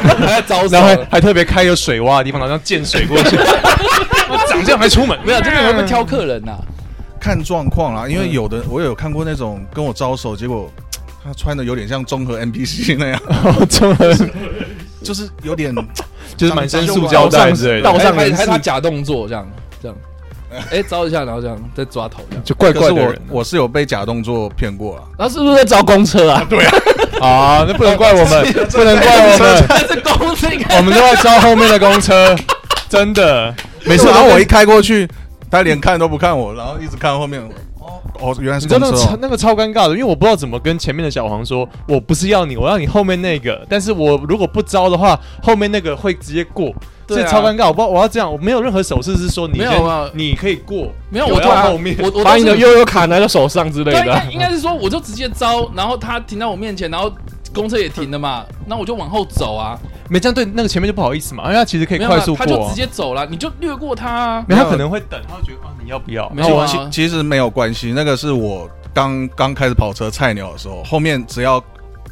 S4: 还在招手
S6: 然。后还还特别开有水洼的地方，好像溅水过去，妈长这样还出门，
S4: 没有，真的会不会挑客人呐、啊
S11: 看状况啦。因为
S4: 嗯
S11: 有的我有看过那种跟我招手，结果他穿的有点像综合 NPC 那样，
S6: 中了
S11: 就是有点
S6: 就是满身塑胶袋之类的，哎
S4: 道上还还他假动作这样这样，哎、招一下，然后这样再抓头这样。
S6: 就怪
S11: 可
S6: 怪
S11: 是
S6: 的
S11: 我
S6: 人啊
S11: 我是有被假动作骗过啊，
S4: 然后是不是在招公车啊？对，
S6: 啊，那不能怪我 们，不能怪我们，
S4: 是 公车，你看
S6: 哦我们都在招后面的公车， 真的，每
S11: 每
S6: 次
S11: 次
S6: 我
S11: 然
S6: 都
S11: 后
S6: 跟
S11: 我一开过去，他连看都不看我，然后一直看后面。哦哦，原来是
S6: 你知
S11: 公
S6: 道那
S11: 车
S6: 个超
S11: 哦。
S6: 那个超尴尬的，因为我不知道怎么跟前面的小黄说，我不是要你，我要你后面那个，但是我如果不招的话，后面那个会直接过，
S4: 对
S6: 这
S4: 啊
S6: 超尴尬。我不知道我要这样，我没有任何手势是说你
S4: 没有
S6: 先
S4: 没有
S6: 你可以过，
S4: 没有
S6: 我
S4: 我
S6: 要后面
S4: 我我
S9: 把你的
S4: 都是
S9: 悠悠卡拿到手上之类
S4: 对，应
S9: 的啊
S4: 该。应该是说，我就直接招，然后他停在我面前，然后公车也停 了嘛，那我就往后走啊，
S6: 没这样对那个前面就不好意思嘛，因为他其实可以
S4: 没有
S6: 快
S4: 嘛
S6: 速过、
S4: 他
S6: 啊，
S4: 就直接走了，你就略过他、啊。
S6: 没有他可能会等，他会觉得啊你要不要？
S4: 没有啊，
S11: 其其实没有关系，那个是我刚刚开始跑车菜鸟的时候，后面只要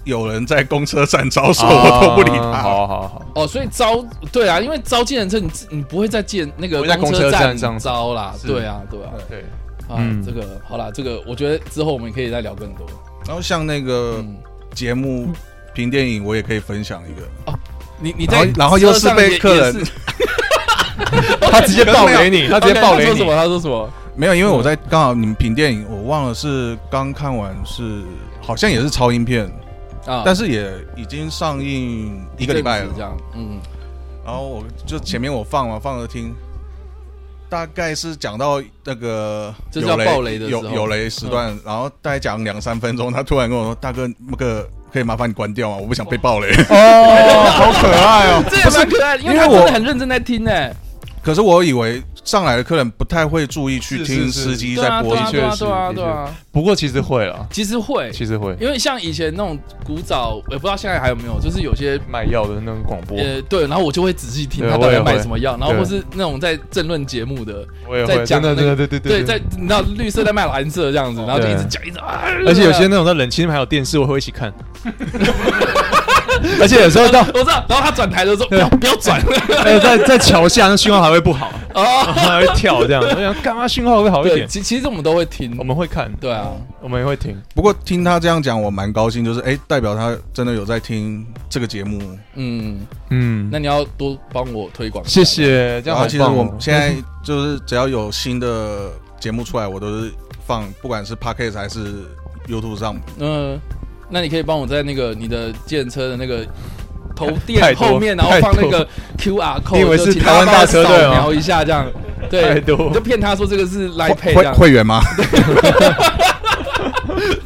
S11: 有人在公车站招手，我都不理
S6: 啊
S11: 他。
S6: 好好好，
S4: 哦，所以招对啊，因为招计程车，你自你不会在建那个
S6: 不会在公车
S4: 车
S6: 站上
S4: 招啦，
S6: 是
S4: 对啊，对啊，
S6: 对，
S4: 啊，
S6: 嗯
S4: 这个好啦，这个我觉得之后我们可以再聊更多。
S11: 然后像那个
S4: 嗯，
S11: 节目评电影，我也可以分享一个。
S4: 你你在
S11: 然后然后又
S4: 车
S11: 是
S4: 上也
S11: 被客人
S4: 也是
S6: 他直接爆雷你，他直接爆
S4: 他
S6: 雷
S4: 说什
S6: 你
S4: 么？，他说什么？
S11: 没有，因为我在刚好你们评电影，我忘了是刚看完是好像也是超音片，
S4: 啊，
S11: 但是也已经上映一个礼拜了
S4: 这。样，嗯，
S11: 然后我就前面我放嘛放着听，大概是讲到那个
S4: 这
S11: 有
S4: 叫
S11: 雷
S4: 爆雷的时
S11: 有
S4: 候嗯
S11: 有雷时段，然后大概讲两三分钟，他突然跟我说：“大哥，那个可以麻烦你关掉吗？我不想被爆雷。
S6: 哦，好可爱哦，
S4: 这也蛮可爱的，因为
S11: 因为
S4: 他真
S11: 我
S4: 的很认真在听呢。”
S11: 可是我以为上来的客人不太会注意
S6: 是
S11: 去听
S6: 是是
S11: 司机
S4: 对
S11: 在
S4: 啊，
S11: 播
S4: 对啊，
S11: 音，
S4: 对啊，
S6: 确实
S4: 对啊，
S6: 的确
S4: 对啊，
S6: 不过其实会了，
S4: 其实会，
S6: 其实会
S4: 因为像以前那种古早，我也不知道现在还有没有，就是有些
S6: 卖药的那种广播，
S4: 呃，对，然后我就会仔细听
S6: 对
S4: 他到
S6: 我也
S4: 底买
S6: 会
S4: 什么药，然后
S6: 对
S4: 或是那种在政论节目的，
S6: 我也
S4: 在
S6: 会，
S4: 讲
S6: 真的对
S4: 那个
S6: 对对
S4: 对，在你知道绿色在卖蓝色这样子，然后就一直
S6: 对
S4: 讲一直啊，
S6: 而且有些那种在冷气那边还有电视，我会一起 看。而且有时候到
S4: 我知道，然后他转台的时候不要不要转，
S6: 哎
S5: 哎
S6: 呃在在桥下，那信号还会不好，
S4: 哦，
S5: 然后还会跳这样。我想干嘛讯号会好一
S4: 对，
S5: 点？
S4: 其其实我们都会听
S5: 我，们会看，
S4: 对啊，
S5: 我们也会听。
S11: 不过听他这样讲，我蛮高兴，就是哎、代表他真的有在听这个节目。
S4: 嗯，
S5: 嗯，
S4: 那你要多帮我推广，
S5: 谢。谢，这样
S11: 然后
S5: 好
S11: 其实
S5: 棒
S11: 我
S5: 哦。
S11: 现在就是只要有新的节目出来，我都是放，不管是 podcast 还是 YouTube 上。
S4: 嗯，那你可以帮我在那个你的建车的那个头
S5: 太
S4: 垫
S5: 多
S4: 后面，然后
S5: 太多
S4: 放那个 QR code，
S5: 你以为
S4: 就是请
S5: 台湾
S4: 大家
S5: 大车队
S4: 扫
S5: 吗
S4: 描一下这样，
S5: 太
S4: 对，
S5: 多
S4: 你就骗他说这个是 Line Pay 这
S11: 会
S4: 样，
S11: 会员吗？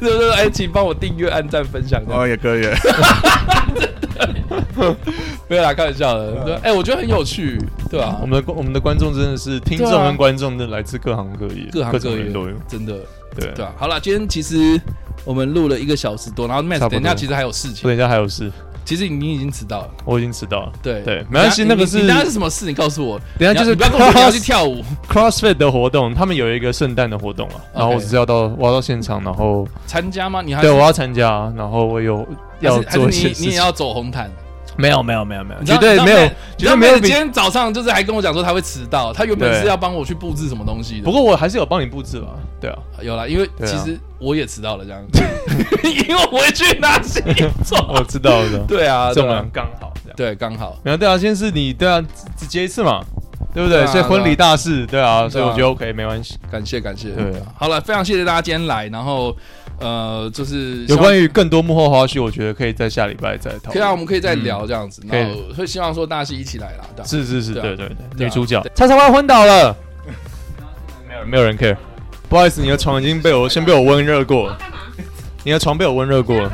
S4: 就是哎，请帮我订阅、按赞、分享这样。
S11: 哦，也可以。
S4: 没有啦，开玩笑 的。对，哎，我觉得很有趣，对吧
S5: 我？们的观我们的观众真的是听众跟观众，真的来自各行各业，
S4: 啊各行
S5: 种
S4: 各业
S5: 人都有。
S4: 真的，
S5: 对，
S4: 对啊。好啦，今天其实我们录了一个小时多，然后 Max
S5: 差不
S4: 等
S5: 多
S4: 一下其实还有事
S5: 我
S4: 情，
S5: 等一下还有事，
S4: 其实你已经迟到了。
S5: 我已经迟到了。
S4: 对
S5: 对没关系
S4: 等一下
S5: 那个是
S4: 你你等一下是什么事？你告诉我。
S5: 等一下就是
S4: 你要你不要跟我说你要去跳舞，
S5: CrossFit 的活动，他们有一个圣诞的活动啊，然后我只是要到我要到现场，然后
S4: 参加吗？你还
S5: 对我要参加，啊然后我有 要
S4: 还是
S5: 做一些
S4: 还是
S5: 事
S4: 你你也
S5: 情。
S4: 要走红毯。
S5: 没有没有没有没有，
S4: 你知
S5: 绝
S4: 道
S5: 对没有，
S4: 你知
S5: 绝
S4: 道
S5: 对
S4: 妹
S5: 没
S4: 子
S5: 有
S4: 今
S5: 比。
S4: 天早上就是还跟我讲说他会迟到，他原本
S5: 对
S4: 是要帮我去布置什么东西的。
S5: 不过我还是有帮你布置了，对啊，
S4: 有啦，因为
S5: 对啊
S4: 其实我也迟到了这样， 因为我会去 拿行李
S5: 我
S4: 做。，
S5: 知道的
S4: 对啊，
S5: 这
S4: 对
S5: 么
S4: 啊
S5: 刚好这样。
S4: 对，刚好。
S5: 然后对啊，先是你对啊，直接一次嘛，对不
S4: 对
S5: 对？
S4: 啊
S5: 所以婚礼大事，对啊，所
S4: 对
S5: 以
S4: 啊
S5: 我觉得 OK，没关系。
S4: 感谢感谢，
S5: 对
S4: 好了，非常谢谢大家今天来，然后呃，就是
S5: 有关
S4: 于
S5: 于更多幕后花絮，我觉得可以在下礼拜再讨论。
S4: 可以啊，我们可以再聊这样子，
S5: 嗯可以
S4: 然后会希望说大家是一起来啦，对啊
S5: 是是是，
S4: 对啊
S5: 对对
S4: 对
S5: 对，
S4: 啊
S5: 女主角叉叉 Y 昏倒了，没有没有人 care。不好意思，你的床已经被我先被我温热过，你的床被我温热过了。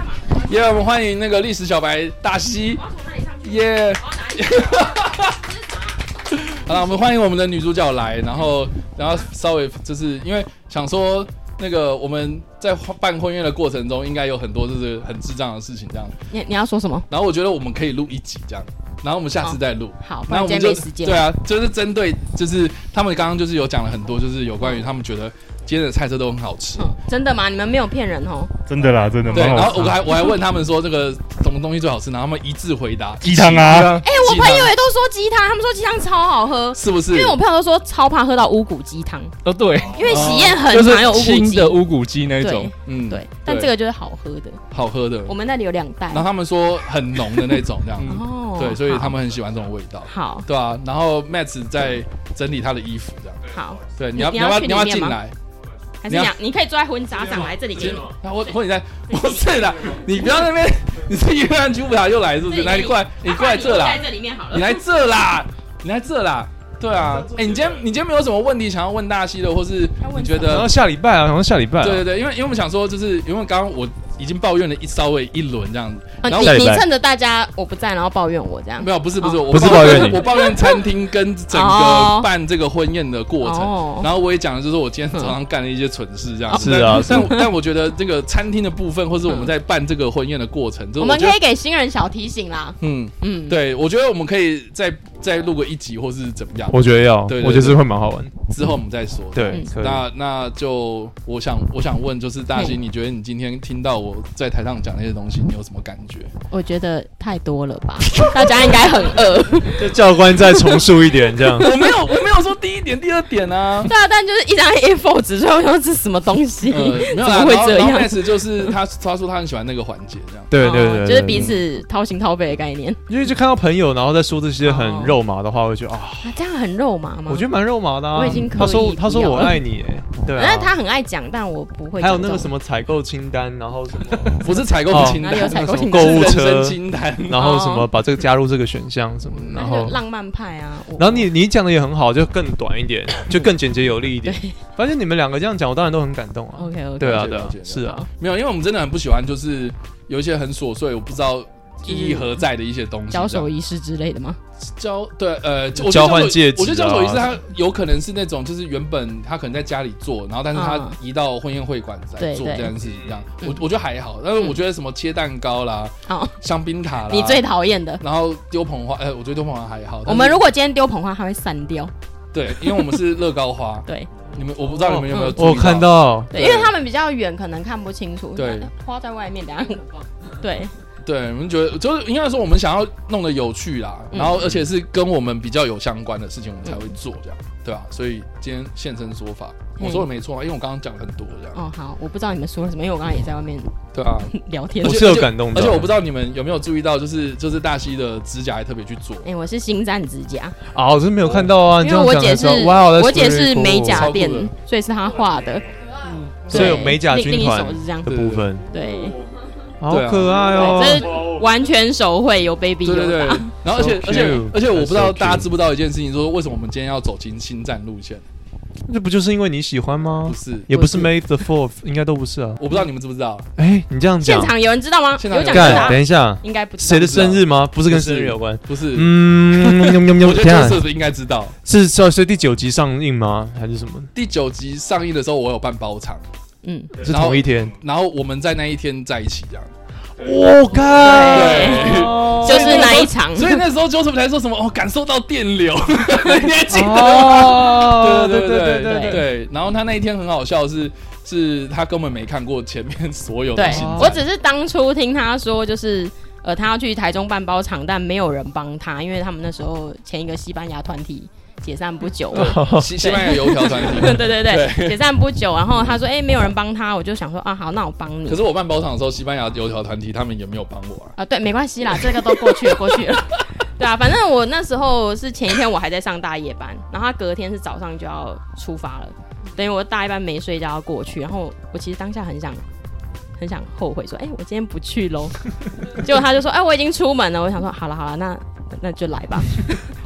S4: 耶我们欢迎那个历史小白大西，耶、 好了，我们欢迎我们的女主角来，然后，然后稍微就是因为想说，那个我们在办婚宴的过程中，应该有很多就是很智障的事情这样。
S12: 你你要说什么？
S4: 然后我觉得我们可以录一集这样，然后我们下次再录。
S12: 好，不
S4: 那
S12: 然
S4: 我
S12: 今
S4: 们
S12: 天
S4: 就
S12: 没时间。
S4: 对，啊，就是针对就是他们刚刚就是有讲了很多，就是有关于他们觉得今天的菜色都很好吃。
S12: 嗯，真的吗？你们没有骗人哦。
S8: 真的啦，真的
S4: 对，
S8: 蛮
S4: 然
S8: 好
S4: 后
S8: 吃
S4: 我
S8: 的。
S4: 还我还问他们说这个什么东西最好吃，然后他们一致回答
S8: 鸡汤啊，
S12: 哎、我朋友也都说鸡汤，他们说鸡汤超好喝，
S4: 是不是？
S12: 因为我朋友都说超怕喝到乌骨鸡汤，
S9: 哦，对，
S12: 因为喜宴很
S9: 啊就
S12: 常有
S9: 是
S12: 乌骨
S9: 新
S12: 鸡。
S9: 的乌骨鸡那一种
S12: 对。
S4: 嗯
S12: 对，但这个就是好喝的，
S4: 好喝的，
S12: 我们那里有两袋
S4: 然后。他们说很浓的那种这样，
S12: 哦
S4: 对，所以
S12: 好哦
S4: 他们很喜欢这种味道，
S12: 好
S4: 对啊。然后 Matt 在整理他的衣服这样，
S12: 好，
S4: 对，你
S12: 你
S4: 要
S12: 你要
S4: 要不要
S12: 去
S4: 你要
S12: 里
S4: 不要
S12: 面
S4: 进
S12: 吗
S4: 来？
S12: 还是
S4: 你
S12: 你
S4: 要
S12: 你可以坐在婚纱上来这里给你，
S4: 那啊我我你在不是啦，你不要那边，你是约翰朱普塔又来是不是？来，你过来，你过来这啦
S12: 啊在，这里面好了。
S4: 你来这啦，你来这啦，对啊。哎，你今天你今天没有什么问题想要问大西的，或是
S12: 要问
S4: 你觉
S5: 然后
S4: 得？
S5: 下礼拜啊，然后下礼拜啊，
S4: 对对对，因为因为我们想说，就是因为刚刚我已经抱怨了一稍微一轮这样子，
S12: 啊
S4: 然后
S12: 你
S5: 下礼
S12: 你
S5: 拜
S12: 趁着大家我不在，然后抱怨我这样
S4: 没。有，不是不是，我
S5: 哦不是抱怨你
S4: 我抱怨餐厅跟整个
S12: 哦
S4: 办这个婚宴的过
S12: 哦哦
S4: 程。然后我也讲的就是我今天早上干了一些蠢事，这样
S5: 是啊
S4: 但但 但我觉得这个餐厅的部分，或是我们在办这个婚宴的过程，就是
S12: 我
S4: 我
S12: 们
S4: 觉
S12: 可以
S4: 得，
S12: 给新人小提醒啦。
S4: 嗯，
S12: 嗯，
S4: 对，我觉得我们可以再再录个一集，或是怎么样，
S5: 我觉得要，
S4: 对对对
S5: 我觉得是会蛮好玩。
S4: 之后我们再说。
S5: 对
S12: 嗯，
S5: 可以。
S4: 那那就我想我想问，就是大西，
S12: 嗯
S4: 你觉得你今天听到我在台上讲那些东西，你有什么感觉？
S12: 我觉得太多了吧，大家应该很 饿。
S5: 就教官再重述一点这样。
S4: 我没有我没有说第一点、第二点啊，
S12: 对啊，但就是一张 A4 纸，所以我想说这是什么东西？
S4: 呃，没
S12: 怎
S4: 有
S12: 么
S4: 啦，
S12: 会
S4: 然后
S12: 这
S4: 然后
S12: 样
S4: Max 就是他，他说他很喜欢那个环节，这样。
S5: 对对对
S12: 哦
S5: 对，
S12: 就是
S5: 对
S12: 彼，此掏心掏肺的概念
S5: 因为就看到朋友，然后再说这些
S12: 哦
S5: 很肉麻的话，我就觉得啊，
S12: 啊，这样很肉麻吗？
S5: 我觉得蛮肉麻的啊。
S12: 我已经
S5: 他
S12: 刻
S5: 说
S12: 意
S5: 他说
S12: 不要
S5: 我
S12: 了
S5: 爱你，哎，对
S12: 那
S5: 啊。
S12: 他很爱讲，但我不会。
S5: 还有那个什
S12: 么，
S5: 么采购清单，然后什么
S4: 不是采购清
S12: 哦哪
S4: 单，
S12: 里有采购清
S5: 购
S12: 单？哦
S4: 是
S5: 物
S4: 人
S5: 车
S4: 生清单。
S5: 然后什么把这个加入这个选项什么的，
S12: 那
S5: 然
S12: 就
S5: 后
S12: 浪漫派啊，我
S5: 然后你你讲的也很好，就更短一点，就更简洁有力一点。反正你们两个这样讲，我当然都很感动啊。
S12: OK OK，
S5: 对啊，
S4: 了解
S5: 对啊
S4: 了解，
S5: 是啊，
S4: 没有，因为我们真的很不喜欢，就是有一些很琐碎，我不知道意义何在的一些东西。
S12: 交手仪式之类的吗？
S4: 交对呃，我觉得
S5: 交换戒指啊
S4: 我觉得交手仪式它有可能是那种，就是原本他可能在家里做，然后但是他
S12: 嗯
S4: 移到婚宴会馆来
S12: 对
S4: 做
S12: 对
S4: 这件事情，这样
S12: 嗯
S4: 我我觉得还好。但是我觉得什么切蛋糕啦、
S12: 哦，
S4: 香槟塔啦，
S12: 你最讨厌的。
S4: 然后丢捧花，呃，我觉得丢捧花还好。但是
S12: 我们如果今天丢捧花，它会散掉。，
S4: 对，因为我们是乐高花
S12: 对哦
S4: 你们我不知道你们有没有注意
S5: 我有看到
S12: 对，
S4: 对
S12: 因为他们比较远，可能看不清楚。
S4: 对，
S12: 花在外面，等下。对，
S4: 对，我们觉得就是应该说我们想要弄得有趣啦，
S12: 嗯
S4: 然后而且是跟我们比较有相关的事情，我们才会做这样，对啊，所以今天现身说法，我
S12: 嗯
S4: 说的没错啊，因为我刚刚讲了很多这样，
S12: 哦，好，我不知道你们说了什么，因为我刚刚也在外面
S4: 对 啊，
S12: 聊天
S4: 而。且
S5: 我是有感动到
S4: 而且我不知道你们有没有注意到，就是就是大西的指甲还特别去做，
S12: 哎、我是新站指甲，
S5: 啊，我是没有看到
S4: 哦
S5: 啊，你
S12: 因
S5: 这
S12: 为
S5: 样
S12: 我
S5: 讲
S12: 姐
S5: 的时
S12: 是
S5: 候，哇，
S12: 我姐是美甲店
S4: 超酷，嗯
S12: 所以是她画的，对
S5: 所以有美甲
S12: 另另
S5: 军
S12: 一
S5: 团
S12: 手是这样
S5: 的，部分，
S12: 对，
S5: 好可爱哦
S12: 对，这是完全手绘有 baby
S4: 哎对对对
S12: 有，
S4: 然后而且
S5: So
S4: 而且
S5: cute
S4: 而且我不知
S5: So
S4: 道
S5: cute
S4: 大家知不知道一件事情，就是为什么我们今天要走进新站路线？
S5: 这不就是因为你喜欢吗
S4: 不？是，
S5: 也不是
S12: 不是
S5: May the Fourth，应该都不是啊。
S4: 我不知道你们知不知道，
S5: 哎，你这样
S12: 现
S5: 讲，
S12: 场有人知道吗？
S4: 现场
S12: 有
S4: 有
S12: 讲
S4: 人
S12: 是
S4: 知道
S5: 干，
S12: 她
S5: 等一下，
S12: 应该不知
S5: 谁
S12: 道。
S5: 的生日吗？不是跟生日有关。
S4: 不是？
S5: 嗯，喵喵 喵
S4: 我
S5: 等
S4: 觉
S5: 一下
S4: 得这是应该知道。
S5: 是是是第九集上映吗？还是什么？
S4: 第九集上映的时候，我有办包场，
S12: 嗯，
S5: 是
S4: 然后
S5: 同一天。
S4: 然后我们在那一天在一起这样。
S5: 我
S12: 对
S5: 靠！
S12: 就是那一场，
S4: 哦所以那时候 Joseph 才说什么哦，感受到电 流，你还记得
S5: 哦
S4: 对对对对
S12: 对
S4: 对对。然后他那一天很好笑是，是他根本没看过前面所有的
S12: 对
S4: 新
S12: 我
S4: 站，
S12: 只是当初听他说，就是呃，他要去台中办包场，但没有人帮他，因为他们那时候前一个西班牙团体解散不久。
S4: 西西班牙油条团
S12: 对
S4: 体。
S12: 对对，解散不久，然后他说：“哎、没有人帮他。”我就想说：“啊，好，那我帮你。”
S4: 可是我办包场的时候，西班牙油条团体他们也没有帮我啊。
S12: 啊，对，没关系啦，这个都过去了，过去了。 对啊，反正我那时候是前一天我还在上大夜班，然后他隔天是早上就要出发了，等于我大夜班没睡觉要过去，然后我其实当下很想很想后悔说，哎、我今天不去喽。 结果他就说，哎、我已经出门了。我想说，好了好了，那那就来 吧，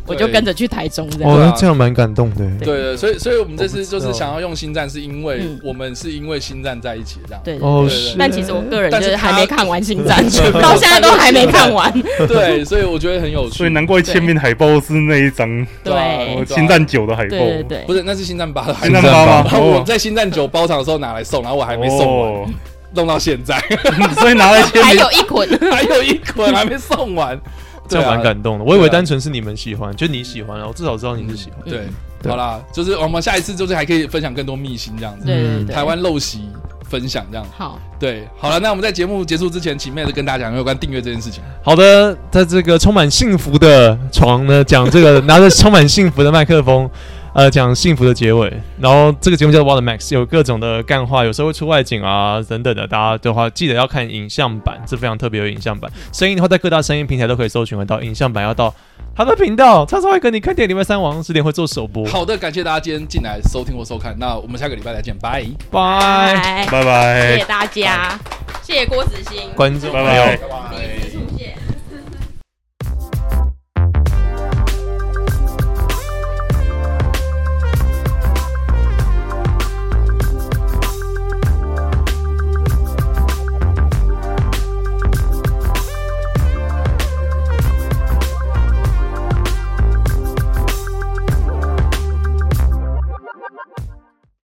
S12: 我就跟着去台中这样。
S5: 哦，那这样蛮感动的。
S4: 对对，所以所以我们这次就
S5: 我
S4: 是
S5: 不知道
S4: 想要用星战，是因为
S12: 嗯
S4: 我们是因为星战在一起这样。
S12: 对对
S5: 哦，
S4: 对
S5: 是
S12: 但其实我个人
S4: 但
S12: 就是是还
S4: 他
S12: 没看完《星 战》，到现在都还没看完。
S4: 对，所以我觉得很有趣。
S8: 所以难怪前面海报是那一张
S12: 对
S8: 呃
S4: 啊
S8: 《星战九》的海
S12: 对
S8: 报，
S12: 对对，
S4: 不是，那是星战八的海
S8: 星
S4: 报
S8: 战。八吗？
S4: 然后我
S8: 哦，
S4: 在星战九包场的时候拿来送，然后我还没送完，
S8: 哦，
S4: 弄到现在
S8: 所以拿来 签
S12: 还
S8: 名
S12: 有一捆。
S4: 还有一捆还没送完，
S5: 这
S4: 对
S5: 样
S4: 啊
S5: 蛮感动的。我以为
S4: 对啊
S5: 单纯是你们喜欢，就你喜欢，然后至少知道你是喜欢。
S4: 对
S12: 嗯，
S5: 对
S4: 好啦，就是我们下一次就是还可以分享更多秘辛这样子，
S12: 对对对，
S4: 台湾陋习分享这样。
S12: 好，
S4: 对，好了，那我们在节目结束之前，请妹子跟大家讲有关订阅这件事情。
S5: 好的，在这个充满幸福的床呢，讲这个拿着充满幸福的麦克风，呃，讲幸福的结尾。然后这个节目叫《Water Max》，有各种的干话，有时候会出外景啊等等的。大家的话记得要看影像版，这非常特别有影像版。声音的话，在各大声音平台都可以搜寻得到，影像版要到他的频道，叉叉会跟你看电影礼拜三晚上十点会做首播。
S8: 哦
S4: 好的，感谢大家今天进来收听或收看，那我们下个礼拜再见，拜。
S12: 拜。
S5: 拜，
S8: 拜拜
S12: 谢谢。大家，谢谢郭子欣。
S5: 观众
S8: 拜
S5: 朋友
S8: 拜。
S12: 第一次